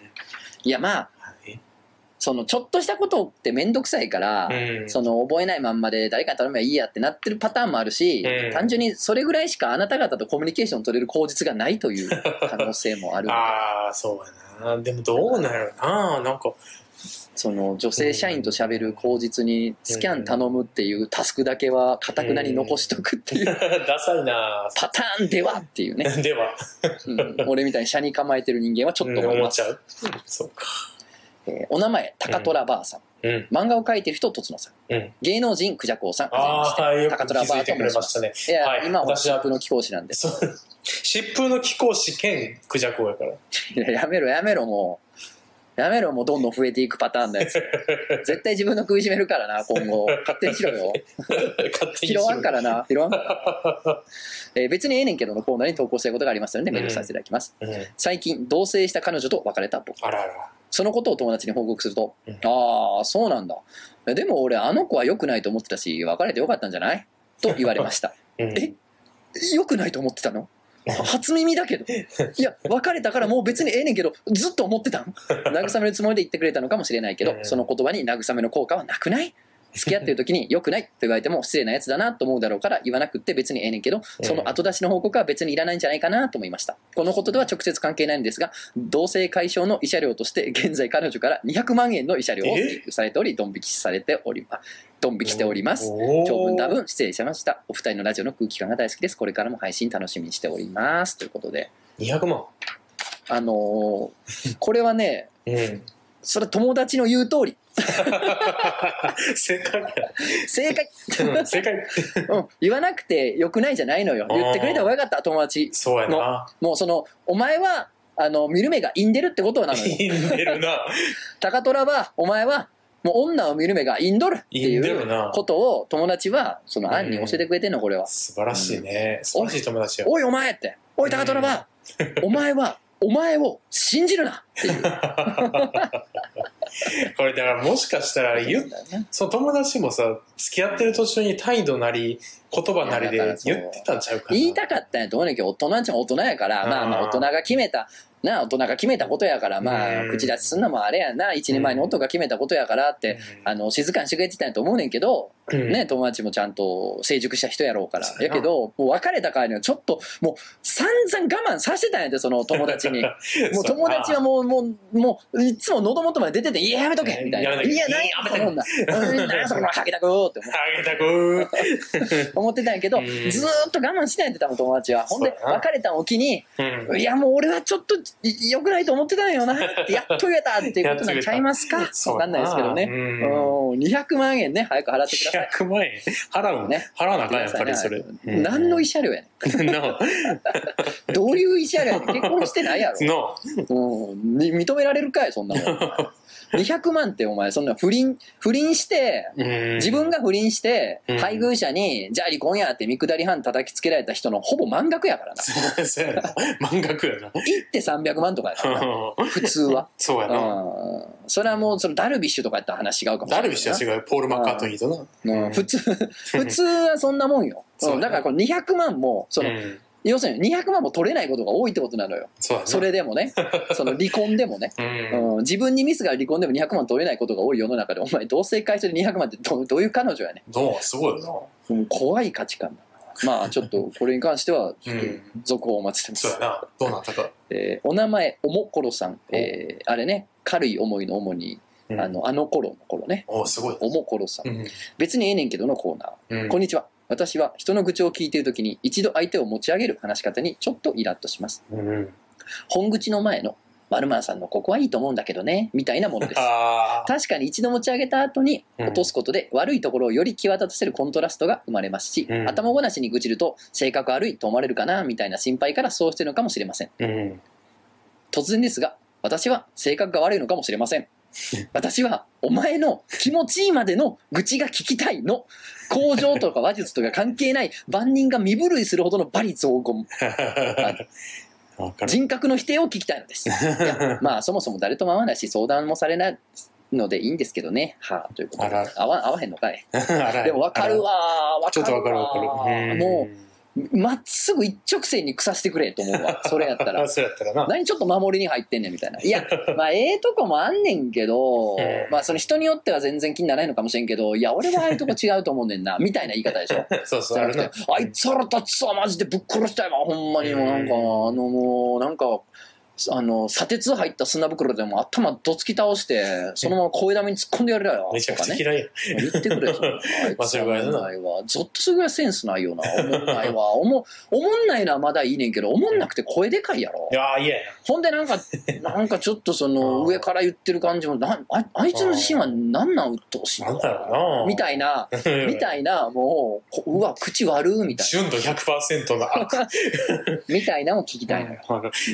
[SPEAKER 1] いやまあそのちょっとしたことって面倒くさいから、
[SPEAKER 2] うん。
[SPEAKER 1] その覚えないまんまで誰かに頼めばいいやってなってるパターンもあるし、
[SPEAKER 2] うん
[SPEAKER 1] 単純にそれぐらいしかあなた方とコミュニケーション取れる口実がない という可能性もある
[SPEAKER 2] ああ、そうやな。でもどうなんやろな。なんか、
[SPEAKER 1] その女性社員と喋る口実にスキャン頼むっていうタスクだけはかたくなに残しとくっ ていう。
[SPEAKER 2] ダサいな。
[SPEAKER 1] パターンではっていうね、
[SPEAKER 2] では、
[SPEAKER 1] うん俺みたいに社に構えてる人間はちょっと
[SPEAKER 2] うん
[SPEAKER 1] 思い
[SPEAKER 2] 思
[SPEAKER 1] ま
[SPEAKER 2] っち
[SPEAKER 1] す、
[SPEAKER 2] ゃう。そうか。
[SPEAKER 1] えーお名前高虎ばあさん、
[SPEAKER 2] うん。
[SPEAKER 1] 漫画を描いてる人とつのさん、
[SPEAKER 2] うん
[SPEAKER 1] 芸能人クジャコウさん
[SPEAKER 2] ああ、はい。よく気
[SPEAKER 1] 高虎ば
[SPEAKER 2] づ
[SPEAKER 1] あ
[SPEAKER 2] いて
[SPEAKER 1] と
[SPEAKER 2] くれ
[SPEAKER 1] 申し
[SPEAKER 2] ま
[SPEAKER 1] ま
[SPEAKER 2] し
[SPEAKER 1] す
[SPEAKER 2] たね。
[SPEAKER 1] いや、
[SPEAKER 2] はい
[SPEAKER 1] 今は
[SPEAKER 2] 私は
[SPEAKER 1] 私の貴公子なんです
[SPEAKER 2] そう。疾風の貴公子兼クジャコやから。
[SPEAKER 1] いややめろやめろもうやめろもうどんどん増えていくパターン だよ絶対自分の食いしめるからな今後勝手にしろよ
[SPEAKER 2] 勝手に
[SPEAKER 1] 拾わんからな 拾わんからな、えー別にええねんけどのコーナーに投稿したいことがありますのでメールさせていただきます、
[SPEAKER 2] うん。
[SPEAKER 1] 最近同棲した彼女と別れた僕
[SPEAKER 2] あらあら。
[SPEAKER 1] そのことを友達に報告すると、
[SPEAKER 2] うん
[SPEAKER 1] ああそうなんだでも俺あの子は良くないと思ってたし別れてよかったんじゃないと言われました
[SPEAKER 2] うん
[SPEAKER 1] え良くないと思ってたの初耳だけどいや別れたからもう別にええねんけどずっと思ってたん慰めるつもりで言ってくれたのかもしれないけど
[SPEAKER 2] うん
[SPEAKER 1] その言葉に慰めの効果はなくない付き合ってる時に良くないと言われても失礼なやつだなと思うだろうから言わなくって別にええねんけどその後出しの報告は別にいらないんじゃないかなと思いましたこのことでは直接関係ないんですが同棲解消の慰謝料として現在彼女から200万円の慰謝料を請求されておりドン引きされておりますドン引きしております
[SPEAKER 2] おー
[SPEAKER 1] 長文多分失礼しましたお二人のラジオの空気感が大好きですこれからも配信楽しみにしておりますということで
[SPEAKER 2] 200万。
[SPEAKER 1] あの ーこれはね
[SPEAKER 2] うん。
[SPEAKER 1] それは友達の言う通り
[SPEAKER 2] 正解や
[SPEAKER 1] 正解、
[SPEAKER 2] うん正解。
[SPEAKER 1] うん、 言わなくてよくないじゃないのよ
[SPEAKER 2] あー
[SPEAKER 1] 言ってくれた方がよかった友達
[SPEAKER 2] そうやな。
[SPEAKER 1] もうそのお前はあの見る目がいんでるってことなのよ
[SPEAKER 2] いんでるな。
[SPEAKER 1] 高虎はお前はもう女を見る目がいんどるって
[SPEAKER 2] い
[SPEAKER 1] い
[SPEAKER 2] んでる
[SPEAKER 1] う
[SPEAKER 2] な。
[SPEAKER 1] ことを友達はその案に教えてくれてんのこれは
[SPEAKER 2] 素晴らしいね。素晴らしい友達や。
[SPEAKER 1] おいお前っておい高虎はお前はお前を信じるなっていう
[SPEAKER 2] これだからもしかしたら言っその友達もさ付き合ってる途中に態度なり言葉なり
[SPEAKER 1] いやだか
[SPEAKER 2] で
[SPEAKER 1] らそう
[SPEAKER 2] 言ってたんちゃうかな
[SPEAKER 1] 言いたかったんやと思うねんけど大人っちゃ大人やからまあまあ
[SPEAKER 2] うん
[SPEAKER 1] 大人が決めたなあ大人が決めたことやからまあ
[SPEAKER 2] うん
[SPEAKER 1] 口出しすんのもあれやな1年前の音が決めたことやからってあの静かにしてくれてたんやと思うねんけど
[SPEAKER 2] うん
[SPEAKER 1] ね友達もちゃんと成熟した人やろうから
[SPEAKER 2] そうやな
[SPEAKER 1] やけどもう別れたからにはちょっともう散々 我慢させてたんやでその友達にもう友達はもうもうもういつも喉元まで出てていいや、やめとけみたいな。
[SPEAKER 2] やめとけ
[SPEAKER 1] いや、ないやめとけ女。うんなんやそのハゲタクって思
[SPEAKER 2] あげたく
[SPEAKER 1] 思ってたんやけど、
[SPEAKER 2] う
[SPEAKER 1] ず
[SPEAKER 2] ん
[SPEAKER 1] ーっと我慢してたんやって、多分友達は。ほんで、
[SPEAKER 2] そうやな
[SPEAKER 1] 別れたんを機に、
[SPEAKER 2] うん。
[SPEAKER 1] いや、もう俺はちょっとい良くないと思ってたんよ なって、やっと言えたっていうことなんちゃいますか
[SPEAKER 2] やっと言えた
[SPEAKER 1] わかんないですけどね。
[SPEAKER 2] そうやな
[SPEAKER 1] うん200万円ね、早く払ってください。
[SPEAKER 2] 100万円払う
[SPEAKER 1] ね
[SPEAKER 2] ね。払わなあかんやっぱりそれ。うん
[SPEAKER 1] 何の慰謝料やね
[SPEAKER 2] なあ
[SPEAKER 1] ん。どういう慰謝料やねん。結婚してないや ろ。
[SPEAKER 2] なあ
[SPEAKER 1] うん、に認められるかいそんなも ん200万ってお前そんな不倫不倫して
[SPEAKER 2] うん
[SPEAKER 1] 自分が不倫して
[SPEAKER 2] うん
[SPEAKER 1] 配偶者に、じゃあ離婚やって見下り犯叩きつけられた人のほぼ満額やから な
[SPEAKER 2] そうやな。満額やな。
[SPEAKER 1] 1って300万とかやからな
[SPEAKER 2] うん
[SPEAKER 1] 普通 は
[SPEAKER 2] そうやな。
[SPEAKER 1] うんそれはもうそのダルビッシュとかやったら話違うかもしれ
[SPEAKER 2] ダ
[SPEAKER 1] ない
[SPEAKER 2] ルビッシュは違う。ポール・マッカートニーとな。
[SPEAKER 1] うん普通 普通はそんなもんよ、
[SPEAKER 2] そう
[SPEAKER 1] う
[SPEAKER 2] や
[SPEAKER 1] ん
[SPEAKER 2] な
[SPEAKER 1] だからこの200万もその、
[SPEAKER 2] うん
[SPEAKER 1] 要するに200万も取れないことが多いってことなのよ
[SPEAKER 2] そうやな。
[SPEAKER 1] それでも ねその離婚でもね
[SPEAKER 2] うん。
[SPEAKER 1] うん、自分にミスがある離婚でも200万取れないことが多い世の中でお前同性解消で200万ってどどういう彼女やね
[SPEAKER 2] どうもすごいよ
[SPEAKER 1] ん、うん怖い価値観だなまあちょっとこれに関してはち
[SPEAKER 2] な。
[SPEAKER 1] ょ
[SPEAKER 2] う
[SPEAKER 1] っと
[SPEAKER 2] ん。
[SPEAKER 1] 続報をお待ちしてま
[SPEAKER 2] そう
[SPEAKER 1] す
[SPEAKER 2] や、な。どうなったか。
[SPEAKER 1] えーお名前おもころさん、えーあれね軽い思いの主に
[SPEAKER 2] うん
[SPEAKER 1] あのあの頃の頃ね
[SPEAKER 2] おすごい。
[SPEAKER 1] おもころさん、
[SPEAKER 2] うん
[SPEAKER 1] 別にええねんけどのコーナー、
[SPEAKER 2] うん
[SPEAKER 1] こんにちは私は人の愚痴を聞いている時に一度相手を持ち上げる話し方にちょっとイラッとします
[SPEAKER 2] うん。
[SPEAKER 1] 本口の前の「まるさんのここはいいと思うんだけどね」みたいなものです
[SPEAKER 2] ああ。
[SPEAKER 1] 確かに一度持ち上げた後に落とすことで悪いところをより際立たせるコントラストが生まれますし、
[SPEAKER 2] うん
[SPEAKER 1] 頭ごなしに愚痴ると性格悪いと思われるかなみたいな心配からそうしてるのかもしれません
[SPEAKER 2] うん。
[SPEAKER 1] 突然ですが私は性格が悪いのかもしれま せん私はお前の気持ちいいまでの愚痴が聞きたいの向上とか話術とか関係ない万人が身震いするほどの罵詈雑 言
[SPEAKER 2] わかる。
[SPEAKER 1] 人格の否定を聞きたい のです。いやまあそもそも誰とも会わないし相談もされないのでいいんですけどね。はあ、ということ
[SPEAKER 2] あ
[SPEAKER 1] で
[SPEAKER 2] ら
[SPEAKER 1] 合わ合わへんのかい。
[SPEAKER 2] あ
[SPEAKER 1] でも分かるわー
[SPEAKER 2] ちょ
[SPEAKER 1] 分
[SPEAKER 2] っと
[SPEAKER 1] かるわ
[SPEAKER 2] わかるわかる。
[SPEAKER 1] ー
[SPEAKER 2] うん
[SPEAKER 1] もうまっすぐ一直線に腐してくれと思うわそれやったら
[SPEAKER 2] あそうやったらな。
[SPEAKER 1] 何ちょっと守りに入ってんねんみた いないやまあええとこもあんねんけ
[SPEAKER 2] う
[SPEAKER 1] ど
[SPEAKER 2] ん
[SPEAKER 1] まあその人によっては全然気にならないのかもしれんけどいや俺はああいうとこ違うと思うねんなみ たいな言い方でしょ
[SPEAKER 2] そう そう、あ
[SPEAKER 1] あ
[SPEAKER 2] るな。
[SPEAKER 1] あいつらたちさマジでぶっ殺したいわほんまにもうなんかあ
[SPEAKER 2] うん
[SPEAKER 1] のもうなんかあの砂鉄入った砂袋でも頭どつき倒してそのまま声玉に突っ込んでやるやろ
[SPEAKER 2] めち
[SPEAKER 1] と
[SPEAKER 2] ゃく
[SPEAKER 1] か
[SPEAKER 2] ちゃ
[SPEAKER 1] ね
[SPEAKER 2] 嫌いや。
[SPEAKER 1] 言ってく れよあいつらおもんないわゾッとするぐらいセンスないよな思んないわおも思んないのはまだいいねんけど思んなくて声でかいやろ
[SPEAKER 2] いやー、嫌や
[SPEAKER 1] ほんで なんかなんかちょっとその
[SPEAKER 2] あー
[SPEAKER 1] 上から言ってる感じもなんああいつの自信は何なんうっとうしい
[SPEAKER 2] なんだろうな
[SPEAKER 1] みたいな
[SPEAKER 2] な。
[SPEAKER 1] みた
[SPEAKER 2] い
[SPEAKER 1] いなもうこうわ口悪ーみたいな
[SPEAKER 2] 純度100%の悪
[SPEAKER 1] みたいなのを聞きたいのよ。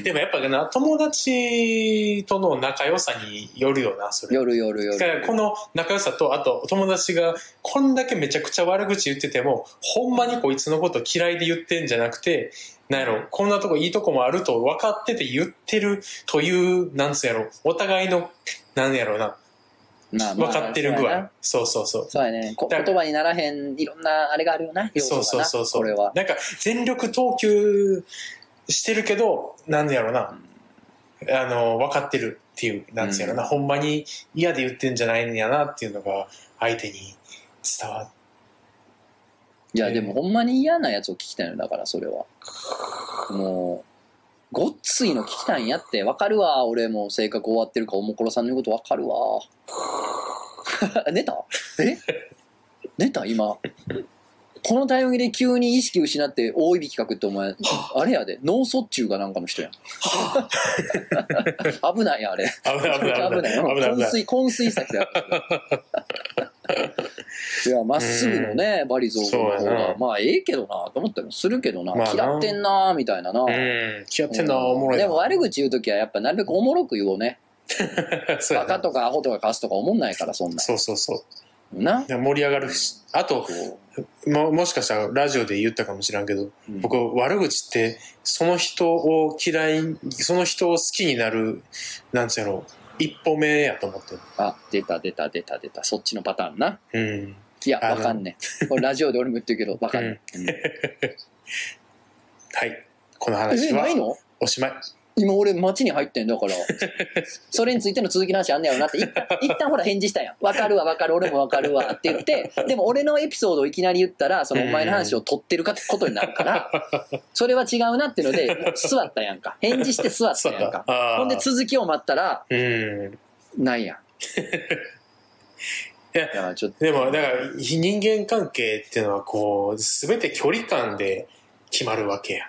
[SPEAKER 2] でもやっぱな、友達との仲良さによるよな、それ。
[SPEAKER 1] 夜夜
[SPEAKER 2] だから
[SPEAKER 1] 夜。
[SPEAKER 2] この仲良さと、あと友達がこんだけめちゃくちゃ悪口言ってても、ほんまにこいつのこと嫌いで言ってんじゃなくて、なんやろ、こんなとこいいとこもあると分かってて言ってるという、なんつうやろ、お互いの、なんやろな、
[SPEAKER 1] まあま
[SPEAKER 2] 分
[SPEAKER 1] あ
[SPEAKER 2] かってる具合。そうそうそう。
[SPEAKER 1] そうやなそうやね。こ
[SPEAKER 2] だから
[SPEAKER 1] 言葉にならへん、いろんなあれがあるよな。要素が
[SPEAKER 2] そう
[SPEAKER 1] な
[SPEAKER 2] そうそうそう
[SPEAKER 1] これは。
[SPEAKER 2] なんか全力投球してるけどなんやろな、あの分かってるっていうなんつうやろな、
[SPEAKER 1] うん
[SPEAKER 2] ほんまに嫌で言ってんじゃないんやなっていうのが相手に伝わ っ
[SPEAKER 1] いや、でもほんまに嫌なやつを聞きたいのよだから、それは。もう、ごっついの聞きたいんやって。わかるわ。俺も性格終わってるから、おもころさんの言うことわかるわ。 寝たえ寝た今。このタイミングで急に意識失って大いびきかくってお前、あれやで、脳卒中がなんかの人やん。危ないや、あれ。
[SPEAKER 2] 危ない危ない
[SPEAKER 1] 危
[SPEAKER 2] 危
[SPEAKER 1] な
[SPEAKER 2] ないい危ない危
[SPEAKER 1] 昏
[SPEAKER 2] ない
[SPEAKER 1] 睡昏睡 先だいやまっすぐのねバリゾーの方
[SPEAKER 2] そうや
[SPEAKER 1] が
[SPEAKER 2] な
[SPEAKER 1] まあええけどなと思ったりもするけどな、
[SPEAKER 2] まあな
[SPEAKER 1] 嫌ってんなみたいなな、
[SPEAKER 2] うん気合ってんなおもろいな
[SPEAKER 1] でも悪口言う時はやっぱなるべくおもろく言おうね
[SPEAKER 2] そうや
[SPEAKER 1] バ
[SPEAKER 2] な
[SPEAKER 1] カとかアホとかカスとか思んないからそんな
[SPEAKER 2] そうそうそ
[SPEAKER 1] な
[SPEAKER 2] うで盛り上がるしあと
[SPEAKER 1] こ
[SPEAKER 2] ももしかしたらラジオで言ったかもしらんけど、
[SPEAKER 1] う、うん
[SPEAKER 2] 僕悪口ってその人を嫌いその人を好きになるなんつうやろ一歩目やと思ってる
[SPEAKER 1] あ出た出た出た出たそっちのパターンな
[SPEAKER 2] うん
[SPEAKER 1] いや
[SPEAKER 2] あ
[SPEAKER 1] わ
[SPEAKER 2] の
[SPEAKER 1] かんねんこれラジオで俺も言ってるけどわかんねん、うん
[SPEAKER 2] はい。この
[SPEAKER 1] え
[SPEAKER 2] 話
[SPEAKER 1] ない
[SPEAKER 2] は
[SPEAKER 1] の
[SPEAKER 2] おしまい。
[SPEAKER 1] 今俺街に入ってんだから それについての続きの話あんねやろなって一旦一旦ほら返事したやん「わかるわわかる俺もわかるわ」って言ってでも俺のエピソードをいきなり言ったらそのお前の話を取ってるかってことになるからそれは違うなっていうので座ったやんか返事して座ったやんか
[SPEAKER 2] あー
[SPEAKER 1] ほんで続きを待ったら
[SPEAKER 2] うん。
[SPEAKER 1] なんや
[SPEAKER 2] いや
[SPEAKER 1] だからちょっと
[SPEAKER 2] でも、だから、人間関係っていうのは、こう、すべて距離感で決まるわけや。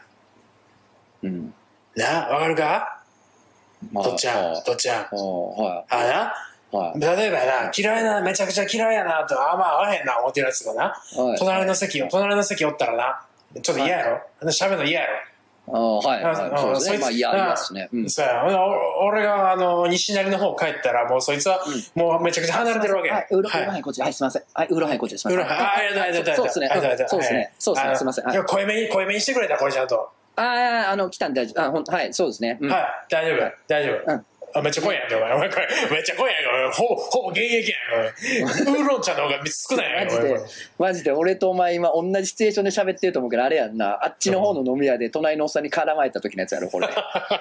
[SPEAKER 1] うん
[SPEAKER 2] な、わかるか
[SPEAKER 1] ま
[SPEAKER 2] とっちゃ
[SPEAKER 1] は
[SPEAKER 2] ん、とっちゃん。
[SPEAKER 1] あは
[SPEAKER 2] あな、
[SPEAKER 1] いはい
[SPEAKER 2] 例えばな、嫌いな、めちゃくちゃ嫌いやなと、あんま合わへんな、思ってるやつがな、
[SPEAKER 1] はい
[SPEAKER 2] 隣の席、隣の席おったらな、ちょっと嫌やろ、喋るの嫌やろ。
[SPEAKER 1] ああはいはい
[SPEAKER 2] あ
[SPEAKER 1] そうです
[SPEAKER 2] そい
[SPEAKER 1] ね
[SPEAKER 2] つ
[SPEAKER 1] まあいやありますねうん
[SPEAKER 2] そうやお俺があの西成の方帰ったらもうそいつは
[SPEAKER 1] う
[SPEAKER 2] もうめちゃくちゃ離れてるわけ、
[SPEAKER 1] はい、ウーロウーロンハイこっちはいすみませんはいウーロンハイこっちですいま
[SPEAKER 2] う
[SPEAKER 1] せ
[SPEAKER 2] ら
[SPEAKER 1] ん
[SPEAKER 2] ああ、やだ、やだ、やだ、
[SPEAKER 1] そうですね
[SPEAKER 2] やだやだ
[SPEAKER 1] そうですねそうですね
[SPEAKER 2] あの
[SPEAKER 1] すいませんはい
[SPEAKER 2] いや、濃いめに、濃いめにしてくれた、これちゃんと。
[SPEAKER 1] あああの来たんで大丈夫あほんはいそうですねうん
[SPEAKER 2] はい、大丈
[SPEAKER 1] は
[SPEAKER 2] 夫
[SPEAKER 1] い、
[SPEAKER 2] 大丈
[SPEAKER 1] うん
[SPEAKER 2] 夫。あ、めっちゃ濃いやんけ、お前。お前これめっちゃ濃いやんけ、お前。ほぼ、ほぼ現役やんけ、お 前。ウーロン茶の方が少ないやんけ、
[SPEAKER 1] マジ
[SPEAKER 2] お前。こ
[SPEAKER 1] で
[SPEAKER 2] れ、
[SPEAKER 1] マジで俺とお前今同じシチュエーションで喋ってると思うけど、あれやんな、あっちの方の飲み屋で隣のおっさんに絡まれた時のやつやろ、こ れ。だから、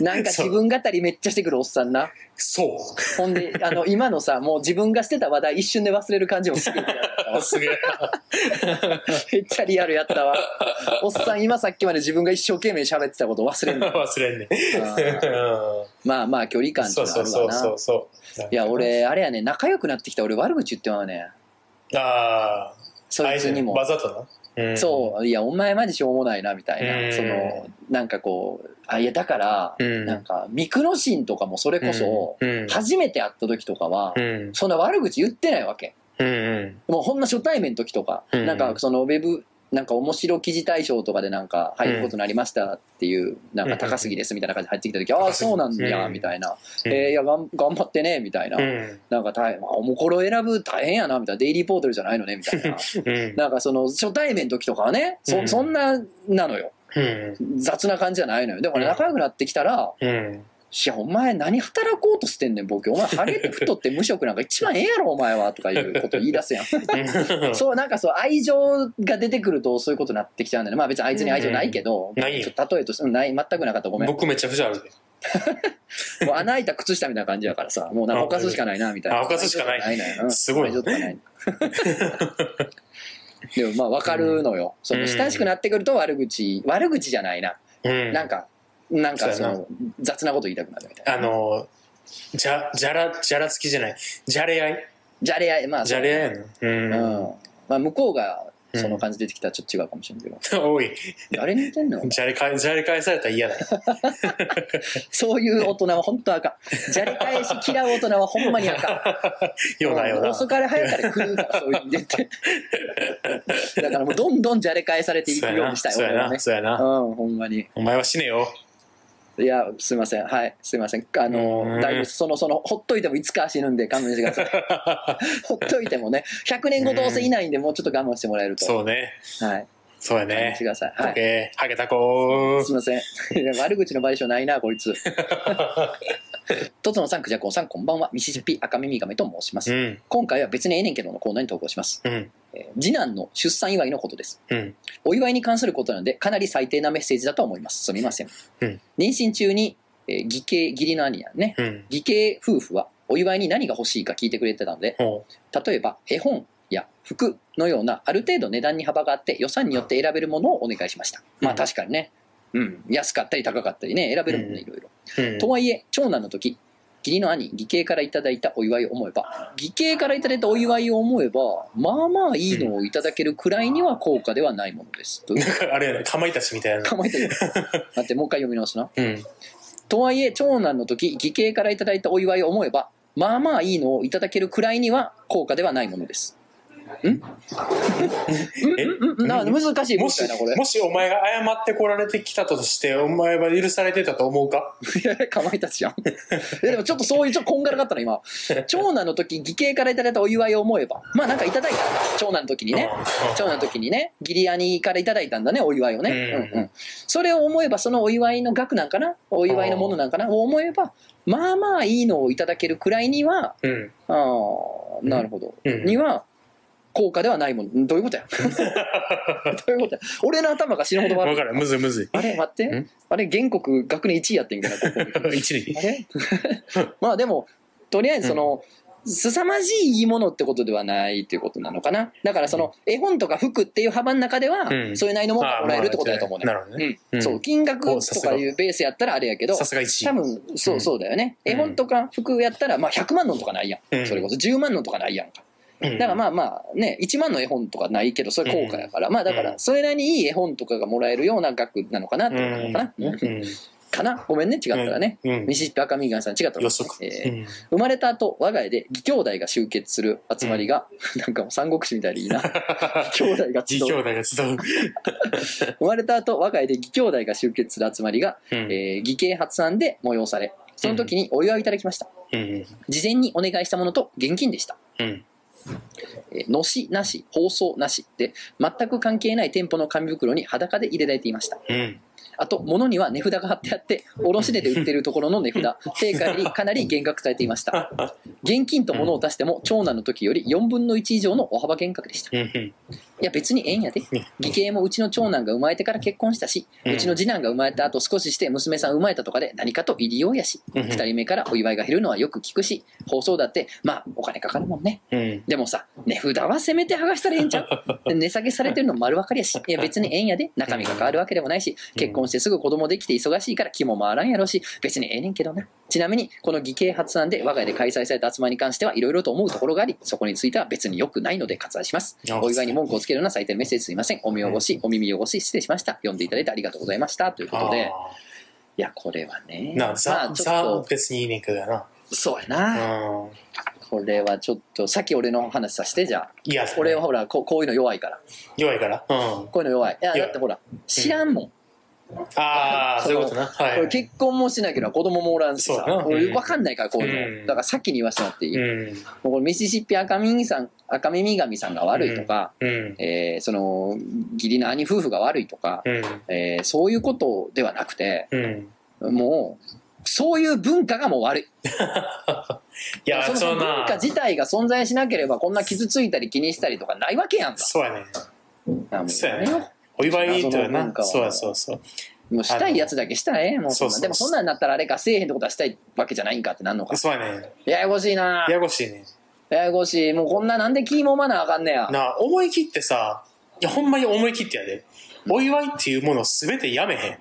[SPEAKER 1] なんか自分語りめっちゃしてくるおっさんな。
[SPEAKER 2] そう。
[SPEAKER 1] ほんで、 あの、今のさ、もう自分がしてた話題一瞬で忘れる感じもするやん
[SPEAKER 2] あ すげえ。
[SPEAKER 1] めっちゃリアルやったわ。おっさん今さっきまで自分が一生懸命喋ってたこと 忘れんの。
[SPEAKER 2] 忘れん ね。う
[SPEAKER 1] まあまあ距離感
[SPEAKER 2] ん
[SPEAKER 1] って
[SPEAKER 2] そ
[SPEAKER 1] いう
[SPEAKER 2] う
[SPEAKER 1] のは
[SPEAKER 2] そ
[SPEAKER 1] あ
[SPEAKER 2] う
[SPEAKER 1] る
[SPEAKER 2] そう
[SPEAKER 1] わ
[SPEAKER 2] そ
[SPEAKER 1] な
[SPEAKER 2] う。そう。
[SPEAKER 1] いや、。俺、あれやね、仲良くなってきた俺悪口言ってまうね。
[SPEAKER 2] ああ。
[SPEAKER 1] そいつにも
[SPEAKER 2] わ。ざとな。うん
[SPEAKER 1] そういやお前までしょうもないなみた
[SPEAKER 2] う
[SPEAKER 1] い
[SPEAKER 2] ん
[SPEAKER 1] なそのなんかこうあいやだから、
[SPEAKER 2] うん
[SPEAKER 1] なんかミクロシンとかもそれこそ、
[SPEAKER 2] うん
[SPEAKER 1] 初めて会った時とかは、
[SPEAKER 2] うん。
[SPEAKER 1] そんな悪口言ってないわけ
[SPEAKER 2] うんうん。
[SPEAKER 1] もうほんな初対面の時とか、
[SPEAKER 2] うん
[SPEAKER 1] なんかそのウェブなんか面白記事大賞とかでなんか入ることになりましたっていう、なんか高杉ですみたいな感じで入ってきた時、あ
[SPEAKER 2] 高
[SPEAKER 1] あ
[SPEAKER 2] 杉
[SPEAKER 1] そうなんや
[SPEAKER 2] うん
[SPEAKER 1] みたいな、
[SPEAKER 2] うん
[SPEAKER 1] えーいやがん頑張ってねみたいな、
[SPEAKER 2] うん。
[SPEAKER 1] なんか大変あおもころ選ぶ大変やなみたいなデイリーポータルじゃないのねみたい な
[SPEAKER 2] うん。
[SPEAKER 1] なんかその初対面の時とかはね、
[SPEAKER 2] う
[SPEAKER 1] そ
[SPEAKER 2] ん
[SPEAKER 1] そんななのよ。
[SPEAKER 2] うん。
[SPEAKER 1] 雑な感じじゃないのよ。でもね
[SPEAKER 2] うん
[SPEAKER 1] 仲良くなってきたら、
[SPEAKER 2] うん。
[SPEAKER 1] いや、お前何働こうとしてんねん、ボケ。お前、ハゲて太って無職なんか一番ええやろ、お前は。とかいうこと言い出すや ん。そう、なんかそう、愛情が出てくるとそういうことになってきちゃうんだよね。まあ別にあいつに愛情ないけど、
[SPEAKER 2] うんないよ
[SPEAKER 1] ちょっと例えとして、うんない、全くなかった。ごめん。も
[SPEAKER 2] 僕めちゃくちゃあるで。
[SPEAKER 1] う穴開いた靴下みたいな感じやからさ、もうなんかおかずしかないな、みたいな。
[SPEAKER 2] あおかずしかない
[SPEAKER 1] ないのよ。うん
[SPEAKER 2] すごい
[SPEAKER 1] 愛情と かない。でもまあ分かるのよ。その親しくなってくると悪口、悪口じゃないな。
[SPEAKER 2] うん。
[SPEAKER 1] なんか、なんか
[SPEAKER 2] そ
[SPEAKER 1] そう
[SPEAKER 2] やな
[SPEAKER 1] の雑なこと言いたくなるみたいな。
[SPEAKER 2] あの、じゃ、じゃら、じゃらつきじゃない。じゃれ合い
[SPEAKER 1] じゃれ合い、まあ、
[SPEAKER 2] じゃれ合いや
[SPEAKER 1] う
[SPEAKER 2] な。うん
[SPEAKER 1] ん。まあ、向こうがその
[SPEAKER 2] 感
[SPEAKER 1] 感じ出てきたらちょっと違うかもしれんけど、
[SPEAKER 2] じ。多い。
[SPEAKER 1] 誰に似てんの
[SPEAKER 2] じゃれ返、じゃれ返されたら 嫌だ。
[SPEAKER 1] そういう大人は本当あかん。じゃれ返し嫌う大人はほんまにあかん。
[SPEAKER 2] ようなような。
[SPEAKER 1] 遅かれ早かれ来るから、そういう意味で って。だからもうどんどんじゃれ返されてい
[SPEAKER 2] そ
[SPEAKER 1] く
[SPEAKER 2] う
[SPEAKER 1] よう
[SPEAKER 2] や
[SPEAKER 1] に
[SPEAKER 2] な。
[SPEAKER 1] したい、
[SPEAKER 2] そうや
[SPEAKER 1] 俺はね
[SPEAKER 2] な。。そうや
[SPEAKER 1] うん
[SPEAKER 2] な。、
[SPEAKER 1] ほんまに。
[SPEAKER 2] お前は死ねよ。
[SPEAKER 1] いや、すいません。はい、すいません。あの
[SPEAKER 2] う、ん
[SPEAKER 1] だいぶ、その、その、ほっといてもいつかは死ぬんで勘弁 してください。ほっといてもね、100年後どうせいないんで、もうちょっと我慢してもらえると。
[SPEAKER 2] そうね。
[SPEAKER 1] はい。
[SPEAKER 2] そうや
[SPEAKER 1] 勘弁
[SPEAKER 2] ね
[SPEAKER 1] してく。ださい。は
[SPEAKER 2] ハ
[SPEAKER 1] い。
[SPEAKER 2] ゲ、ハゲタコ
[SPEAKER 1] すいません。いや悪口の賠償ないな、こい つ。とつのさん、くじゃこんさん、こんばんは。ミシシッピ赤耳亀と申しま
[SPEAKER 2] う
[SPEAKER 1] す。
[SPEAKER 2] ん。
[SPEAKER 1] 今回は別にええねんけどのコーナーに投稿します。
[SPEAKER 2] うん。
[SPEAKER 1] えー次男の出産祝いのことです。
[SPEAKER 2] うん。
[SPEAKER 1] お祝いに関することなので、かなり最低なメッセージだとは思います。すみません。
[SPEAKER 2] うん
[SPEAKER 1] 妊娠中に、えー義兄、義理の兄やね。
[SPEAKER 2] うん。
[SPEAKER 1] 義兄夫婦は、お祝いに何が欲しいか聞いてくれてたので、
[SPEAKER 2] ほ
[SPEAKER 1] 例えば絵本や服のようなある程度値段に幅があって予算によって選べるものをお願いしました、まあ
[SPEAKER 2] うん
[SPEAKER 1] 確かにね、うん、安かったり高かったりね選べるもん
[SPEAKER 2] うん
[SPEAKER 1] ねいろいろ、
[SPEAKER 2] う。うん
[SPEAKER 1] とはいえ長男の時義理の兄義兄からいただいたお祝いを思えば義兄からいただいたお祝いを思えばまあまあいいのをいただけるくらいには高価ではないものですという
[SPEAKER 2] あれやな、かまいたちみたいな。
[SPEAKER 1] 構えて る待ってもう一回読み直すな
[SPEAKER 2] うん。
[SPEAKER 1] とはいえ長男の時義兄からいただいたお祝いを思えばまあまあいいのをいただけるくらいには高価ではないものですんん
[SPEAKER 2] え
[SPEAKER 1] うんうんな難しい
[SPEAKER 2] も
[SPEAKER 1] 問
[SPEAKER 2] し
[SPEAKER 1] 題なこれ、
[SPEAKER 2] もしお前が謝ってこられてきたとして、お前は許されてたと思うか
[SPEAKER 1] かまいたちじゃんえでもちょっとそういうちょっとこんがらかったの 今長男の時義兄からいただいたお祝いを思えばまあなんかいただいた長男の時にね長男の時にね義理兄からいただいたんだねお祝いをね、
[SPEAKER 2] うん
[SPEAKER 1] うんうんそれを思えばそのお祝いの額なんかなお祝いのものなんかなを思えばまあまあいいのをいただけるくらいには
[SPEAKER 2] うん。うん。
[SPEAKER 1] ああ、なるほど。
[SPEAKER 2] うん
[SPEAKER 1] には、効果ではないもの。どうい うことやどういうことや俺の頭が死ぬほど悪
[SPEAKER 2] わ
[SPEAKER 1] い。
[SPEAKER 2] からん、むずいむ ず
[SPEAKER 1] あれ待って
[SPEAKER 2] ん。
[SPEAKER 1] あれ、原告学年1位やってんけど、ここ
[SPEAKER 2] い。一理
[SPEAKER 1] あれまあでも、とりあえずその、凄まじいいいものってことではないっていうことなのかな。だからその絵本とか服っていう幅の中では、
[SPEAKER 2] うん
[SPEAKER 1] そういう内容のものがもらえるってことだと思うね。
[SPEAKER 2] なるほどね。
[SPEAKER 1] うん、そう、金額
[SPEAKER 2] おさ
[SPEAKER 1] と
[SPEAKER 2] すが
[SPEAKER 1] かいうベースやったらあれやけど、
[SPEAKER 2] さすが1
[SPEAKER 1] 多分、そうう、
[SPEAKER 2] ん
[SPEAKER 1] そうだよね。
[SPEAKER 2] うん
[SPEAKER 1] 絵本とか服やったら、まあ100万のとかないや。
[SPEAKER 2] うんん
[SPEAKER 1] それこそ10万のとかないやんか。だからまあまあね、1万の絵本とかないけど、それ高価やから、まあだから、それなりにいい絵本とかがもらえるような額なのかなってことなのかな。
[SPEAKER 2] うん
[SPEAKER 1] うんかなごめんね、違ったらね。
[SPEAKER 2] うん
[SPEAKER 1] 西って赤身川さん違ったら、
[SPEAKER 2] 予測。
[SPEAKER 1] えー
[SPEAKER 2] うん
[SPEAKER 1] 生まれた後、我が家で義兄弟が集結する集まりが、なんかもう三国志みたいで いいな。兄弟が集
[SPEAKER 2] 自兄
[SPEAKER 1] う。
[SPEAKER 2] 弟が集う。
[SPEAKER 1] 生まれた後、我が家で義兄弟が集結する集まりが、
[SPEAKER 2] うん
[SPEAKER 1] えー、義兄発案で催され、その時にお祝いいただきました。
[SPEAKER 2] うん
[SPEAKER 1] 事前にお願いしたものと現金でした。
[SPEAKER 2] うん
[SPEAKER 1] えーのしなし、放送なしで、全く関係ない店舗の紙袋に裸で入れられていました。
[SPEAKER 2] うん
[SPEAKER 1] あと、物には値札が貼ってあって、卸値で売ってるところの値 札、定価よりかなり減額されていました。現金と物を出しても、長男の時より4分の1以上のお幅減額でした。い
[SPEAKER 2] うんうん
[SPEAKER 1] や、別にええんやで。義兄もうちの長男が生まれてから結婚したし、
[SPEAKER 2] うん
[SPEAKER 1] うちの次男が生まれた後少しして娘さん生まれたとかで何かと入りようやし、
[SPEAKER 2] うん
[SPEAKER 1] 2人目からお祝いが減るのはよく聞くし、放送だって、まあ、お金かかるもんね。
[SPEAKER 2] うん
[SPEAKER 1] でもさ、値札はせめて剥がしたらええんちゃ うで値下げされてるの丸分かりやし、いや別にええんやで、中身が変わるわけでもないし、結婚してすぐ子供できて忙しいから気も回らんやろし、別にええねんけどな。ちなみに、この義兄発案で我が家で開催された集まりに関してはいろいろと思うところがあり、そこについては別に良くないので割愛します。お祝いに文句をつけるような採点メッセージすいません。お見汚し、お耳汚し、失礼しました。読んでいただいてありがとうございました。ということで、いや、これはね、
[SPEAKER 2] なあ、
[SPEAKER 1] まあ
[SPEAKER 2] ザ、
[SPEAKER 1] ちょ
[SPEAKER 2] ザ
[SPEAKER 1] っ、
[SPEAKER 2] 別にいいねんけどやな。
[SPEAKER 1] と、そうやな。
[SPEAKER 2] うん
[SPEAKER 1] これはちょっと、さっき俺の話させて、じゃあ。
[SPEAKER 2] いや、
[SPEAKER 1] 俺はほらこうこういうの弱いから
[SPEAKER 2] 弱いから。うん。
[SPEAKER 1] こういうの弱いいや
[SPEAKER 2] いや
[SPEAKER 1] だってほら知らんもん、
[SPEAKER 2] ああ、そういうことな。はい
[SPEAKER 1] こ
[SPEAKER 2] は
[SPEAKER 1] れ
[SPEAKER 2] い。
[SPEAKER 1] 結婚もしなければ子供もおらんし
[SPEAKER 2] そ
[SPEAKER 1] さ
[SPEAKER 2] うやな
[SPEAKER 1] 俺
[SPEAKER 2] うん
[SPEAKER 1] 分かんないからこういうの、
[SPEAKER 2] うん
[SPEAKER 1] だから先に言わせてもらっていい、も
[SPEAKER 2] うん。
[SPEAKER 1] うこれミシシッピ赤耳さん赤耳神さんが悪いとか、
[SPEAKER 2] うん。
[SPEAKER 1] えーその義理の兄夫婦が悪いとか、
[SPEAKER 2] うん。
[SPEAKER 1] えーそういうことではなくて
[SPEAKER 2] うん。
[SPEAKER 1] もうそういう文化がもう悪い
[SPEAKER 2] いや、
[SPEAKER 1] そ
[SPEAKER 2] そう
[SPEAKER 1] の文
[SPEAKER 2] な
[SPEAKER 1] 化。自体が存在しなければこんな傷ついたり気にしたりとかないわけやんか
[SPEAKER 2] そうやね。
[SPEAKER 1] あもう
[SPEAKER 2] そうやねお祝いとは
[SPEAKER 1] 謎の文
[SPEAKER 2] な
[SPEAKER 1] 化。は
[SPEAKER 2] そうやそうそう。
[SPEAKER 1] もうしたいやつだけしたらええもうそん
[SPEAKER 2] そう
[SPEAKER 1] な
[SPEAKER 2] そう
[SPEAKER 1] でもそんなんなったらあれかせえへんってことはしたいわけじゃないんかってなんのか
[SPEAKER 2] そうやね。
[SPEAKER 1] ややこしいな
[SPEAKER 2] ややこしいね。
[SPEAKER 1] ややこしいもうこんななんで気もまなあかんねや
[SPEAKER 2] なあ、思い切ってさ、いや、ほんまに思い切ってやで。お祝いっていうものを全てやめへん。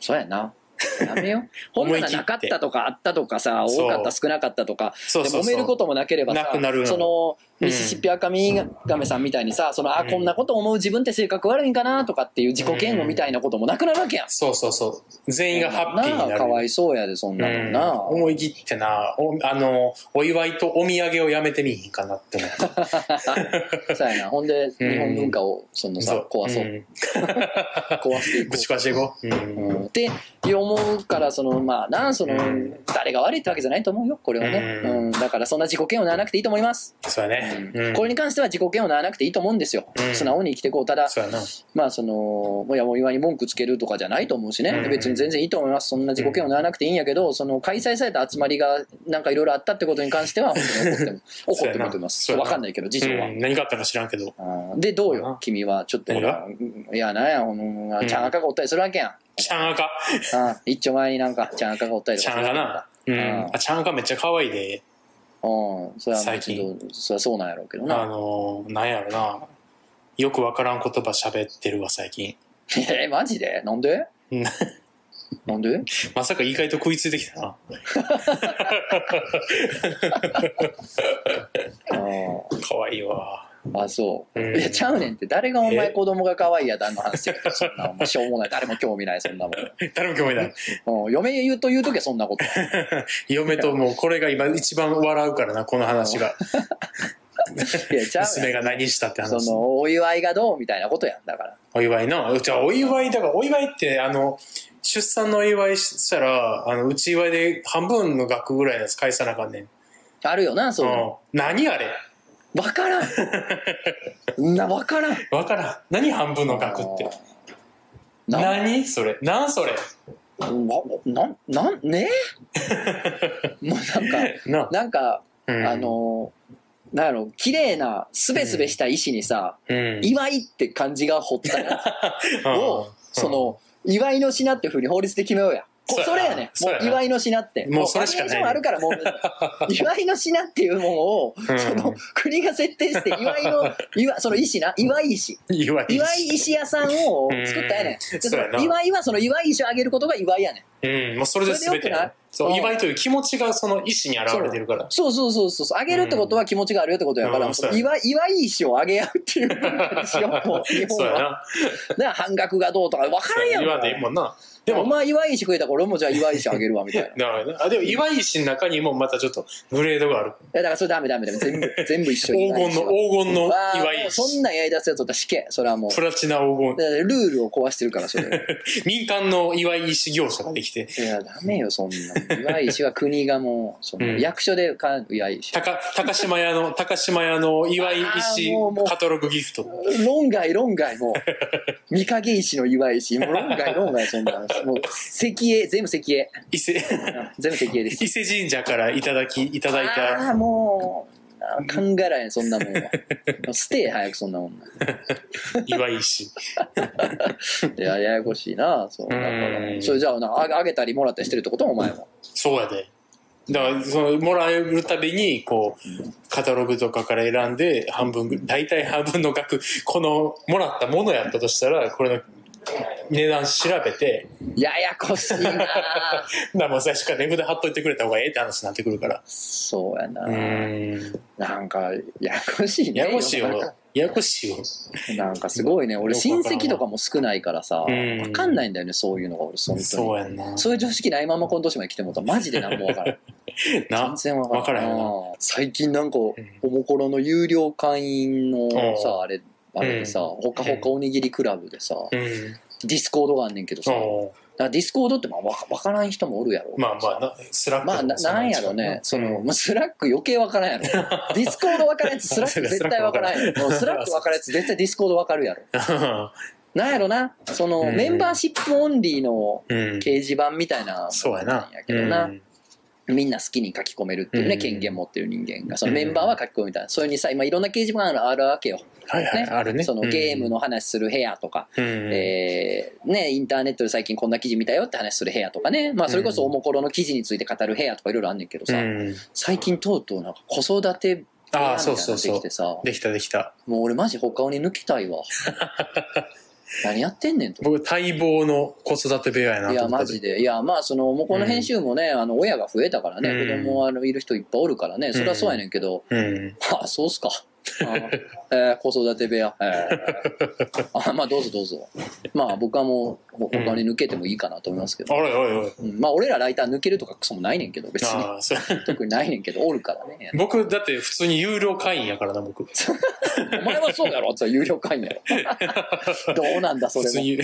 [SPEAKER 1] そうやなやめよ ほんならなかったとかあったとかさ
[SPEAKER 2] そう
[SPEAKER 1] 多かった少なかったとか
[SPEAKER 2] そうそうそう。
[SPEAKER 1] で揉めることもなければさ
[SPEAKER 2] なくなるの
[SPEAKER 1] その
[SPEAKER 2] うん
[SPEAKER 1] ミシシッピアカミガメさんみたいにさその、あ
[SPEAKER 2] うん
[SPEAKER 1] こんなこと思う自分って性格悪いんかなとかっていう自己嫌悪みたいなこともなくなるわけやん、
[SPEAKER 2] そうそうそう。全員がハッピーにな
[SPEAKER 1] な
[SPEAKER 2] る。
[SPEAKER 1] あかわいそうやでそんなのな、
[SPEAKER 2] うん思い切ってなおあのお祝いとお土産をやめてみいひんかなって思う
[SPEAKER 1] そうやなほんで
[SPEAKER 2] うん
[SPEAKER 1] 日本文化をそのさ、壊そう、
[SPEAKER 2] ん
[SPEAKER 1] 壊していこ
[SPEAKER 2] ぶ
[SPEAKER 1] う
[SPEAKER 2] ち壊していこう、うん
[SPEAKER 1] うんって思うからそのまあなその、
[SPEAKER 2] うん
[SPEAKER 1] 誰が悪いってわけじゃないと思うよこれはね、う
[SPEAKER 2] うんん
[SPEAKER 1] だからそんな自己嫌悪にならなくていいと思います、
[SPEAKER 2] そうやね、うん
[SPEAKER 1] これに関しては自己嫌悪にならなくていいと思うんですよ、
[SPEAKER 2] うん
[SPEAKER 1] 素直に生きていこうただ
[SPEAKER 2] そうやな
[SPEAKER 1] まあそのいやもう今に文句つけるとかじゃないと思うしね、
[SPEAKER 2] うん
[SPEAKER 1] 別に全然いいと思いますそんな自己嫌悪にならなくていいんやけどその開催された集まりがなんかいろいろあったってことに関しては本当に怒 っても怒ってもいいと思います
[SPEAKER 2] そうやなそうやな
[SPEAKER 1] 分かんないけど事情は。
[SPEAKER 2] うん何があったか知らんけど
[SPEAKER 1] あーでど
[SPEAKER 2] そう
[SPEAKER 1] う
[SPEAKER 2] や
[SPEAKER 1] よ
[SPEAKER 2] な
[SPEAKER 1] 君はちょっとほらいやなんやほんま
[SPEAKER 2] うん
[SPEAKER 1] ちゃん赤がおったりするわけやん
[SPEAKER 2] ちゃんあか
[SPEAKER 1] あ一丁前になんか、ちゃん赤がおったりと
[SPEAKER 2] ち
[SPEAKER 1] か
[SPEAKER 2] ゃんあかな、うん
[SPEAKER 1] うん
[SPEAKER 2] あちゃんあかめっちゃ可愛いで
[SPEAKER 1] うん、それはもう
[SPEAKER 2] 最
[SPEAKER 1] ち
[SPEAKER 2] 近
[SPEAKER 1] ょっと、それはそうなんやろうけど
[SPEAKER 2] あ
[SPEAKER 1] な。
[SPEAKER 2] のなんやろなよくわからん言葉喋ってるわ最近
[SPEAKER 1] え、マジでなんで
[SPEAKER 2] うん
[SPEAKER 1] なんで
[SPEAKER 2] まさか意外と食いついてきたな
[SPEAKER 1] あー
[SPEAKER 2] 可愛いわ
[SPEAKER 1] あ、そう。
[SPEAKER 2] うん
[SPEAKER 1] いや、ちゃうねんって、誰がお前子供が可愛いやだんの話やけ どそんなもんしょうもない、誰も興味ない、そんな
[SPEAKER 2] 誰も興味ない
[SPEAKER 1] もん。うん、嫁言うと言うときはそん なこと。
[SPEAKER 2] 嫁ともうこれが今一番笑うからなこの話が
[SPEAKER 1] いや、ちゃうね
[SPEAKER 2] 娘が何したって
[SPEAKER 1] ん。そ
[SPEAKER 2] 話
[SPEAKER 1] の、お祝いがどうみたいなことやんだから。
[SPEAKER 2] お祝いな。うちはお祝いだから、お祝いって、あの、出産のお祝いしたら、あの、うち祝いで半分の額ぐらいのやつ返さなあかんねん。
[SPEAKER 1] あるよな、そういうの。
[SPEAKER 2] うん。何あれ
[SPEAKER 1] わ からん。な、わからん。
[SPEAKER 2] わからん。何半分の額って。
[SPEAKER 1] な、な、
[SPEAKER 2] 何それ。なんそれ。
[SPEAKER 1] な、なん、 ねもうなんか、
[SPEAKER 2] な。
[SPEAKER 1] なんか、
[SPEAKER 2] うん
[SPEAKER 1] あ、のー、なんやろ、綺麗な、すべすべした石にさ、
[SPEAKER 2] うん。
[SPEAKER 1] 祝いっ て漢字が彫ったやつ
[SPEAKER 2] うん
[SPEAKER 1] を、そ、の、祝いの品っていうふうに法律で決めようや。こそれやね
[SPEAKER 2] そ
[SPEAKER 1] も
[SPEAKER 2] うや
[SPEAKER 1] う
[SPEAKER 2] な
[SPEAKER 1] 祝いの品って
[SPEAKER 2] もうそれしかない
[SPEAKER 1] もうバリエーションあるからもう祝いの品っていうもんを、
[SPEAKER 2] うん
[SPEAKER 1] その国が設定して祝いの祝その石な祝い石
[SPEAKER 2] 祝い
[SPEAKER 1] 祝い石屋さんを作ったやね
[SPEAKER 2] うん
[SPEAKER 1] んで
[SPEAKER 2] そうやな
[SPEAKER 1] 祝いはその祝い石をあげることが祝いやねん
[SPEAKER 2] うん、もうそれで全てやな
[SPEAKER 1] れ
[SPEAKER 2] そ
[SPEAKER 1] で
[SPEAKER 2] う
[SPEAKER 1] よくない
[SPEAKER 2] 祝いという気持ちがその意思に表れてるから
[SPEAKER 1] そうそうそうそうそうあげるってことは気持ちがあるよってことやから、
[SPEAKER 2] うんうん
[SPEAKER 1] その
[SPEAKER 2] そうや
[SPEAKER 1] 祝い祝い石をあげ合うっていう文化にしようもう日
[SPEAKER 2] そ
[SPEAKER 1] 本
[SPEAKER 2] うや
[SPEAKER 1] は
[SPEAKER 2] な
[SPEAKER 1] だから半額がどうとか分からんやん
[SPEAKER 2] 祝わんでいいもんなで
[SPEAKER 1] お
[SPEAKER 2] も
[SPEAKER 1] 前祝い石食えたから俺もじゃあ祝い石あげるわみたいない
[SPEAKER 2] なるほどねあでも祝い石の中にもまたちょっとグレードがある
[SPEAKER 1] やだからそれダメダメダメ全部全部一緒
[SPEAKER 2] 黄金の黄金の
[SPEAKER 1] わあ
[SPEAKER 2] 祝
[SPEAKER 1] も
[SPEAKER 2] いう
[SPEAKER 1] そん
[SPEAKER 2] 石
[SPEAKER 1] なんやりだすやつだったら死刑それはもう
[SPEAKER 2] プラチナ黄
[SPEAKER 1] だからルールを壊してるからそれ
[SPEAKER 2] 金民間の祝い石業者ができて
[SPEAKER 1] いやダメよそんなん祝い石は国がもうその
[SPEAKER 2] うん
[SPEAKER 1] 役所でか祝い石
[SPEAKER 2] 高高島屋の高島屋の祝い石
[SPEAKER 1] あーもうもう
[SPEAKER 2] カタログギフト
[SPEAKER 1] 論外論外もう三影石の祝い石もう論外論外そんな話もう石英全部石英
[SPEAKER 2] 伊勢
[SPEAKER 1] うん全部石英です
[SPEAKER 2] 伊勢神社からいただきいただい
[SPEAKER 1] あ
[SPEAKER 2] た
[SPEAKER 1] あもうあー考えられんそんなもん はもう捨てえ早くそんなもん
[SPEAKER 2] 祝い石
[SPEAKER 1] いやややこしいなそうだから
[SPEAKER 2] うん
[SPEAKER 1] それじゃあなああげたりもらったりしてるってことお前も
[SPEAKER 2] そうやで。だから、その、もらえるたびに、こう、カタログとかから選んで、半分ぐ、大体半分の額、この、もらったものやったとしたら、これの、値段調べて、
[SPEAKER 1] ややこしいな
[SPEAKER 2] だからもう最初から値札貼っといてくれた方がええって話になってくるから。
[SPEAKER 1] そうやな、
[SPEAKER 2] うーん。
[SPEAKER 1] なんかややこしいね
[SPEAKER 2] ややこしい
[SPEAKER 1] 世の
[SPEAKER 2] よ。ややこしいよ。
[SPEAKER 1] 中なんかすごいね俺
[SPEAKER 2] よく
[SPEAKER 1] 親
[SPEAKER 2] わからんわ
[SPEAKER 1] 戚とかも少ないからさ
[SPEAKER 2] うん
[SPEAKER 1] 分かんないんだよねそういうのが俺本当に
[SPEAKER 2] そうやんな。
[SPEAKER 1] そういう常識ないままこの年まで来てもらったらマジで何も分 からん全
[SPEAKER 2] な。
[SPEAKER 1] 然分からん
[SPEAKER 2] わからん
[SPEAKER 1] うん最近なんかお
[SPEAKER 2] ん
[SPEAKER 1] もころの有料会員の
[SPEAKER 2] う
[SPEAKER 1] さ
[SPEAKER 2] ん
[SPEAKER 1] あれあれでさ、ほかほかおにぎりクラブでさ、
[SPEAKER 2] うん。
[SPEAKER 1] ディスコードがあんねんけどさ、
[SPEAKER 2] そ
[SPEAKER 1] だからディスコードってまあわかわからん人もおるやろ
[SPEAKER 2] う。まあまあな、スラック
[SPEAKER 1] まあななんやろねその、まあ、スラック余計わからんや ろディスコードわからんやつスラック絶対わからんやろもうスラックわからんやつ絶対ディスコードわかるやろなんやろなその、
[SPEAKER 2] うん
[SPEAKER 1] メンバーシップオンリーの
[SPEAKER 2] うん。うん
[SPEAKER 1] 掲示板みたいな
[SPEAKER 2] そうやな。
[SPEAKER 1] やけどな
[SPEAKER 2] うん
[SPEAKER 1] みんな好きに書き込めるっていうね、
[SPEAKER 2] うん
[SPEAKER 1] 権限持ってる人間がそのメンバーは書き込みたいなそれにさ今いろんな掲示板あるあるわけよ、
[SPEAKER 2] はいはい、
[SPEAKER 1] ね
[SPEAKER 2] あるね。
[SPEAKER 1] そのゲーム
[SPEAKER 2] の、
[SPEAKER 1] の話する部屋とか、
[SPEAKER 2] うん
[SPEAKER 1] えーね、インターネットで最近こんな記事見たよって話する部屋とかね、まあ、それこそおもころの記事について語る部屋とかいろいろあんねんけどさ、
[SPEAKER 2] うん、
[SPEAKER 1] 最近とうとうなんか子育て部屋みたいな
[SPEAKER 2] ああそう
[SPEAKER 1] の
[SPEAKER 2] そう
[SPEAKER 1] がで
[SPEAKER 2] そ
[SPEAKER 1] き
[SPEAKER 2] う
[SPEAKER 1] てさ
[SPEAKER 2] できたできた
[SPEAKER 1] もう俺マジ他に抜きたい わ何やってんねんと
[SPEAKER 2] 僕待望の子育て部屋やないと
[SPEAKER 1] や
[SPEAKER 2] 思っ
[SPEAKER 1] マ
[SPEAKER 2] た
[SPEAKER 1] ジでいやまあそのもうこの編集もね、あの親が増えたからね、
[SPEAKER 2] うん
[SPEAKER 1] 子供あのいる人いっぱいおるからねそれはそうやねんけど、
[SPEAKER 2] うん
[SPEAKER 1] ああそうっすかあーえー子育て部屋、えー あまあどうぞどうぞまあ僕はもうほ他に抜けてもいいかなと思いますけど
[SPEAKER 2] あ、れおいおい
[SPEAKER 1] うんまあ俺らライター抜けるとかクソもないねんけど別に
[SPEAKER 2] ああそう
[SPEAKER 1] 特にないねんけどおるからね
[SPEAKER 2] 僕だって普通に有料会員やからな僕
[SPEAKER 1] お前はそうやろって言ったら有料会員や ろどうなんだそ
[SPEAKER 2] 普
[SPEAKER 1] れ
[SPEAKER 2] 通
[SPEAKER 1] も
[SPEAKER 2] に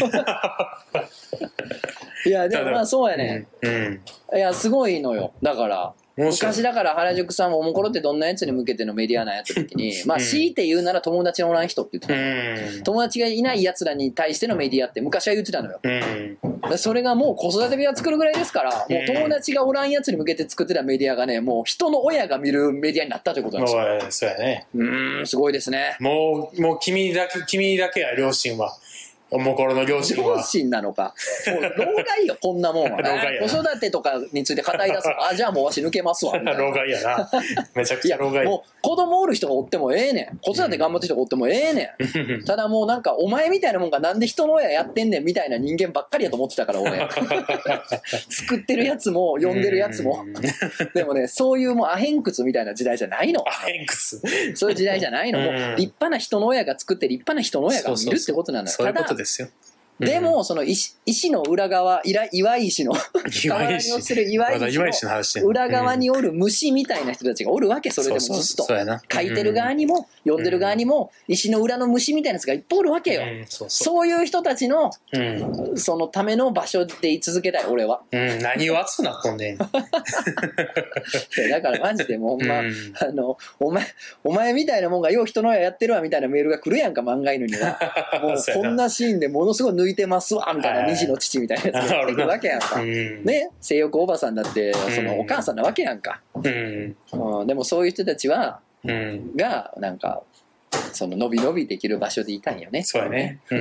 [SPEAKER 1] いやでもまあそうや ね
[SPEAKER 2] うん
[SPEAKER 1] いやすごいのよだから
[SPEAKER 2] 面白い
[SPEAKER 1] 昔だから原宿さんもおもころってどんなやつに向けてのメディアなんやった時にまあ
[SPEAKER 2] うん
[SPEAKER 1] 強いて言うなら友達のおらん人って言って
[SPEAKER 2] う
[SPEAKER 1] た、
[SPEAKER 2] ん
[SPEAKER 1] 友達がいないやつらに対してのメディアって昔は言ってたのよ
[SPEAKER 2] うん
[SPEAKER 1] でそれがもう子育て部屋作るぐらいですからもう
[SPEAKER 2] うん
[SPEAKER 1] 友達がおらんやつに向けて作ってたメディアがねもう人の親が見るメディアになったということなんですよ
[SPEAKER 2] おいそうやね
[SPEAKER 1] うーんすごいですね
[SPEAKER 2] もうもう君だけ君だけや両親はおもころの両親
[SPEAKER 1] 両
[SPEAKER 2] は
[SPEAKER 1] 親なのかもう老害よこんなもんは
[SPEAKER 2] 老害や
[SPEAKER 1] 子
[SPEAKER 2] な
[SPEAKER 1] 育てとかについて語り出す のあじゃあもうわし抜けますわみたい な
[SPEAKER 2] 老害やなめちゃく
[SPEAKER 1] い
[SPEAKER 2] ち
[SPEAKER 1] や
[SPEAKER 2] ゃ老害
[SPEAKER 1] もう子供おる人がおってもええねん子育て頑張ってる人がおってもええねん、ただもうなんかお前みたいなもんがなんで人の親やってんねんみたいな人間ばっかりやと思ってた から俺作ってるやつも呼んでるやつも
[SPEAKER 2] うん
[SPEAKER 1] でもねそういうもうアヘン屈みたいな時代じゃないの
[SPEAKER 2] アヘンクス
[SPEAKER 1] そういう時代じゃないのもう
[SPEAKER 2] うん
[SPEAKER 1] 立派な人の親が作って立派な人の親が見るってことなのよ
[SPEAKER 2] そうい
[SPEAKER 1] た
[SPEAKER 2] うこと
[SPEAKER 1] だ
[SPEAKER 2] ですよ
[SPEAKER 1] でもその石石の裏側いら岩井石の
[SPEAKER 2] 岩
[SPEAKER 1] 河
[SPEAKER 2] 井
[SPEAKER 1] 原に落ち
[SPEAKER 2] 氏
[SPEAKER 1] てる岩
[SPEAKER 2] まだ
[SPEAKER 1] 井石
[SPEAKER 2] 岩
[SPEAKER 1] の
[SPEAKER 2] 井氏の話
[SPEAKER 1] 裏側におる虫みたいな人たちがおるわけそれでもずっと。書いてる側
[SPEAKER 2] に
[SPEAKER 1] にも読んでる側にも石の裏の虫みたいなやつがいっぱいおるわけよ、
[SPEAKER 2] うんそうそう
[SPEAKER 1] そういう人たちの
[SPEAKER 2] うん
[SPEAKER 1] そのための場所で居続けたい俺は
[SPEAKER 2] うん、何を熱くなっとん ねん。
[SPEAKER 1] だからマジでもうほんま、
[SPEAKER 2] うん
[SPEAKER 1] あのお前お前みたいなもんがよう人の親やってるわみたいなメールが来るやんか漫画犬に はもう
[SPEAKER 2] そうや
[SPEAKER 1] こんなシーンでものすごい抜いてますわみたい
[SPEAKER 2] は
[SPEAKER 1] ない虹の父みたいなやつが来てくるわけやんか、
[SPEAKER 2] うん、
[SPEAKER 1] ね性欲おばさんだってその
[SPEAKER 2] うん
[SPEAKER 1] お母さんなわけやんか、
[SPEAKER 2] うん。
[SPEAKER 1] うん、でもそういう人たちは
[SPEAKER 2] うん。
[SPEAKER 1] がなんかその伸び伸びできる場所でいたいよね。
[SPEAKER 2] そうやね。 うん。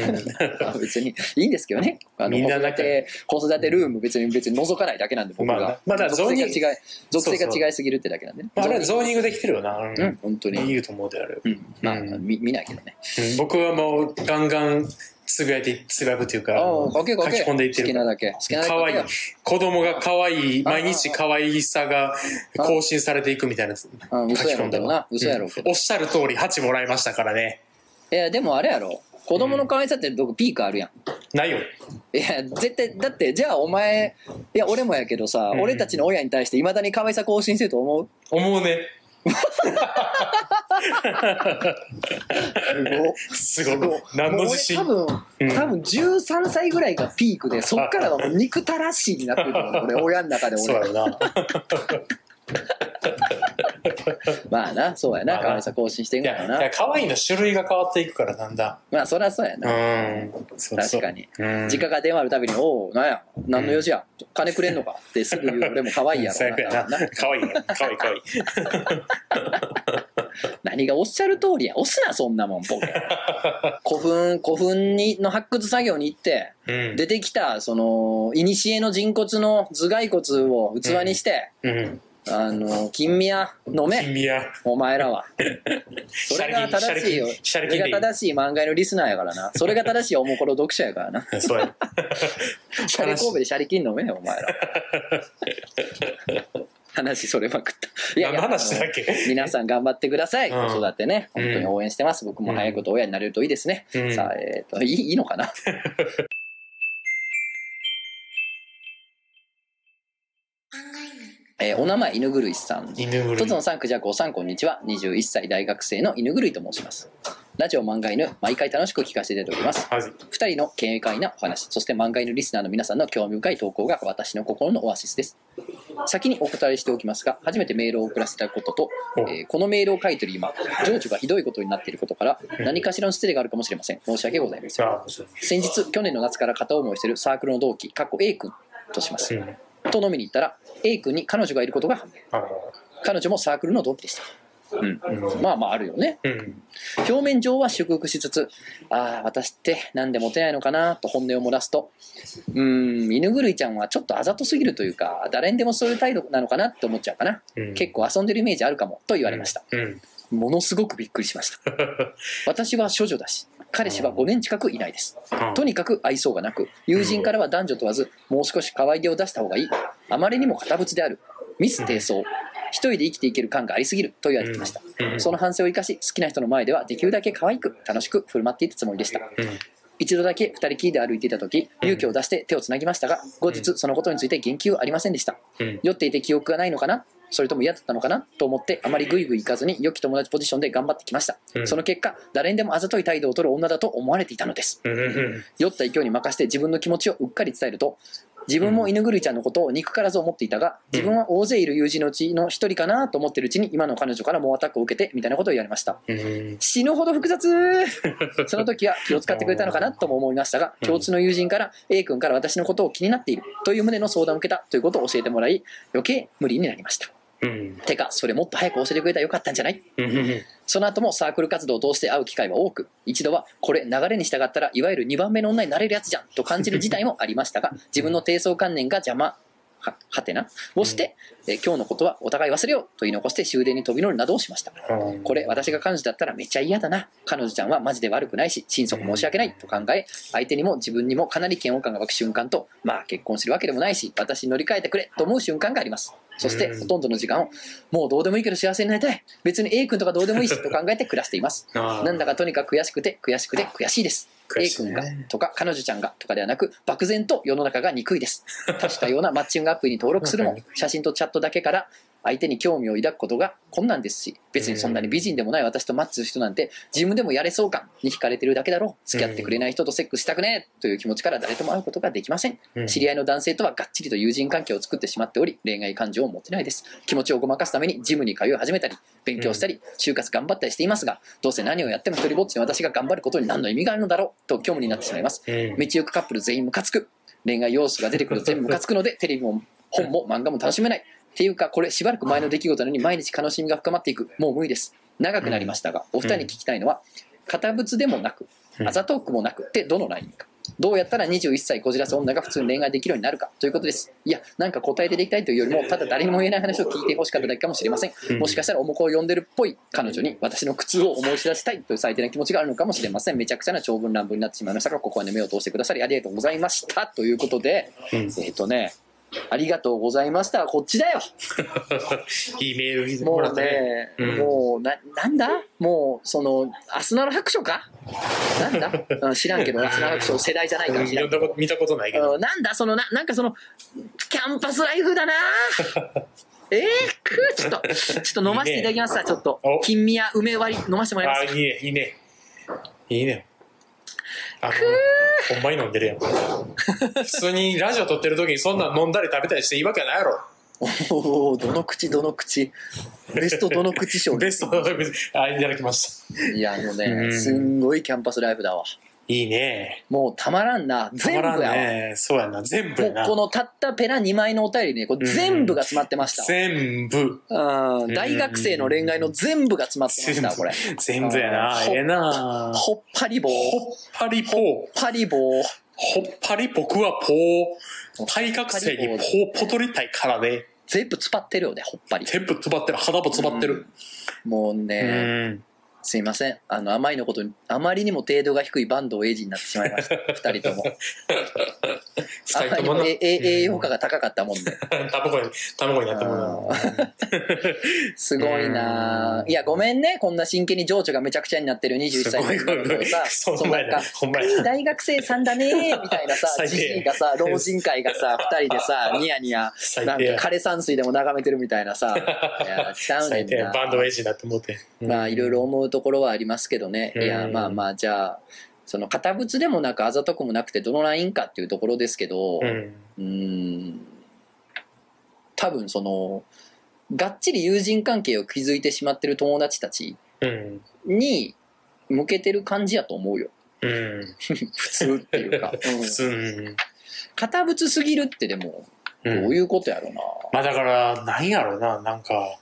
[SPEAKER 1] まあ別にいいんですけどね。あの
[SPEAKER 2] みん
[SPEAKER 1] 子
[SPEAKER 2] な
[SPEAKER 1] 育
[SPEAKER 2] 仲
[SPEAKER 1] て子育てルーム別に別に覗かないだけなんで僕
[SPEAKER 2] まあ
[SPEAKER 1] が
[SPEAKER 2] な。まだ
[SPEAKER 1] 属性
[SPEAKER 2] ゾ
[SPEAKER 1] が
[SPEAKER 2] ーニング
[SPEAKER 1] 違い属性
[SPEAKER 2] そうそ
[SPEAKER 1] が違いすぎるってだけなんでね。
[SPEAKER 2] まあ、あれはゾーニングできてるよな。う
[SPEAKER 1] うん。本当に。
[SPEAKER 2] いいと思うであれば。
[SPEAKER 1] うん。まあ
[SPEAKER 2] う
[SPEAKER 1] 見見ないけどね。
[SPEAKER 2] うん僕はもうガンガンつぶやいてつぶやくっていうか
[SPEAKER 1] ああ書け書
[SPEAKER 2] 書
[SPEAKER 1] け。
[SPEAKER 2] き込んでいって
[SPEAKER 1] 好き
[SPEAKER 2] る
[SPEAKER 1] なだけ。好きなだけ。
[SPEAKER 2] かわいい子供が可愛い毎日可愛さが更新されていくみたいな書き
[SPEAKER 1] あ嘘やろ
[SPEAKER 2] 込
[SPEAKER 1] うん
[SPEAKER 2] だ
[SPEAKER 1] けど
[SPEAKER 2] の
[SPEAKER 1] な。嘘やろうけど。
[SPEAKER 2] おっしゃる通り8もらいましたからね
[SPEAKER 1] いやでもあれやろ。子供の可愛さってどこピークあるやん。
[SPEAKER 2] ないよ
[SPEAKER 1] いや絶対だってじゃあお前いや俺もやけどさ、
[SPEAKER 2] うん
[SPEAKER 1] 俺たちの親に対していまだに可愛さ更新してると思う
[SPEAKER 2] 思うね
[SPEAKER 1] すご
[SPEAKER 2] すごい何の自信
[SPEAKER 1] もう俺多分、
[SPEAKER 2] うん
[SPEAKER 1] 多分13歳ぐらいがピークで、そっからはもう憎たらしいになってると思う。俺、親の中で
[SPEAKER 2] そうや
[SPEAKER 1] 俺。
[SPEAKER 2] ろな
[SPEAKER 1] まあな、そうやな。
[SPEAKER 2] まあな
[SPEAKER 1] 可愛さ更新してい
[SPEAKER 2] い
[SPEAKER 1] くのか
[SPEAKER 2] やい
[SPEAKER 1] な。
[SPEAKER 2] や可愛いの種類が変わっていくからだんだ
[SPEAKER 1] まあ、そりゃそうや
[SPEAKER 2] んう
[SPEAKER 1] な。
[SPEAKER 2] んそうそ
[SPEAKER 1] 確
[SPEAKER 2] う
[SPEAKER 1] かに。
[SPEAKER 2] うん
[SPEAKER 1] 実家が電話あるたびに、おお、なんや、何の用事や、金くれんのか ってすぐ言う俺も可愛い やろ
[SPEAKER 2] 最悪やな可愛いな可愛い可愛い
[SPEAKER 1] 何がおっしゃる通りや。押すな、そんなもん、ボ ケ。古墳、古墳にの発掘作業に行って、
[SPEAKER 2] うん
[SPEAKER 1] 出てきた、その、古の人骨の頭蓋骨を器にして、
[SPEAKER 2] うん
[SPEAKER 1] あの、金宮飲め。
[SPEAKER 2] 君や
[SPEAKER 1] お前 らは。それが正しいよ。
[SPEAKER 2] シ
[SPEAKER 1] そ
[SPEAKER 2] ャレ
[SPEAKER 1] れ
[SPEAKER 2] キンでいい
[SPEAKER 1] が正しい漫画のリスナーやからな。それが正しいおもころ読者やからな。
[SPEAKER 2] そうや
[SPEAKER 1] シャレ神戸でシャリキン飲めよ、お前ら。話それまくった。い
[SPEAKER 2] 何の話だ
[SPEAKER 1] あ
[SPEAKER 2] っ
[SPEAKER 1] の
[SPEAKER 2] け
[SPEAKER 1] 皆さん頑張ってください。
[SPEAKER 2] うん
[SPEAKER 1] 子育てね。
[SPEAKER 2] うん
[SPEAKER 1] 本当に応援してます。僕も早いこと親になれるといいですね。
[SPEAKER 2] うん
[SPEAKER 1] さあ、えっ、と、いいいいのかなえーお名前、犬狂いさん。
[SPEAKER 2] 犬ぐる
[SPEAKER 1] とつ
[SPEAKER 2] い
[SPEAKER 1] のさん、くじゃこうさん、こんにちは。21歳大学生の犬狂いと申します。ラジオ漫画犬、毎回楽しく聞かせていただいております。
[SPEAKER 2] はい
[SPEAKER 1] 二人の軽快なお話、そして漫画犬リスナーの皆さんの興味深い投稿が私の心のオアシスです。先にお答えしておきますが、初めてメールを送らせたことと、
[SPEAKER 2] お
[SPEAKER 1] えーこのメールを書いている今、情緒がひどいことになっていることから、何かしらの失礼があるかもしれません。申し訳ございません。
[SPEAKER 2] あそう
[SPEAKER 1] 先日、去年の夏から片思いしているサークルの同期、かっこ A 君とします
[SPEAKER 2] う。ん
[SPEAKER 1] と飲みに行ったら、A 君に彼女がいることが判明。
[SPEAKER 2] あ
[SPEAKER 1] 彼女もサークルの同期でした。うん、
[SPEAKER 2] うん
[SPEAKER 1] まあまああるよね。
[SPEAKER 2] うん
[SPEAKER 1] 表面上は祝福しつつ、ああ、私ってなんでモテないのかなと本音を漏らすと、うーん、犬狂いちゃんはちょっとあざとすぎるというか、誰にでもそういう態度なのかなって思っちゃうかな。
[SPEAKER 2] うん
[SPEAKER 1] 結構遊んでるイメージあるかもと言われました。
[SPEAKER 2] うん
[SPEAKER 1] ものすごくびっくりし ました。私は処女だし、彼氏は5年近くいないです。とにかく愛想がなく、友人からは男女問わず、もう少し可愛げを出した方がいい。あまりにも堅物である。ミス低層。一人で生きていける感がありすぎると言われてきました。
[SPEAKER 2] うん
[SPEAKER 1] その反省を生かし、好きな人の前ではできるだけ可愛く、楽しく振る舞っていったつもりでした。
[SPEAKER 2] うん
[SPEAKER 1] 一度だけ二人きりで歩いていた時、勇気を出して手をつなぎましたが、後日そのことについて言及はありませんでした。
[SPEAKER 2] うん
[SPEAKER 1] 酔っていて記憶がないのかなそれとも嫌だったのかなと思ってあまりグイグイ行かずに良き友達ポジションで頑張ってきました、
[SPEAKER 2] うん
[SPEAKER 1] その結果誰にでもあざとい態度を取る女だと思われていたのです
[SPEAKER 2] うんうん
[SPEAKER 1] 酔った勢いに任せて自分の気持ちをうっかり伝えると自分も犬狂いちゃんのことを憎からず思っていたが自分は大勢いる友人のうちの一人かなと思ってるうちに今の彼女から猛アタックを受けてみたいなことを言われました
[SPEAKER 2] うん
[SPEAKER 1] 死ぬほど 複雑その時は気を使ってくれたのかなとも思いましたが
[SPEAKER 2] うん
[SPEAKER 1] 共通の友人から A 君から私のことを気になっているという旨の相談を受けたということを教えてもらい余計無理になりました
[SPEAKER 2] うん
[SPEAKER 1] てかそれもっと早く教えてくれたらよかったんじゃない
[SPEAKER 2] うん
[SPEAKER 1] その後もサークル活動を通して会う機会は多く一度はこれ流れに従ったらいわゆる2番目の女になれるやつじゃんと感じる事態もありましたが自分の低層観念が邪魔ははてなをして、えー今日のことはお互い忘れようと言い残して終電に飛び乗るなどをしました
[SPEAKER 2] うん
[SPEAKER 1] これ私が彼女だったらめっちゃ嫌だな彼女ちゃんはマジで悪くないし心底申し訳ないと考え相手にも自分にもかなり嫌悪感が湧く瞬間とまあ結婚するわけでもないし私に乗り換えてくれと思う瞬間がありますそして
[SPEAKER 2] うん
[SPEAKER 1] ほとんどの時間をもうどうでもいいけど幸せになりたい別に A 君とかどうでもいいしと考えて暮らしています
[SPEAKER 2] あー
[SPEAKER 1] なんだかとにかく悔しくて悔しくて悔しいです
[SPEAKER 2] 悔
[SPEAKER 1] A
[SPEAKER 2] しい
[SPEAKER 1] 君
[SPEAKER 2] ね
[SPEAKER 1] がとか彼女ちゃんがとかではなく漠然と世の中が憎い です多種多様なマッチングアプリに登録するも写真とチャットだけから相手に興味を抱くことが困難ですし別にそんなに美人でもない私とマッチする人なんて自分でもやれそう感に惹かれてるだけだろう付き合ってくれない人とセックスしたくねえという気持ちから誰とも会うことができません
[SPEAKER 2] うん
[SPEAKER 1] 知り合いの男性とはがっちりと友人関係を作ってしまっており恋愛感情を持てないです気持ちをごまかすためにジムに通い始めたり勉強したり就活頑張ったりしていますがどうせ何をやっても一人ぼっちの私が頑張ることに何の意味があるのだろうと虚無になってしまいます
[SPEAKER 2] うん
[SPEAKER 1] 道行くカップル全員ムカつく恋愛要素が出てくると全部ムカつくのでテレビも本も漫画も楽しめないっていうかこれしばらく前の出来事なのに毎日悲しみが深まっていくもう無理です長くなりましたが、お二人に聞きたいのは、堅物でもなく、
[SPEAKER 2] うん
[SPEAKER 1] あざとくもなくってどのラインか。どうやったら21歳こじらす女が普通に恋愛できるようになるかということです。いや、なんか答えてできたいというよりも、ただ誰にも言えない話を聞いてほしかっただけかもしれません。
[SPEAKER 2] うん
[SPEAKER 1] もしかしたらおもこを呼んでるっぽい彼女に私の苦痛を思い知らせたいという最低な気持ちがあるのかもしれません。めちゃくちゃな長文乱文になってしまいましたが、ここまで目を通してくださりありがとうございました。ということで、
[SPEAKER 2] うん
[SPEAKER 1] えっ、とね、ありがとうございました。こっちだよ。
[SPEAKER 2] いいメールも
[SPEAKER 1] も
[SPEAKER 2] らっ
[SPEAKER 1] う
[SPEAKER 2] たね。
[SPEAKER 1] ね、
[SPEAKER 2] うん
[SPEAKER 1] もうな、なんだもう、その、アスナの白書かなん だ、うん、知らんけど、アスナの白書世代じゃないか
[SPEAKER 2] う
[SPEAKER 1] ら
[SPEAKER 2] ん
[SPEAKER 1] 知ら
[SPEAKER 2] 読ん
[SPEAKER 1] んけ
[SPEAKER 2] だ
[SPEAKER 1] ど。
[SPEAKER 2] こと見たことないけど。
[SPEAKER 1] うんなんだそのな、なんかその、キャンパスライ フだなえー、くちょっと、ちょっと飲ませていただきますわ、ちょっと
[SPEAKER 2] お。
[SPEAKER 1] 金宮梅割り飲ませてもらいま
[SPEAKER 2] あ
[SPEAKER 1] す
[SPEAKER 2] ー、。いいね、いいね。いいね。あの、ほんまに飲んでるやん。普通にラジオ撮ってる時にそんなん飲んだり食べたりしていいわけないやろ。
[SPEAKER 1] おおどの口どの口ベストどの口賞
[SPEAKER 2] ベスト、あ、いただきました。
[SPEAKER 1] いやあの
[SPEAKER 2] う
[SPEAKER 1] ね
[SPEAKER 2] ん
[SPEAKER 1] すんごいキャンパスライフだわ
[SPEAKER 2] いいね。
[SPEAKER 1] もうたまらんな
[SPEAKER 2] た
[SPEAKER 1] 全
[SPEAKER 2] ま
[SPEAKER 1] 部や
[SPEAKER 2] らん
[SPEAKER 1] わ、
[SPEAKER 2] ね。そうやな、全部
[SPEAKER 1] も
[SPEAKER 2] や
[SPEAKER 1] う
[SPEAKER 2] な
[SPEAKER 1] こ。のたったペラ2枚のお便りにねこれ
[SPEAKER 2] うん
[SPEAKER 1] 全部が詰まってましたわ
[SPEAKER 2] 全部。
[SPEAKER 1] あー大学生の恋愛の全部が詰まってましたわこれ
[SPEAKER 2] 全部やな
[SPEAKER 1] あ。ー
[SPEAKER 2] ええな。ほっ
[SPEAKER 1] ほっぱり棒ほっ
[SPEAKER 2] ぱりぽう。
[SPEAKER 1] ぱり棒
[SPEAKER 2] ほっぱり僕はぽう。体格生にぽうぽとりたいからね。
[SPEAKER 1] 全部詰まってるよねほっぱり
[SPEAKER 2] 全部つばってる。肌もつばってる。
[SPEAKER 1] も
[SPEAKER 2] う
[SPEAKER 1] うね
[SPEAKER 2] ん。
[SPEAKER 1] すいませんあのあまりのことにあまりにも程度が低いバンドをエイジになってしまいました 2人ともあ
[SPEAKER 2] 二
[SPEAKER 1] ま
[SPEAKER 2] 人と
[SPEAKER 1] り
[SPEAKER 2] も
[SPEAKER 1] の
[SPEAKER 2] な。
[SPEAKER 1] ええ栄養価が高かったもんで
[SPEAKER 2] 卵に、卵になってもらう。
[SPEAKER 1] すごいなあいや、ごめんね。こんな真剣に情緒がめちゃくちゃになってる21歳の女の子がさ、
[SPEAKER 2] すごいごめ
[SPEAKER 1] そ
[SPEAKER 2] んご
[SPEAKER 1] の
[SPEAKER 2] め
[SPEAKER 1] なんんか、
[SPEAKER 2] ほんまや
[SPEAKER 1] いい大学生さんだねみたいなさ、
[SPEAKER 2] 最低
[SPEAKER 1] じじいがさ、老人会がさ、二人でさ、ニヤニヤ、
[SPEAKER 2] 最
[SPEAKER 1] なん
[SPEAKER 2] 低
[SPEAKER 1] か
[SPEAKER 2] や。
[SPEAKER 1] 枯山水でも眺めてるみたい なさ、いや、ちゃうね
[SPEAKER 2] 最
[SPEAKER 1] ん
[SPEAKER 2] 低や
[SPEAKER 1] な。
[SPEAKER 2] バンドエイジになってもうて。
[SPEAKER 1] まあ、いろいろ思うところはありますけどね。いや、
[SPEAKER 2] うん
[SPEAKER 1] まあまあ、じゃあ、その、堅物でもなく、あざとくもなくて、どのラインかっていうところですけど、
[SPEAKER 2] うん。
[SPEAKER 1] うーん多分そのがっちり友人関係を築いてしまってる友達たち
[SPEAKER 2] うん。
[SPEAKER 1] に向けてる感じやと思うよ
[SPEAKER 2] うん。
[SPEAKER 1] 普通ってい うか、うん
[SPEAKER 2] 普、通。
[SPEAKER 1] 堅物すぎるってでも
[SPEAKER 2] う。
[SPEAKER 1] どうんいうことやろうな、
[SPEAKER 2] まあだから、なんやろうな、なんか、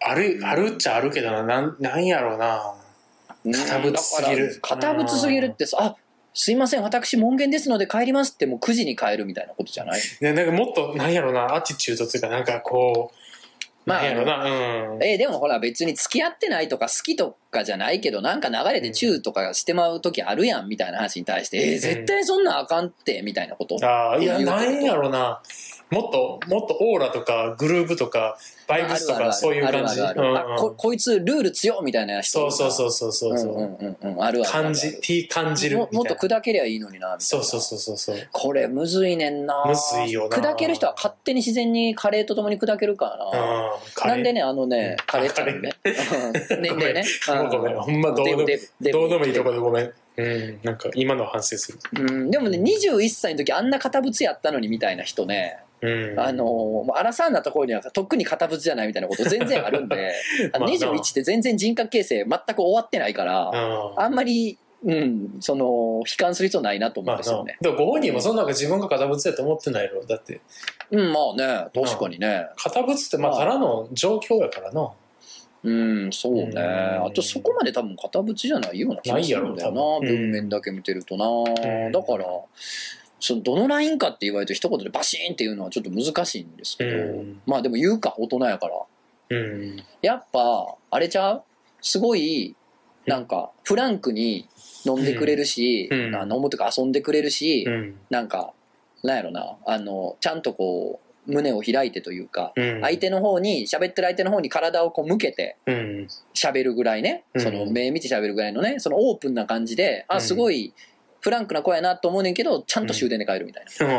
[SPEAKER 2] ある、あるっちゃあるけどな、なん、なんやろうな。
[SPEAKER 1] うん
[SPEAKER 2] 堅物すぎる
[SPEAKER 1] だから堅物すぎるってさ「あすいません私門限ですので帰ります」ってもう9時に帰るみたいなことじゃない
[SPEAKER 2] ね、なんかもっと、なんやろうな、アティチュードというか、なんかこう、
[SPEAKER 1] まあ
[SPEAKER 2] なんやろうな、うん。
[SPEAKER 1] えーでもほら別に付き合ってないとか好きとかじゃないけどなんか流れでチューとかしてまう時あるやんみたいな話に対して、えー絶対そんなんあかんってみたいなこと、
[SPEAKER 2] ああ、いや、
[SPEAKER 1] 言うこと
[SPEAKER 2] なんやろうな。もっと、もっとオーラとか、グルーブとか、バイブスとか、そういう感じ。
[SPEAKER 1] あるあるあるあこ
[SPEAKER 2] うん
[SPEAKER 1] こいつルール強みたいな人
[SPEAKER 2] そうそうそうそうそう。
[SPEAKER 1] うんうんうんうんあるあるある
[SPEAKER 2] 感じ、T 感じるみ
[SPEAKER 1] も
[SPEAKER 2] たいな。
[SPEAKER 1] もっと砕けりゃいいのになみたいな
[SPEAKER 2] そうそうそうそうそう。
[SPEAKER 1] これむずいねんな
[SPEAKER 2] むずいよな
[SPEAKER 1] 砕ける人は勝手に自然にカレーとともに砕けるからな、
[SPEAKER 2] な
[SPEAKER 1] なんでね、あのね、カレーちゃんね。うん年齢ね。うん
[SPEAKER 2] ごめん、ほんまどうでも
[SPEAKER 1] デブデブデブ
[SPEAKER 2] どうでもいいとこでごめん。うん、なんか今の反省する。
[SPEAKER 1] うん、でもね21歳の時あんな堅物やったのにみたいな人ね、
[SPEAKER 2] うん。
[SPEAKER 1] あのもう荒さんなところにはとっくに堅物じゃないみたいなこと全然あるんであ の
[SPEAKER 2] まあな
[SPEAKER 1] 21って全然人格形成全く終わってないから
[SPEAKER 2] うん、
[SPEAKER 1] あんまり、うん、その悲観する必要ないなと思
[SPEAKER 2] ま
[SPEAKER 1] うん
[SPEAKER 2] あ
[SPEAKER 1] ですよね。
[SPEAKER 2] なでもご本人もそんなんか自分が堅物やと思ってないやろ。だって、
[SPEAKER 1] うん、まあね確かにね、
[SPEAKER 2] 堅物ってまあ
[SPEAKER 1] まあ
[SPEAKER 2] ただの状況やからな。
[SPEAKER 1] うん、そうね
[SPEAKER 2] うん
[SPEAKER 1] あとそこまで多分堅物じゃないような気がするんだよ
[SPEAKER 2] ないやろ多
[SPEAKER 1] な
[SPEAKER 2] 分うん
[SPEAKER 1] 文面だけ見てるとな、
[SPEAKER 2] ん
[SPEAKER 1] だからそのどのラインかって言われて一言でバシーンっていうのはちょっと難しいんですけど、
[SPEAKER 2] うん
[SPEAKER 1] まあでも言うか大人やから
[SPEAKER 2] うん。
[SPEAKER 1] やっぱあれちゃうすごいなんかフランクに飲んでくれるし、
[SPEAKER 2] うんうん
[SPEAKER 1] あ飲むとか遊んでくれるし、
[SPEAKER 2] うん。
[SPEAKER 1] なんかなんやろなあのちゃんとこう胸を開いてというか、
[SPEAKER 2] うん。
[SPEAKER 1] 相手の方に喋ってる相手の方に体をこう向けて
[SPEAKER 2] うん。
[SPEAKER 1] 喋るぐらいね、
[SPEAKER 2] うん
[SPEAKER 1] その目見て喋るぐらいのねそのオープンな感じで、
[SPEAKER 2] う
[SPEAKER 1] あ
[SPEAKER 2] ん
[SPEAKER 1] すごいフランクな子やなと思うねんけどちゃんと終電で帰るみたい
[SPEAKER 2] あ
[SPEAKER 1] な、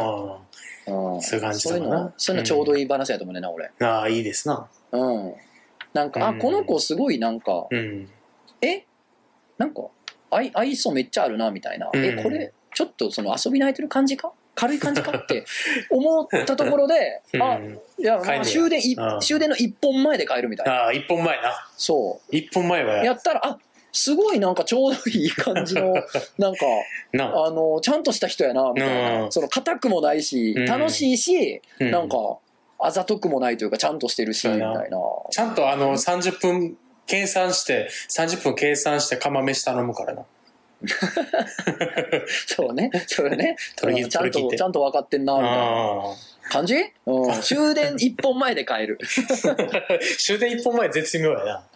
[SPEAKER 1] う
[SPEAKER 2] そ
[SPEAKER 1] ん
[SPEAKER 2] ういう感じ
[SPEAKER 1] そう
[SPEAKER 2] だ
[SPEAKER 1] いう
[SPEAKER 2] もん
[SPEAKER 1] の
[SPEAKER 2] な
[SPEAKER 1] そういうのちょうどいい話やと思うねんな俺
[SPEAKER 2] あああ、いいですな。
[SPEAKER 1] うんなんか、
[SPEAKER 2] うん
[SPEAKER 1] あこの子すごいなんか
[SPEAKER 2] うん。
[SPEAKER 1] えなんか愛愛想めっちゃあるなみたいな、
[SPEAKER 2] うん
[SPEAKER 1] えこれちょっとその遊び泣いてる感じか軽い感じかって思ったところで、
[SPEAKER 2] うん
[SPEAKER 1] あいや、まあ、
[SPEAKER 2] 帰る
[SPEAKER 1] 終電い
[SPEAKER 2] うん
[SPEAKER 1] 終電の一本前で帰るみたいな
[SPEAKER 2] ああ、一本前な。
[SPEAKER 1] そ
[SPEAKER 2] 一本前は
[SPEAKER 1] う
[SPEAKER 2] や
[SPEAKER 1] やったらあすごいなんかちょうどいい感 じのなんか
[SPEAKER 2] な。
[SPEAKER 1] あのちゃんとした人やなみたい
[SPEAKER 2] うん
[SPEAKER 1] なその硬くもないし
[SPEAKER 2] うん
[SPEAKER 1] 楽しいし、
[SPEAKER 2] う
[SPEAKER 1] なんかあざとくもないというかちゃんとしてるし
[SPEAKER 2] そう
[SPEAKER 1] み
[SPEAKER 2] や
[SPEAKER 1] た
[SPEAKER 2] ない
[SPEAKER 1] な
[SPEAKER 2] ちゃんとあの30分計算して、30分計算して釜飯頼むからな。
[SPEAKER 1] そうね。そうね。
[SPEAKER 2] それ聞いて
[SPEAKER 1] うんちゃん
[SPEAKER 2] それ聞い
[SPEAKER 1] と、
[SPEAKER 2] て
[SPEAKER 1] ちゃんと分かってんな、みたいな
[SPEAKER 2] ああ。
[SPEAKER 1] 感じうん。終電一本前で帰る。
[SPEAKER 2] 終電一本前絶妙やな。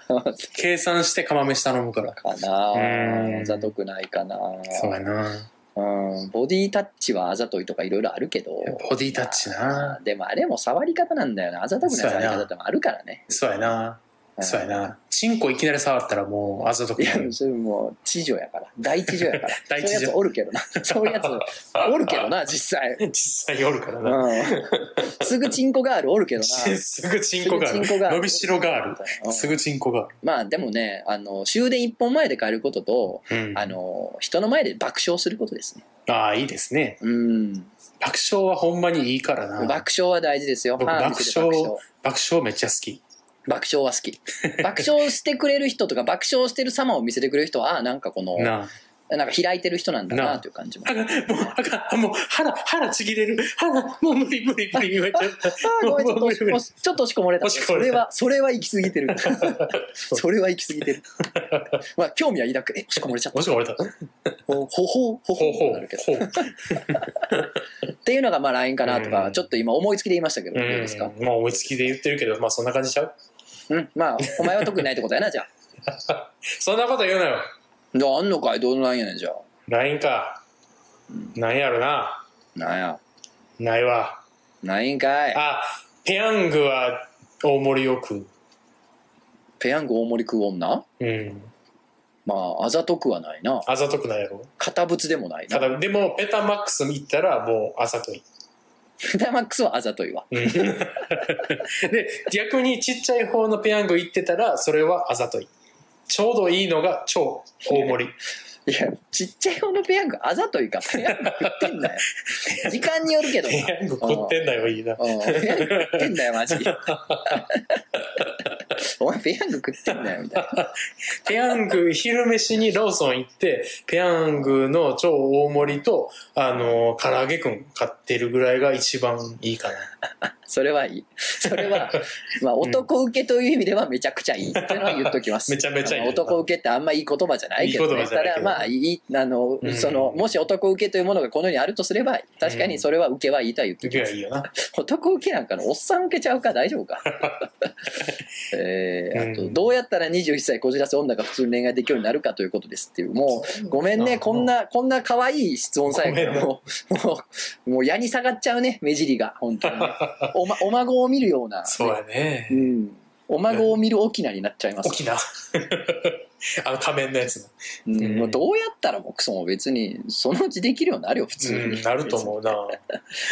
[SPEAKER 2] 計算して釜飯頼むから。
[SPEAKER 1] かな
[SPEAKER 2] う
[SPEAKER 1] ぁ
[SPEAKER 2] ん
[SPEAKER 1] あざとくないかな
[SPEAKER 2] そうやな。
[SPEAKER 1] うん。ボディタッチはあざといとかいろいろあるけど。
[SPEAKER 2] ボディタッチな。
[SPEAKER 1] でもあれも触り方なんだよな。あざとくない触り方ってもあるからね。
[SPEAKER 2] そうやな。
[SPEAKER 1] ん
[SPEAKER 2] そうや。な。チンコいきなり触ったらもうあざとく
[SPEAKER 1] い
[SPEAKER 2] な
[SPEAKER 1] や
[SPEAKER 2] る、。
[SPEAKER 1] それもう、地女やから。大地女やから。
[SPEAKER 2] 大地女
[SPEAKER 1] そういうやつおるけ どな。そういうやつおるけどな、実際。
[SPEAKER 2] 実際おるからな。
[SPEAKER 1] うん。すぐチンコガールおるけどな。
[SPEAKER 2] すぐチンコがあ
[SPEAKER 1] すぐ
[SPEAKER 2] る
[SPEAKER 1] チンコがあ。る
[SPEAKER 2] 伸びしろがある。
[SPEAKER 1] うん
[SPEAKER 2] すぐチンコがあ
[SPEAKER 1] まあでもね、あの、終電一本前で帰ることと、
[SPEAKER 2] る。うん
[SPEAKER 1] あの、人の前で爆笑することですね。
[SPEAKER 2] ああ、いいですね。
[SPEAKER 1] うん。
[SPEAKER 2] 爆笑はほんまにいいからな。爆
[SPEAKER 1] 爆笑は大事ですよ。
[SPEAKER 2] 僕
[SPEAKER 1] 歯見せて
[SPEAKER 2] 爆笑笑めっちゃ好き。
[SPEAKER 1] 爆笑は好 き。爆笑してくれる人とか、爆笑してる様を見せてくれる人は、ああ、なんかこの、
[SPEAKER 2] なあ。
[SPEAKER 1] なんか開いてる人なんだ
[SPEAKER 2] な
[SPEAKER 1] な
[SPEAKER 2] あ
[SPEAKER 1] という感じも。
[SPEAKER 2] あかんもう、あかん、もう、腹、腹ちぎれる。腹、もう無理無理無理 言われちゃった。
[SPEAKER 1] あーごめんちょっと押し
[SPEAKER 2] もうもう
[SPEAKER 1] 押しちょっと押し込まれた。
[SPEAKER 2] 押し
[SPEAKER 1] そ
[SPEAKER 2] 込ま
[SPEAKER 1] れ
[SPEAKER 2] れ
[SPEAKER 1] は、それは行き過ぎてる。それは行き過ぎてる。まあ、興味は抱く。え、押し込まれちゃった
[SPEAKER 2] も。しも俺だ。ほう
[SPEAKER 1] ほほほほ
[SPEAKER 2] ほう
[SPEAKER 1] ほなるけど。
[SPEAKER 2] ほう。
[SPEAKER 1] っていうのが、まあ、LINE かなとか、
[SPEAKER 2] うん
[SPEAKER 1] ちょっと今思いつきで言いましたけど、
[SPEAKER 2] う
[SPEAKER 1] どうですか
[SPEAKER 2] ん。まあ思いつきで言ってるけど、まあそんな感じちゃう
[SPEAKER 1] うん。まあ、お前は特にないってことやな、じゃあ。
[SPEAKER 2] そんなこと言うなよ。
[SPEAKER 1] じゃあ、あんのかいどうなんやねん、じゃあ。
[SPEAKER 2] LINE か。なんやろな。
[SPEAKER 1] なんや。
[SPEAKER 2] ないわ。
[SPEAKER 1] ないんかい。
[SPEAKER 2] あ、ペヤングは大盛りを食う。
[SPEAKER 1] ペヤング大盛り食う女
[SPEAKER 2] うん。
[SPEAKER 1] まあ、あざとくはないな。
[SPEAKER 2] あざとくないやろ。
[SPEAKER 1] 堅物でもない
[SPEAKER 2] た
[SPEAKER 1] な。
[SPEAKER 2] だ、でも、ペタマックス行ったらもうあざとい。
[SPEAKER 1] ペタマックスはあざといわ。
[SPEAKER 2] うんで、 逆にちっちゃい方のペヤング行ってたら、それはあざとい。ちょうどいいのが超大盛り。
[SPEAKER 1] いや、ちっちゃい方のペヤング、あざといか。ペヤング食って んだよ。時間によるけどな。
[SPEAKER 2] ペヤング食ってんだよ、いいな。
[SPEAKER 1] うんペヤング食ってんだよ、マジ。お前、ペヤング食ってんだよ、みたいな。
[SPEAKER 2] ペヤング、昼飯にローソン行って、ペヤングの超大盛りと、あの、唐揚げくん買ってるぐらいが一番いいかな。
[SPEAKER 1] それはいい。それは、まあ、男受けという意味ではめちゃくちゃいい。っていうのは言っときます。
[SPEAKER 2] めちゃめちゃいい
[SPEAKER 1] あの男受けってあんまいい言葉じゃないけど、ね、
[SPEAKER 2] いい言葉じゃないけど
[SPEAKER 1] ただ、まあ、いい、あの、
[SPEAKER 2] うん
[SPEAKER 1] その、もし男受けというものがこの世にあるとすれば、確かにそれは受けはいいとは言っと
[SPEAKER 2] 行
[SPEAKER 1] き
[SPEAKER 2] け
[SPEAKER 1] ま
[SPEAKER 2] ば
[SPEAKER 1] す
[SPEAKER 2] い。いよな。
[SPEAKER 1] 男受けなんかのおっさん受けちゃうか大 丈夫かえーあ
[SPEAKER 2] う
[SPEAKER 1] と
[SPEAKER 2] ん
[SPEAKER 1] どうやったら21歳こじらせ女が普通に恋愛できるようになるかということですっていうもうごめんねこんなこんな可愛い質問さえからもうもうもう矢に下がっちゃうね目尻が本当 にね、おまお孫を見るような、
[SPEAKER 2] そうやね
[SPEAKER 1] う。ん、お孫を見る沖縄になっちゃいます
[SPEAKER 2] 沖縄。 あの仮面のやつな。
[SPEAKER 1] うん
[SPEAKER 2] うん
[SPEAKER 1] もうどうやったらもうクソも別にそのうちできるようになるよ普通に、
[SPEAKER 2] うん、なると思うな。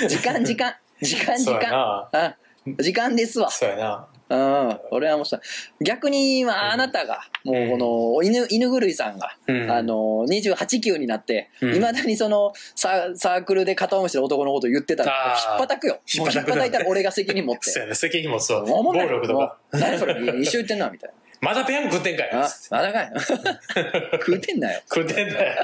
[SPEAKER 1] 時間時間時間時
[SPEAKER 2] そうや
[SPEAKER 1] 間
[SPEAKER 2] な。
[SPEAKER 1] あ時間ですわ
[SPEAKER 2] そうやな。
[SPEAKER 1] うん、俺はもうさ逆にまああなたが、
[SPEAKER 2] ん
[SPEAKER 1] もうこの犬犬狂いさんが、
[SPEAKER 2] うん
[SPEAKER 1] あの28級になって
[SPEAKER 2] う
[SPEAKER 1] い
[SPEAKER 2] ん
[SPEAKER 1] ま、未だにそのササークルで片思いしてる男のことを言ってたら
[SPEAKER 2] あー
[SPEAKER 1] 引っ叩くよ
[SPEAKER 2] 引っ
[SPEAKER 1] もう引
[SPEAKER 2] 叩
[SPEAKER 1] っ
[SPEAKER 2] くな
[SPEAKER 1] 叩いたら俺が責任持っ
[SPEAKER 2] そう
[SPEAKER 1] て
[SPEAKER 2] やな。責任もそう。
[SPEAKER 1] もう
[SPEAKER 2] 暴
[SPEAKER 1] 思わない
[SPEAKER 2] 力とか。
[SPEAKER 1] もう何それ一緒言ってんなみたい
[SPEAKER 2] まだペヤング食ってんかい
[SPEAKER 1] なあまだかい 食うてんなよ
[SPEAKER 2] 食ってんだよ。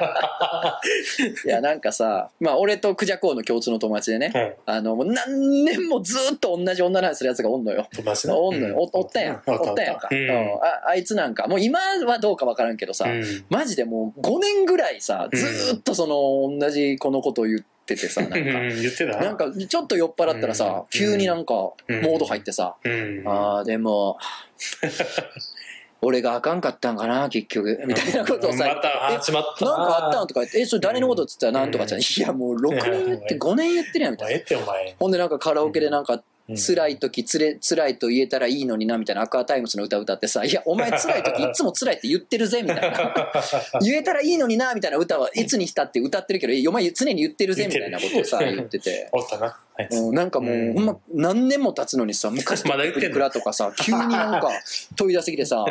[SPEAKER 1] いやなんかさまあ俺とクジャコウの共通の友達でね、
[SPEAKER 2] うん
[SPEAKER 1] あのもう何年もずっと同じ女の話するやつがおんのよ
[SPEAKER 2] 友達な
[SPEAKER 1] おんのよ、おおったやん、
[SPEAKER 2] う
[SPEAKER 1] おったやんか、
[SPEAKER 2] うん
[SPEAKER 1] うんああいつなんかもう今はどうか分からんけどさ、
[SPEAKER 2] うん
[SPEAKER 1] マジでもう5年ぐらいさ
[SPEAKER 2] うん
[SPEAKER 1] ずーっとその同じこのことを言っててさなんか
[SPEAKER 2] うん言ってた
[SPEAKER 1] なんかちょっと酔っ払ったら
[SPEAKER 2] うん
[SPEAKER 1] さ急になんかモ
[SPEAKER 2] うん
[SPEAKER 1] ード入ってさ
[SPEAKER 2] うん
[SPEAKER 1] 「あー でも俺があかんかったんかな結局」みたいなことをさ「
[SPEAKER 2] また
[SPEAKER 1] え
[SPEAKER 2] 始まった
[SPEAKER 1] なんかあった
[SPEAKER 2] ん
[SPEAKER 1] ん?」とか言って「えそれ誰のこと?」っつったら「なんとか」っつったら「いやもう6年言って5年言ってるやん」み
[SPEAKER 2] お
[SPEAKER 1] た
[SPEAKER 2] 前
[SPEAKER 1] い
[SPEAKER 2] え
[SPEAKER 1] な
[SPEAKER 2] え。ってお前
[SPEAKER 1] ほんでなんかカラオケでなんか
[SPEAKER 2] うん
[SPEAKER 1] 辛い時つれ辛いと言えたらいいのになみたいなアクアタイムスの歌歌ってさ「いやお前辛 い時いつも辛いって言ってるぜ」みたいな言えたらいいのになみたいな歌はいつにしたって歌ってるけど「いやお前常に言ってるぜ」みたいなことをさ
[SPEAKER 2] 言ってる
[SPEAKER 1] 言ってて。
[SPEAKER 2] おったなあいつ
[SPEAKER 1] うん、なんかもう、
[SPEAKER 2] うん
[SPEAKER 1] ほんま何年も経つのにさ昔
[SPEAKER 2] まだ言っ
[SPEAKER 1] プ
[SPEAKER 2] て
[SPEAKER 1] リ
[SPEAKER 2] ん
[SPEAKER 1] ク
[SPEAKER 2] の
[SPEAKER 1] ラと かさ急になんか飛び出してきてさ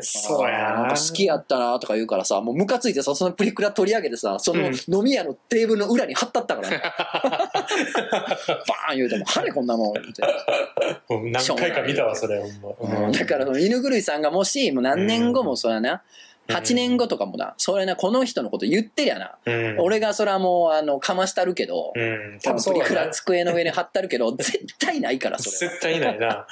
[SPEAKER 2] そうや
[SPEAKER 1] あーなんか好きやったなとか言うからさもうムカついてさそのプリクラ取り上げてさその
[SPEAKER 2] うん
[SPEAKER 1] 飲み屋のテーブルの裏に貼ったったからね、 バーン言うても「はれこんなもん」って。
[SPEAKER 2] うん何回か見たわそれほんま
[SPEAKER 1] だからその犬狂いさんがもしもう何年後もそうやな、 8年後とかもな、それな、この人のこと言ってりゃな、
[SPEAKER 2] うん。
[SPEAKER 1] 俺がそれはもう、あの、かましたるけど、
[SPEAKER 2] うん。
[SPEAKER 1] た
[SPEAKER 2] 多分
[SPEAKER 1] っぷ
[SPEAKER 2] そう
[SPEAKER 1] り
[SPEAKER 2] だ
[SPEAKER 1] くら
[SPEAKER 2] な。
[SPEAKER 1] 机の上に貼ったるけど、絶対ないから、それは。
[SPEAKER 2] 絶対いないな。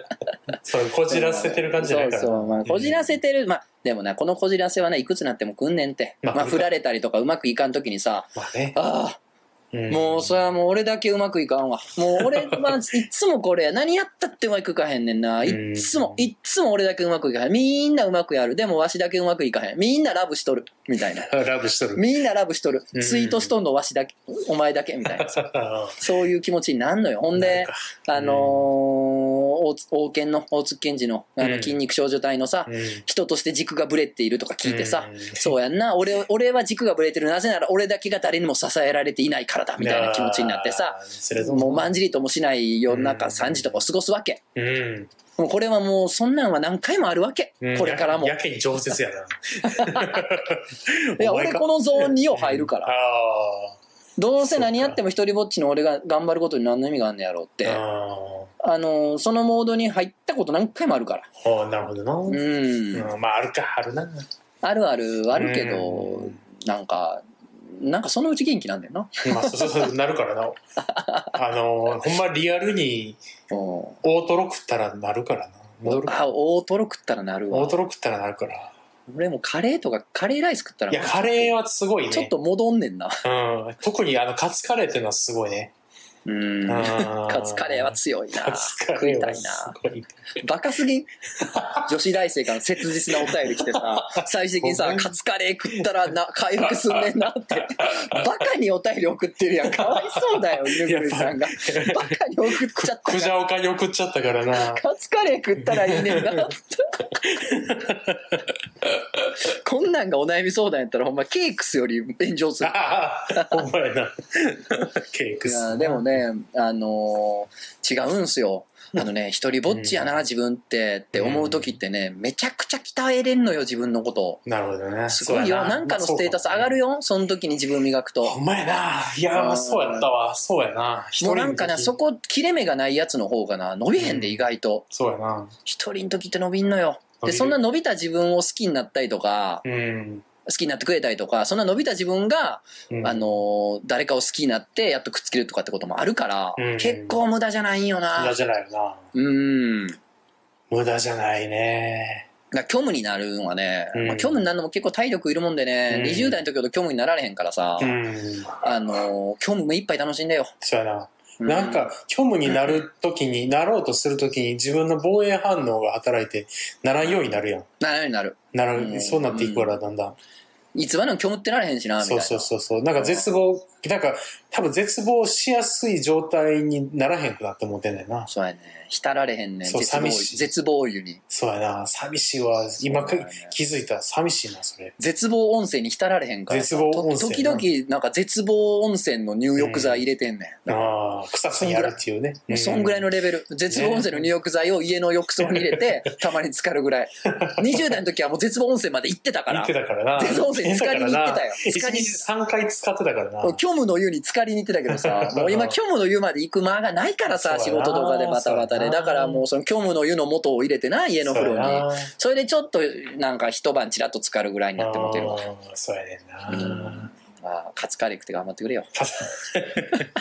[SPEAKER 2] そう、こじらせてる感じじゃないから
[SPEAKER 1] そう
[SPEAKER 2] な。
[SPEAKER 1] そう、まあ、こじらせてる、まあ、でもな、このこじらせはね、いくつになってもくんねんって。
[SPEAKER 2] まあ
[SPEAKER 1] まあ、振られたりとかうまくいかんときにさ、
[SPEAKER 2] まあね。
[SPEAKER 1] ああ、
[SPEAKER 2] ん
[SPEAKER 1] もう、それはもう俺だけうまくいかんわ。もう俺は、いっつもこれ や、何やったってうまくいかへんねんな。いっつも、
[SPEAKER 2] うん
[SPEAKER 1] いっつも俺だけうまくいかへん。みんなうまくやる。でもわしだけうまくいかへん。みんなラブしとる。みたいな。
[SPEAKER 2] ラブし とる。
[SPEAKER 1] みんなラブしとる
[SPEAKER 2] う。ん
[SPEAKER 1] ツイートしとんのわしだけ、お前だけ、み たいな。そういう気持ちになんのよ。ほん
[SPEAKER 2] な
[SPEAKER 1] で
[SPEAKER 2] るか、
[SPEAKER 1] あのー、大津王権の、大津健治の、あの、
[SPEAKER 2] うん
[SPEAKER 1] 筋肉少女隊のさ、
[SPEAKER 2] うん
[SPEAKER 1] 人として軸がぶれているとか聞いてさ、
[SPEAKER 2] うん
[SPEAKER 1] そうやんな、俺、俺は軸がぶれてる。なぜなら俺だけが誰にも支えられていないからだ、みたいな気持ちになってさ、
[SPEAKER 2] あー、それぞれ
[SPEAKER 1] もうまんじりともしない夜中
[SPEAKER 2] うん
[SPEAKER 1] 3時とかを過ごすわけ。
[SPEAKER 2] うん。
[SPEAKER 1] もうこれはもう、そんなんは何回もあるわけ。
[SPEAKER 2] うん
[SPEAKER 1] これからも。
[SPEAKER 2] ややけに饒舌やな。
[SPEAKER 1] いや、
[SPEAKER 2] お前
[SPEAKER 1] 俺
[SPEAKER 2] か
[SPEAKER 1] このゾーン2を入るから。
[SPEAKER 2] あ
[SPEAKER 1] どうせ何やっても一人ぼっちの俺が頑張ることに何の意味があんねやろうって、
[SPEAKER 2] ー
[SPEAKER 1] あ
[SPEAKER 2] あ
[SPEAKER 1] のそのモードに入ったこと何回もあるから。
[SPEAKER 2] ー。ああ、なるほどな。
[SPEAKER 1] う。
[SPEAKER 2] うんまあ、あるか、あるな。
[SPEAKER 1] あるある、あるけど、
[SPEAKER 2] うん
[SPEAKER 1] なんか、なんかそのうち元気なんだよな。
[SPEAKER 2] まあ、そうそうそう、なるから な。あの、ほんまリアルに
[SPEAKER 1] うん
[SPEAKER 2] 大トロ食ったらなるからな。戻るか
[SPEAKER 1] あ、大トロ食ったらなる
[SPEAKER 2] 大
[SPEAKER 1] わ。
[SPEAKER 2] トロ食ったらなるから。
[SPEAKER 1] 俺もカレーとか、カレーライス食ったら
[SPEAKER 2] いや、カレーはすごいね。
[SPEAKER 1] ちょっと戻んねんな。
[SPEAKER 2] うん、特にあのカツカレーっていうのはすごいね。
[SPEAKER 1] うん。カ
[SPEAKER 2] カ
[SPEAKER 1] ツカレーは強いな
[SPEAKER 2] カ。ツカ
[SPEAKER 1] 食
[SPEAKER 2] レ
[SPEAKER 1] い
[SPEAKER 2] ー
[SPEAKER 1] た
[SPEAKER 2] はい
[SPEAKER 1] な。
[SPEAKER 2] すごい。
[SPEAKER 1] バカ すぎん女子大生から切実なお便り来てさ、最終的に
[SPEAKER 2] ご
[SPEAKER 1] さ
[SPEAKER 2] め、ん
[SPEAKER 1] カツカレー食ったらな回復すんねんなって、バカにお便り送ってるやん。かわいそうだよ、ゆぐるさんが。バカに 送っちゃった
[SPEAKER 2] クジ
[SPEAKER 1] から。
[SPEAKER 2] ャオカに送っちゃったからな。
[SPEAKER 1] カツカレー食ったらいいねんなって。こんなんがお悩み相談やったら、ほんまケークスより炎上する。
[SPEAKER 2] ああ、ほんまや な。ケーク
[SPEAKER 1] いや
[SPEAKER 2] ス。
[SPEAKER 1] でもね、あのー違うん すよ。あのね、一人ぼっちやな、自分って、って思う時ってね、めちゃくちゃ鍛えれんのよ、自分のことを。
[SPEAKER 2] なるほどね。
[SPEAKER 1] すごいよ。なんかのステータス上がる
[SPEAKER 2] よ。
[SPEAKER 1] よ。その時に自分磨く
[SPEAKER 2] ほ
[SPEAKER 1] と。
[SPEAKER 2] んまやな。いや、まあそうやったわ。そうやな。一
[SPEAKER 1] も
[SPEAKER 2] 人
[SPEAKER 1] うなんかな、そ
[SPEAKER 2] そ
[SPEAKER 1] こ、切れ目がないやつの方がな、伸びへんで
[SPEAKER 2] うん
[SPEAKER 1] 意外と。
[SPEAKER 2] そうやな。
[SPEAKER 1] 一人の時って伸びんのよ。
[SPEAKER 2] 伸び
[SPEAKER 1] で、
[SPEAKER 2] る
[SPEAKER 1] そんな伸びた自分を好きになったりとか、
[SPEAKER 2] うん。
[SPEAKER 1] 好きになってくれたりとか、そんな伸びた自分が、
[SPEAKER 2] うん
[SPEAKER 1] あのー誰かを好きになって、やっとくっつけるとかってこともあるから
[SPEAKER 2] うん、
[SPEAKER 1] 結構無駄じゃないんよ
[SPEAKER 2] 無
[SPEAKER 1] な
[SPEAKER 2] 駄。じゃないよな。
[SPEAKER 1] うん。
[SPEAKER 2] 無駄じゃないね。
[SPEAKER 1] だから虚無になるのはね、
[SPEAKER 2] うん
[SPEAKER 1] まあ、虚無になるのも結構体力いるもんでね、
[SPEAKER 2] うん
[SPEAKER 1] 20代の時ほど虚無になられへんからさ、
[SPEAKER 2] うん。
[SPEAKER 1] あのー虚無目いっぱい楽しんだよ。
[SPEAKER 2] そうやな。
[SPEAKER 1] う
[SPEAKER 2] なんか、虚無になるときに、なろうとするときに、自分の防衛反応が働いて、ならんようになるやん。
[SPEAKER 1] なるようになる。
[SPEAKER 2] なる、
[SPEAKER 1] うん
[SPEAKER 2] そうなっていくから、だんだん。
[SPEAKER 1] いつまでも虚無ってられへんしな、みたい
[SPEAKER 2] そう
[SPEAKER 1] な。
[SPEAKER 2] そうそうそう。なんか絶望、なんか、多分絶望しやすい状態にならへんくなって思ってんだよな。
[SPEAKER 1] そうやね。浸られへんねん。
[SPEAKER 2] そう
[SPEAKER 1] 絶望
[SPEAKER 2] 寂しい
[SPEAKER 1] 絶望湯に。
[SPEAKER 2] そうやな。寂しいわ。今か
[SPEAKER 1] そうだね
[SPEAKER 2] 気づいた。寂しいな、それ。
[SPEAKER 1] 絶望温泉に浸られへんからさ。
[SPEAKER 2] 絶望温
[SPEAKER 1] と時
[SPEAKER 2] 泉な
[SPEAKER 1] 々、なんか絶望温泉の入浴剤入れてんねん。だからも
[SPEAKER 2] ああ、草津にあるっていうね。
[SPEAKER 1] うそんぐらい
[SPEAKER 2] の。
[SPEAKER 1] のレベル。絶望温泉の入浴剤を家の浴槽に入れて、たまに浸かるぐらい。20代の時はもう絶望温泉まで行ってたか
[SPEAKER 2] 言
[SPEAKER 1] ら
[SPEAKER 2] って。たからな。
[SPEAKER 1] 絶望温泉に浸かりに行ってたよ
[SPEAKER 2] 一日3回使ってたからな。
[SPEAKER 1] 虚無の湯に浸かりに行ってたけ どさ、もう今虚無の湯まで行く間がないからさ、仕
[SPEAKER 2] そうやな
[SPEAKER 1] 事とかでバタバタ
[SPEAKER 2] そうや
[SPEAKER 1] で。だ
[SPEAKER 2] な
[SPEAKER 1] からもうその虚無の湯の元を入れてな、家の風
[SPEAKER 2] そうや
[SPEAKER 1] 呂に。
[SPEAKER 2] な
[SPEAKER 1] それでちょっとなんか一晩ちらっと浸かるぐらいになってもうてるわ。
[SPEAKER 2] あーそうやねんな。
[SPEAKER 1] うんまあ、カツカレー食って頑張ってく れよ。
[SPEAKER 2] ただ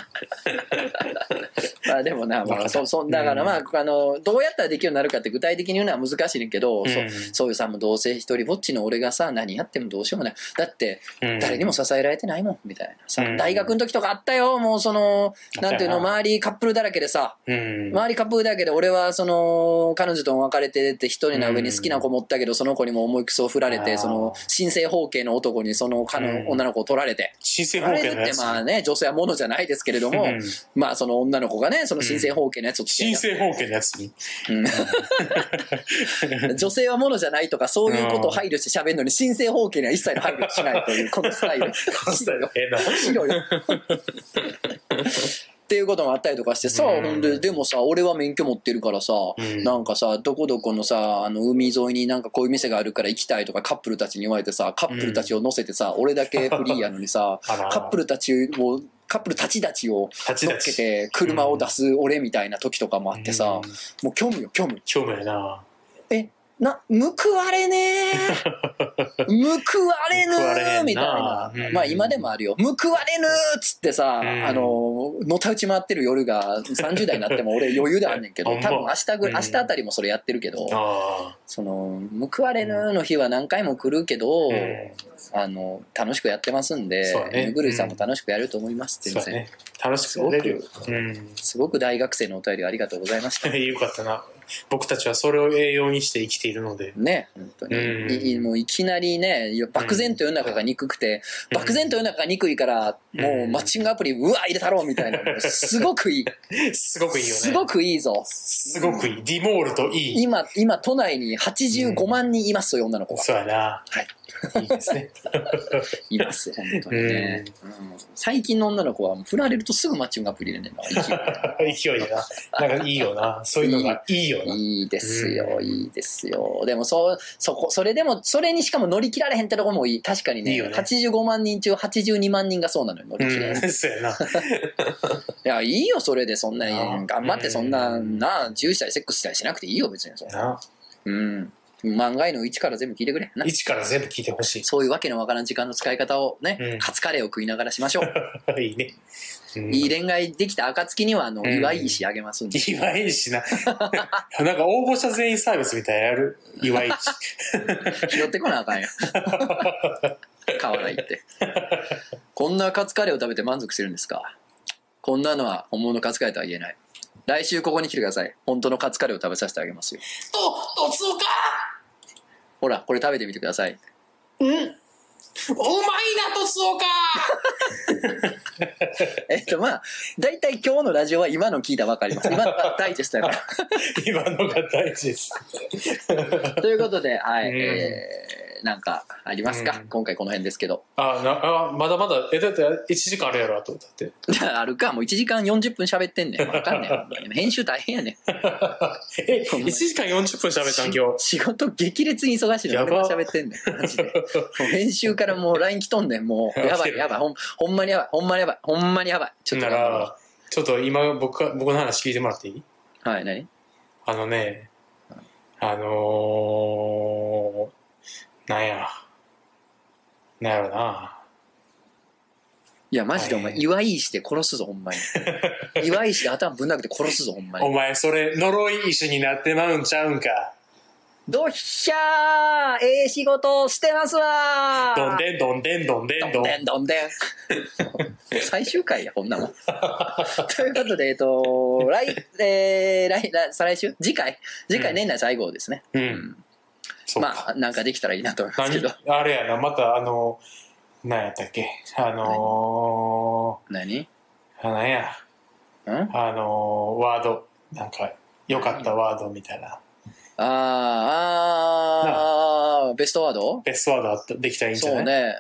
[SPEAKER 1] まあでもな、まあ、そそだからまあ、あの、どうやったらできるようになるかって具体的に言うのは難しいねんけど、そ
[SPEAKER 2] うん
[SPEAKER 1] そういうさ、もうどうせ一人ぼっちの俺がさ、何やってもどうしようもない。だって、
[SPEAKER 2] うん
[SPEAKER 1] 誰にも支えられてないもん、みたいなさ
[SPEAKER 2] う。ん
[SPEAKER 1] 大学の時とかあったよ、もうその、なんていうの、
[SPEAKER 2] あったよな
[SPEAKER 1] 周りカップルだらけでさ、
[SPEAKER 2] うん。
[SPEAKER 1] 周りカップルだけど俺はその彼女とも別れてって一人な上に好きな子持ったけどその子にも思いくそ振られ
[SPEAKER 2] あ
[SPEAKER 1] て
[SPEAKER 2] ー
[SPEAKER 1] その新生方形の男にその彼
[SPEAKER 2] うん
[SPEAKER 1] の女の子を取られて
[SPEAKER 2] 新生
[SPEAKER 1] あ
[SPEAKER 2] 保
[SPEAKER 1] れ
[SPEAKER 2] 険の
[SPEAKER 1] だって
[SPEAKER 2] やつ。
[SPEAKER 1] まあね女性はものじゃないですけれども
[SPEAKER 2] うん
[SPEAKER 1] まあその女の子がねその新生方形のやつを着て
[SPEAKER 2] 新生保険のやつに。
[SPEAKER 1] うん女性はものじゃないとかそういうことを配慮して喋るのに新生方形には一切の配慮しないというこのスタイル
[SPEAKER 2] ええな。
[SPEAKER 1] 白いよっていうこともあったりとかしてさ、
[SPEAKER 2] うん
[SPEAKER 1] ほんで、でもさ、俺は免許持ってるからさ、
[SPEAKER 2] うん、
[SPEAKER 1] なんかさ、どこどこのさ、あの、海沿いになんかこういう店があるから行きたいとかカップルたちに言われてさ、カップルたちを乗せてさ、俺だけフリーやのにさ
[SPEAKER 2] あら
[SPEAKER 1] カップルたちを、カップルたちたちを
[SPEAKER 2] 立ち
[SPEAKER 1] 乗っ
[SPEAKER 2] 立
[SPEAKER 1] け
[SPEAKER 2] ち。
[SPEAKER 1] て車を出す俺みたいな時とかもあってさ、
[SPEAKER 2] うん
[SPEAKER 1] もう虚無よ、虚無。
[SPEAKER 2] 興味ないな。
[SPEAKER 1] え、な、報わ れねえ。報われぬ
[SPEAKER 2] 報われへんな
[SPEAKER 1] みたいな。
[SPEAKER 2] うん
[SPEAKER 1] まあ今でもあるよ。報われぬっつってさ、
[SPEAKER 2] うん
[SPEAKER 1] あの、のたうち回ってる夜が30代になっても俺余裕であんねんけど、
[SPEAKER 2] ほ
[SPEAKER 1] 多
[SPEAKER 2] んま
[SPEAKER 1] 分明日ぐ、
[SPEAKER 2] うん
[SPEAKER 1] 明日あたりもそれやってるけど、
[SPEAKER 2] あ
[SPEAKER 1] その、報われぬの日は何回も来るけど、
[SPEAKER 2] あ、うん、
[SPEAKER 1] あの、楽しくやってますんで
[SPEAKER 2] そうだ、ね
[SPEAKER 1] ぬぐるいさんも楽しくやると思います。全
[SPEAKER 2] そうだ
[SPEAKER 1] 然。
[SPEAKER 2] ね楽しくやれるよ
[SPEAKER 1] す
[SPEAKER 2] うん
[SPEAKER 1] すごく大学生のお便りありがとうございまし た。
[SPEAKER 2] よかったな僕たちはそれを栄養にして生きているので
[SPEAKER 1] ね、本当に。
[SPEAKER 2] うん
[SPEAKER 1] いいもういきなりね、いや漠然と世の中が憎くて、
[SPEAKER 2] うん
[SPEAKER 1] 漠然と世の中が憎いから、
[SPEAKER 2] うん
[SPEAKER 1] もうマッチングアプリ、うわ、入れたろうみたいな。 もうすごくいい。
[SPEAKER 2] すごくいいよね
[SPEAKER 1] すごくいいぞ。
[SPEAKER 2] すごくいいディモールといい
[SPEAKER 1] 今、今、都内に85万人います、そういう女の子が。
[SPEAKER 2] そうやな
[SPEAKER 1] はい。
[SPEAKER 2] いいですね
[SPEAKER 1] います、本当にね。うん最近の女の子は、振られるとすぐマッチングアプリ入れねんな勢い
[SPEAKER 2] 勢いでななんかいいよなそういうのがいいよない
[SPEAKER 1] いですよ、
[SPEAKER 2] うん
[SPEAKER 1] いいですよ。でも、そう、そこ、それでも、それにしかも乗り切られへんってとこもいい。確かにね、
[SPEAKER 2] いいよね
[SPEAKER 1] 85万人中82万人がそうなのよ、乗り切れへん。い
[SPEAKER 2] うん、そうやな。
[SPEAKER 1] や、いいよ、それで、そんな
[SPEAKER 2] なあ
[SPEAKER 1] 頑張って、
[SPEAKER 2] うん
[SPEAKER 1] そんな、なあ、自由したりセックスしたりしなくていいよ、別にそんな。
[SPEAKER 2] な
[SPEAKER 1] うん。漫画への1から全部聞いてくれ。な
[SPEAKER 2] 一から全部聞いて ほし
[SPEAKER 1] そういうわけのわからん時間の使い方をね、
[SPEAKER 2] うん
[SPEAKER 1] カツカレーを食いながらしましょう。
[SPEAKER 2] い。いいね。うん
[SPEAKER 1] いい恋愛できた暁には、あの、
[SPEAKER 2] うん
[SPEAKER 1] 祝い石あげますんで。
[SPEAKER 2] 祝い石な。 なんか応募者全員サービスみたいなのやる。祝い石。
[SPEAKER 1] 拾ってこなあかん よ買わないってこんなカツカレーを食べて満足してるんですかこんなのは本物のカツカレーとは言えない来週ここに来てください本当のカツカレーを食べさせてあげますよ
[SPEAKER 4] と、おつおか
[SPEAKER 1] ほらこれ食べてみてください
[SPEAKER 4] うん。うまいな、とつおか
[SPEAKER 1] えっとまあ大体今日のラジオは今の聞いたばかりです今のはダイジェストやか
[SPEAKER 2] 今のが大事です。
[SPEAKER 1] らということではい、
[SPEAKER 2] うん
[SPEAKER 1] えーなんかありますか、
[SPEAKER 2] うん
[SPEAKER 1] 今回この辺ですけど
[SPEAKER 2] あなあ、まだまだ、え、だって1時間あるやろ、あと。だ って。
[SPEAKER 1] あるかもう1時間40分喋ってんねん わかんねんほんまに編集大変やねん
[SPEAKER 2] え、1時間40分喋ったん今日。
[SPEAKER 1] 仕事激烈に忙しいの
[SPEAKER 2] やば
[SPEAKER 1] 俺が喋ってんねんマジでもう編集からもう LINE 来とんねんも うや
[SPEAKER 2] 来
[SPEAKER 1] ば
[SPEAKER 2] て
[SPEAKER 1] い
[SPEAKER 2] る
[SPEAKER 1] やばいほんほんまにやばいほんまにやばいほんまにやばいちょっと
[SPEAKER 2] なら、ちょっと今僕が、僕の話聞いてもらっていい
[SPEAKER 1] はい何
[SPEAKER 2] あのね、あのー、なんや。なんやろな。
[SPEAKER 1] いやマジでお前
[SPEAKER 2] はい
[SPEAKER 1] 祝いして殺すぞほんま に祝いして頭ぶん殴って殺すぞほんま
[SPEAKER 2] お
[SPEAKER 1] に
[SPEAKER 2] 前、それ、呪い石になってまうんちゃうんか。
[SPEAKER 1] どっしゃーええ仕事してますわー
[SPEAKER 2] どんでんどんでんどんでんど
[SPEAKER 1] どん
[SPEAKER 2] ん。
[SPEAKER 1] でんどんでん最終回やこんなも んということでえっと来えー、来来再来週次回次回年内最後ですね、
[SPEAKER 2] うん。そうか。
[SPEAKER 1] まあ、なんかできたらいいなと思いますけど。
[SPEAKER 2] 何あれやな、またあの、何やったっけ、あの
[SPEAKER 1] 何ん
[SPEAKER 2] ー、あなんや、あのー、ワード、なんか、良かったワードみたいな、
[SPEAKER 1] あーあー、ベストワード
[SPEAKER 2] ベストワードあったできたらいいんじゃ
[SPEAKER 1] そ
[SPEAKER 2] な
[SPEAKER 1] う
[SPEAKER 2] い、
[SPEAKER 1] ね。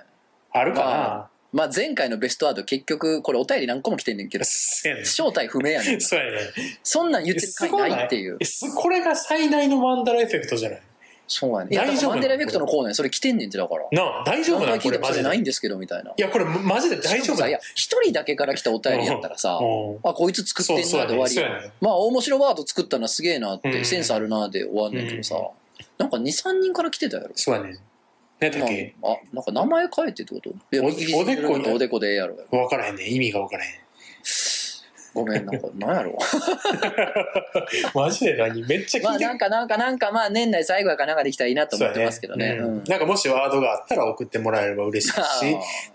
[SPEAKER 2] あるかな、
[SPEAKER 1] ままあ、前回のベストワード、結局、これお便り何個も来てんね んけど、
[SPEAKER 2] そうやね
[SPEAKER 1] 正体不明やねん。
[SPEAKER 2] そうやね
[SPEAKER 1] そんなん言ってる
[SPEAKER 2] す
[SPEAKER 1] 回
[SPEAKER 2] ご
[SPEAKER 1] ないっていう
[SPEAKER 2] え。すこれが最大のマンダラエフェクトじゃない
[SPEAKER 1] そうやねん。いや、だ
[SPEAKER 2] 大
[SPEAKER 1] か
[SPEAKER 2] 丈夫
[SPEAKER 1] らマンデラエフェクトのコーナーにそれ来てんねんって、だから。
[SPEAKER 2] なあ、大丈夫
[SPEAKER 1] 何
[SPEAKER 2] な
[SPEAKER 1] 回
[SPEAKER 2] のこ
[SPEAKER 1] 聞い
[SPEAKER 2] れ
[SPEAKER 1] て
[SPEAKER 2] マ
[SPEAKER 1] もそれ
[SPEAKER 2] ジ
[SPEAKER 1] な
[SPEAKER 2] で。
[SPEAKER 1] い
[SPEAKER 2] い
[SPEAKER 1] んですけど、みたいな。
[SPEAKER 2] や、これマジで大
[SPEAKER 1] しか
[SPEAKER 2] 丈
[SPEAKER 1] も
[SPEAKER 2] 夫
[SPEAKER 1] さ
[SPEAKER 2] だ
[SPEAKER 1] いや、一人だけから来たお便りやったらさ、
[SPEAKER 2] うん
[SPEAKER 1] あ、こいつ作ってん
[SPEAKER 2] そうそう
[SPEAKER 1] な
[SPEAKER 2] や
[SPEAKER 1] で
[SPEAKER 2] ねそ
[SPEAKER 1] 終わり
[SPEAKER 2] うや
[SPEAKER 1] や。
[SPEAKER 2] ね
[SPEAKER 1] まあ、大面白ワード作ったなすげえなっ
[SPEAKER 2] う
[SPEAKER 1] て、
[SPEAKER 2] ん
[SPEAKER 1] センスあるなで終わんねんけどさ
[SPEAKER 2] うん、
[SPEAKER 1] なんか2、3人から来てたやろ。
[SPEAKER 2] そうやね何やったっけ
[SPEAKER 1] まあ、あなんか名前変えてってこといや
[SPEAKER 2] お
[SPEAKER 1] 右肘
[SPEAKER 2] おでこ
[SPEAKER 1] のおでこでええやろ
[SPEAKER 2] 分からへんね意味が分からへん。
[SPEAKER 1] ごめんなんかなんや ろ
[SPEAKER 2] マジで何めっちゃ
[SPEAKER 1] ま
[SPEAKER 2] 聞
[SPEAKER 1] あ
[SPEAKER 2] いて
[SPEAKER 1] なんかなんかなんかまあ年内最後やからなんかできたらいいなと思ってますけどね
[SPEAKER 2] そうや
[SPEAKER 1] うん
[SPEAKER 2] うんなんかもしワードがあったら送ってもらえれば嬉しい
[SPEAKER 1] まあ
[SPEAKER 2] し、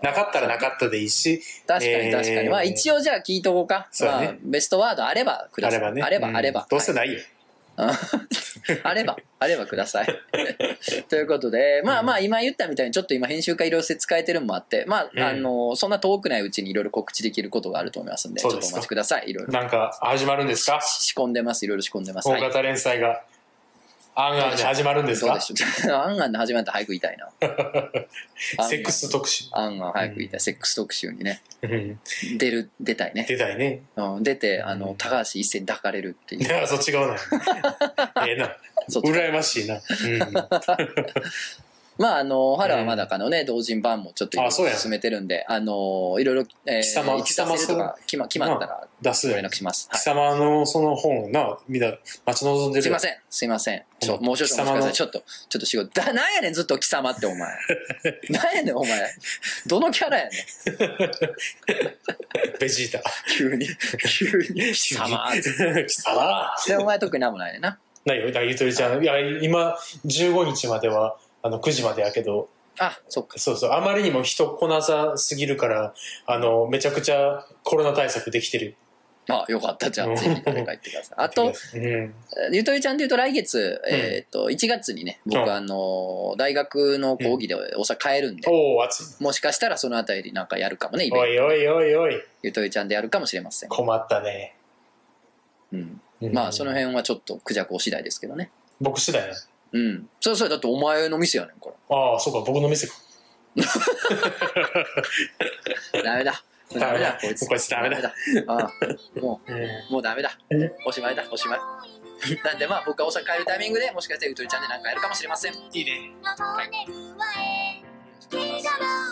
[SPEAKER 2] なかったらなかったでいいし、
[SPEAKER 1] 確かに確かに、
[SPEAKER 2] えー
[SPEAKER 1] まあ一応じゃあ聞いとこうか
[SPEAKER 2] そうやね
[SPEAKER 1] まあ、ベストワードあればく
[SPEAKER 2] あ
[SPEAKER 1] ださ
[SPEAKER 2] れ
[SPEAKER 1] い
[SPEAKER 2] ばね。
[SPEAKER 1] あれば
[SPEAKER 2] うん
[SPEAKER 1] あれば、
[SPEAKER 2] どうせないよ。
[SPEAKER 1] あれば、あればください。 ということで、まあまあ今言ったみたいにちょっと今編集会いろいろ使えてるのもあって、まあ、
[SPEAKER 2] うん
[SPEAKER 1] あの、そんな遠くないうちにいろいろ告知できることがあると思いますんで、ちょ
[SPEAKER 2] そう
[SPEAKER 1] っとお
[SPEAKER 2] です
[SPEAKER 1] 待
[SPEAKER 2] か
[SPEAKER 1] ちください。いろいろ
[SPEAKER 2] なんか始まるんですか
[SPEAKER 1] 仕込んでます。いろいろ仕込んでます。は
[SPEAKER 2] 大
[SPEAKER 1] い
[SPEAKER 2] 型連載が。アンアンに始まるんです
[SPEAKER 1] そう
[SPEAKER 2] か
[SPEAKER 1] でしょ。アンアンの始まったら早く言いたいな。
[SPEAKER 2] セックス特集。
[SPEAKER 1] アンアン早く言いたい。セックス特集にね、
[SPEAKER 2] うん
[SPEAKER 1] 出る、出たいね。
[SPEAKER 2] 出たいね。
[SPEAKER 1] うん、出て、あ
[SPEAKER 2] う
[SPEAKER 1] の、
[SPEAKER 2] ん
[SPEAKER 1] 高橋一斉に抱かれるってい
[SPEAKER 2] だ
[SPEAKER 1] う。
[SPEAKER 2] からそっ ち側なの。ええな。
[SPEAKER 1] そっち
[SPEAKER 2] 羨ましいな。うん
[SPEAKER 1] まあ、あの、原はまだかのね、同人版もちょっと
[SPEAKER 2] あそうや
[SPEAKER 1] 進めてるんで、あの、いろいろ、えー、
[SPEAKER 2] 貴様
[SPEAKER 1] 一冊制とか決ま決まったら
[SPEAKER 2] 出す
[SPEAKER 1] ご
[SPEAKER 2] や
[SPEAKER 1] 連
[SPEAKER 2] ん
[SPEAKER 1] 絡します。は
[SPEAKER 2] 貴
[SPEAKER 1] い
[SPEAKER 2] 様のその本をな、みんな待ち望んでする
[SPEAKER 1] い
[SPEAKER 2] や
[SPEAKER 1] ま
[SPEAKER 2] ん。
[SPEAKER 1] せん、すいません。ちょ、
[SPEAKER 2] うん
[SPEAKER 1] もう少々お待ちくださ
[SPEAKER 2] 貴様の
[SPEAKER 1] い。ちょっと、ちょっと仕事。だ、なんやねん、ずっと貴様 って、お前。なんやねん、お前。どのキャラやねん。
[SPEAKER 2] ベジータ。
[SPEAKER 1] 急に、急に。貴様。
[SPEAKER 2] 貴様
[SPEAKER 1] で、お前特になんもないねんな。
[SPEAKER 2] ないよ、だからゆとりちゃん。いや、今、15日までは、あの、9時までやけど、
[SPEAKER 1] あ、そっか。
[SPEAKER 2] そうそう、あまりにも人来なさすぎるから、あの、めちゃくちゃコロナ対策できてる。
[SPEAKER 1] あ、よかった。じゃあ、ぜひ誰か行ってください。あと、、
[SPEAKER 2] うん。
[SPEAKER 1] ゆとりちゃんでいうと来月、えーっと、1月にね、
[SPEAKER 2] うん
[SPEAKER 1] 僕、あの、大学の講義で大阪帰るんで、
[SPEAKER 2] おお、暑い。
[SPEAKER 1] もしかしたらそのあたりなんかやるかもね、イベン
[SPEAKER 2] お
[SPEAKER 1] ト。
[SPEAKER 2] いおいおいおい、
[SPEAKER 1] ゆとりちゃんでやるかもしれません。
[SPEAKER 2] 困ったね。
[SPEAKER 1] うん。
[SPEAKER 2] うん
[SPEAKER 1] まあ、その。辺はちょっとクジャクお次第ですけどね。
[SPEAKER 2] 僕次第な。
[SPEAKER 1] うん。そうそう、だってお前の店やねん、こ
[SPEAKER 2] ああ、そうか、僕の店か。
[SPEAKER 1] れ。ダメだ。
[SPEAKER 2] ダメだ
[SPEAKER 1] こいつ。
[SPEAKER 2] こいつダメだ
[SPEAKER 1] だ。ああも
[SPEAKER 2] うん。
[SPEAKER 1] う、もうダメだ
[SPEAKER 2] え。
[SPEAKER 1] おしまいだ、おしまい。なんでまあ、僕が大阪帰るタイミングでもしかしてゆとりちゃんでなんかやるかもしれません。
[SPEAKER 2] いいね。
[SPEAKER 3] 登れるわえ手が回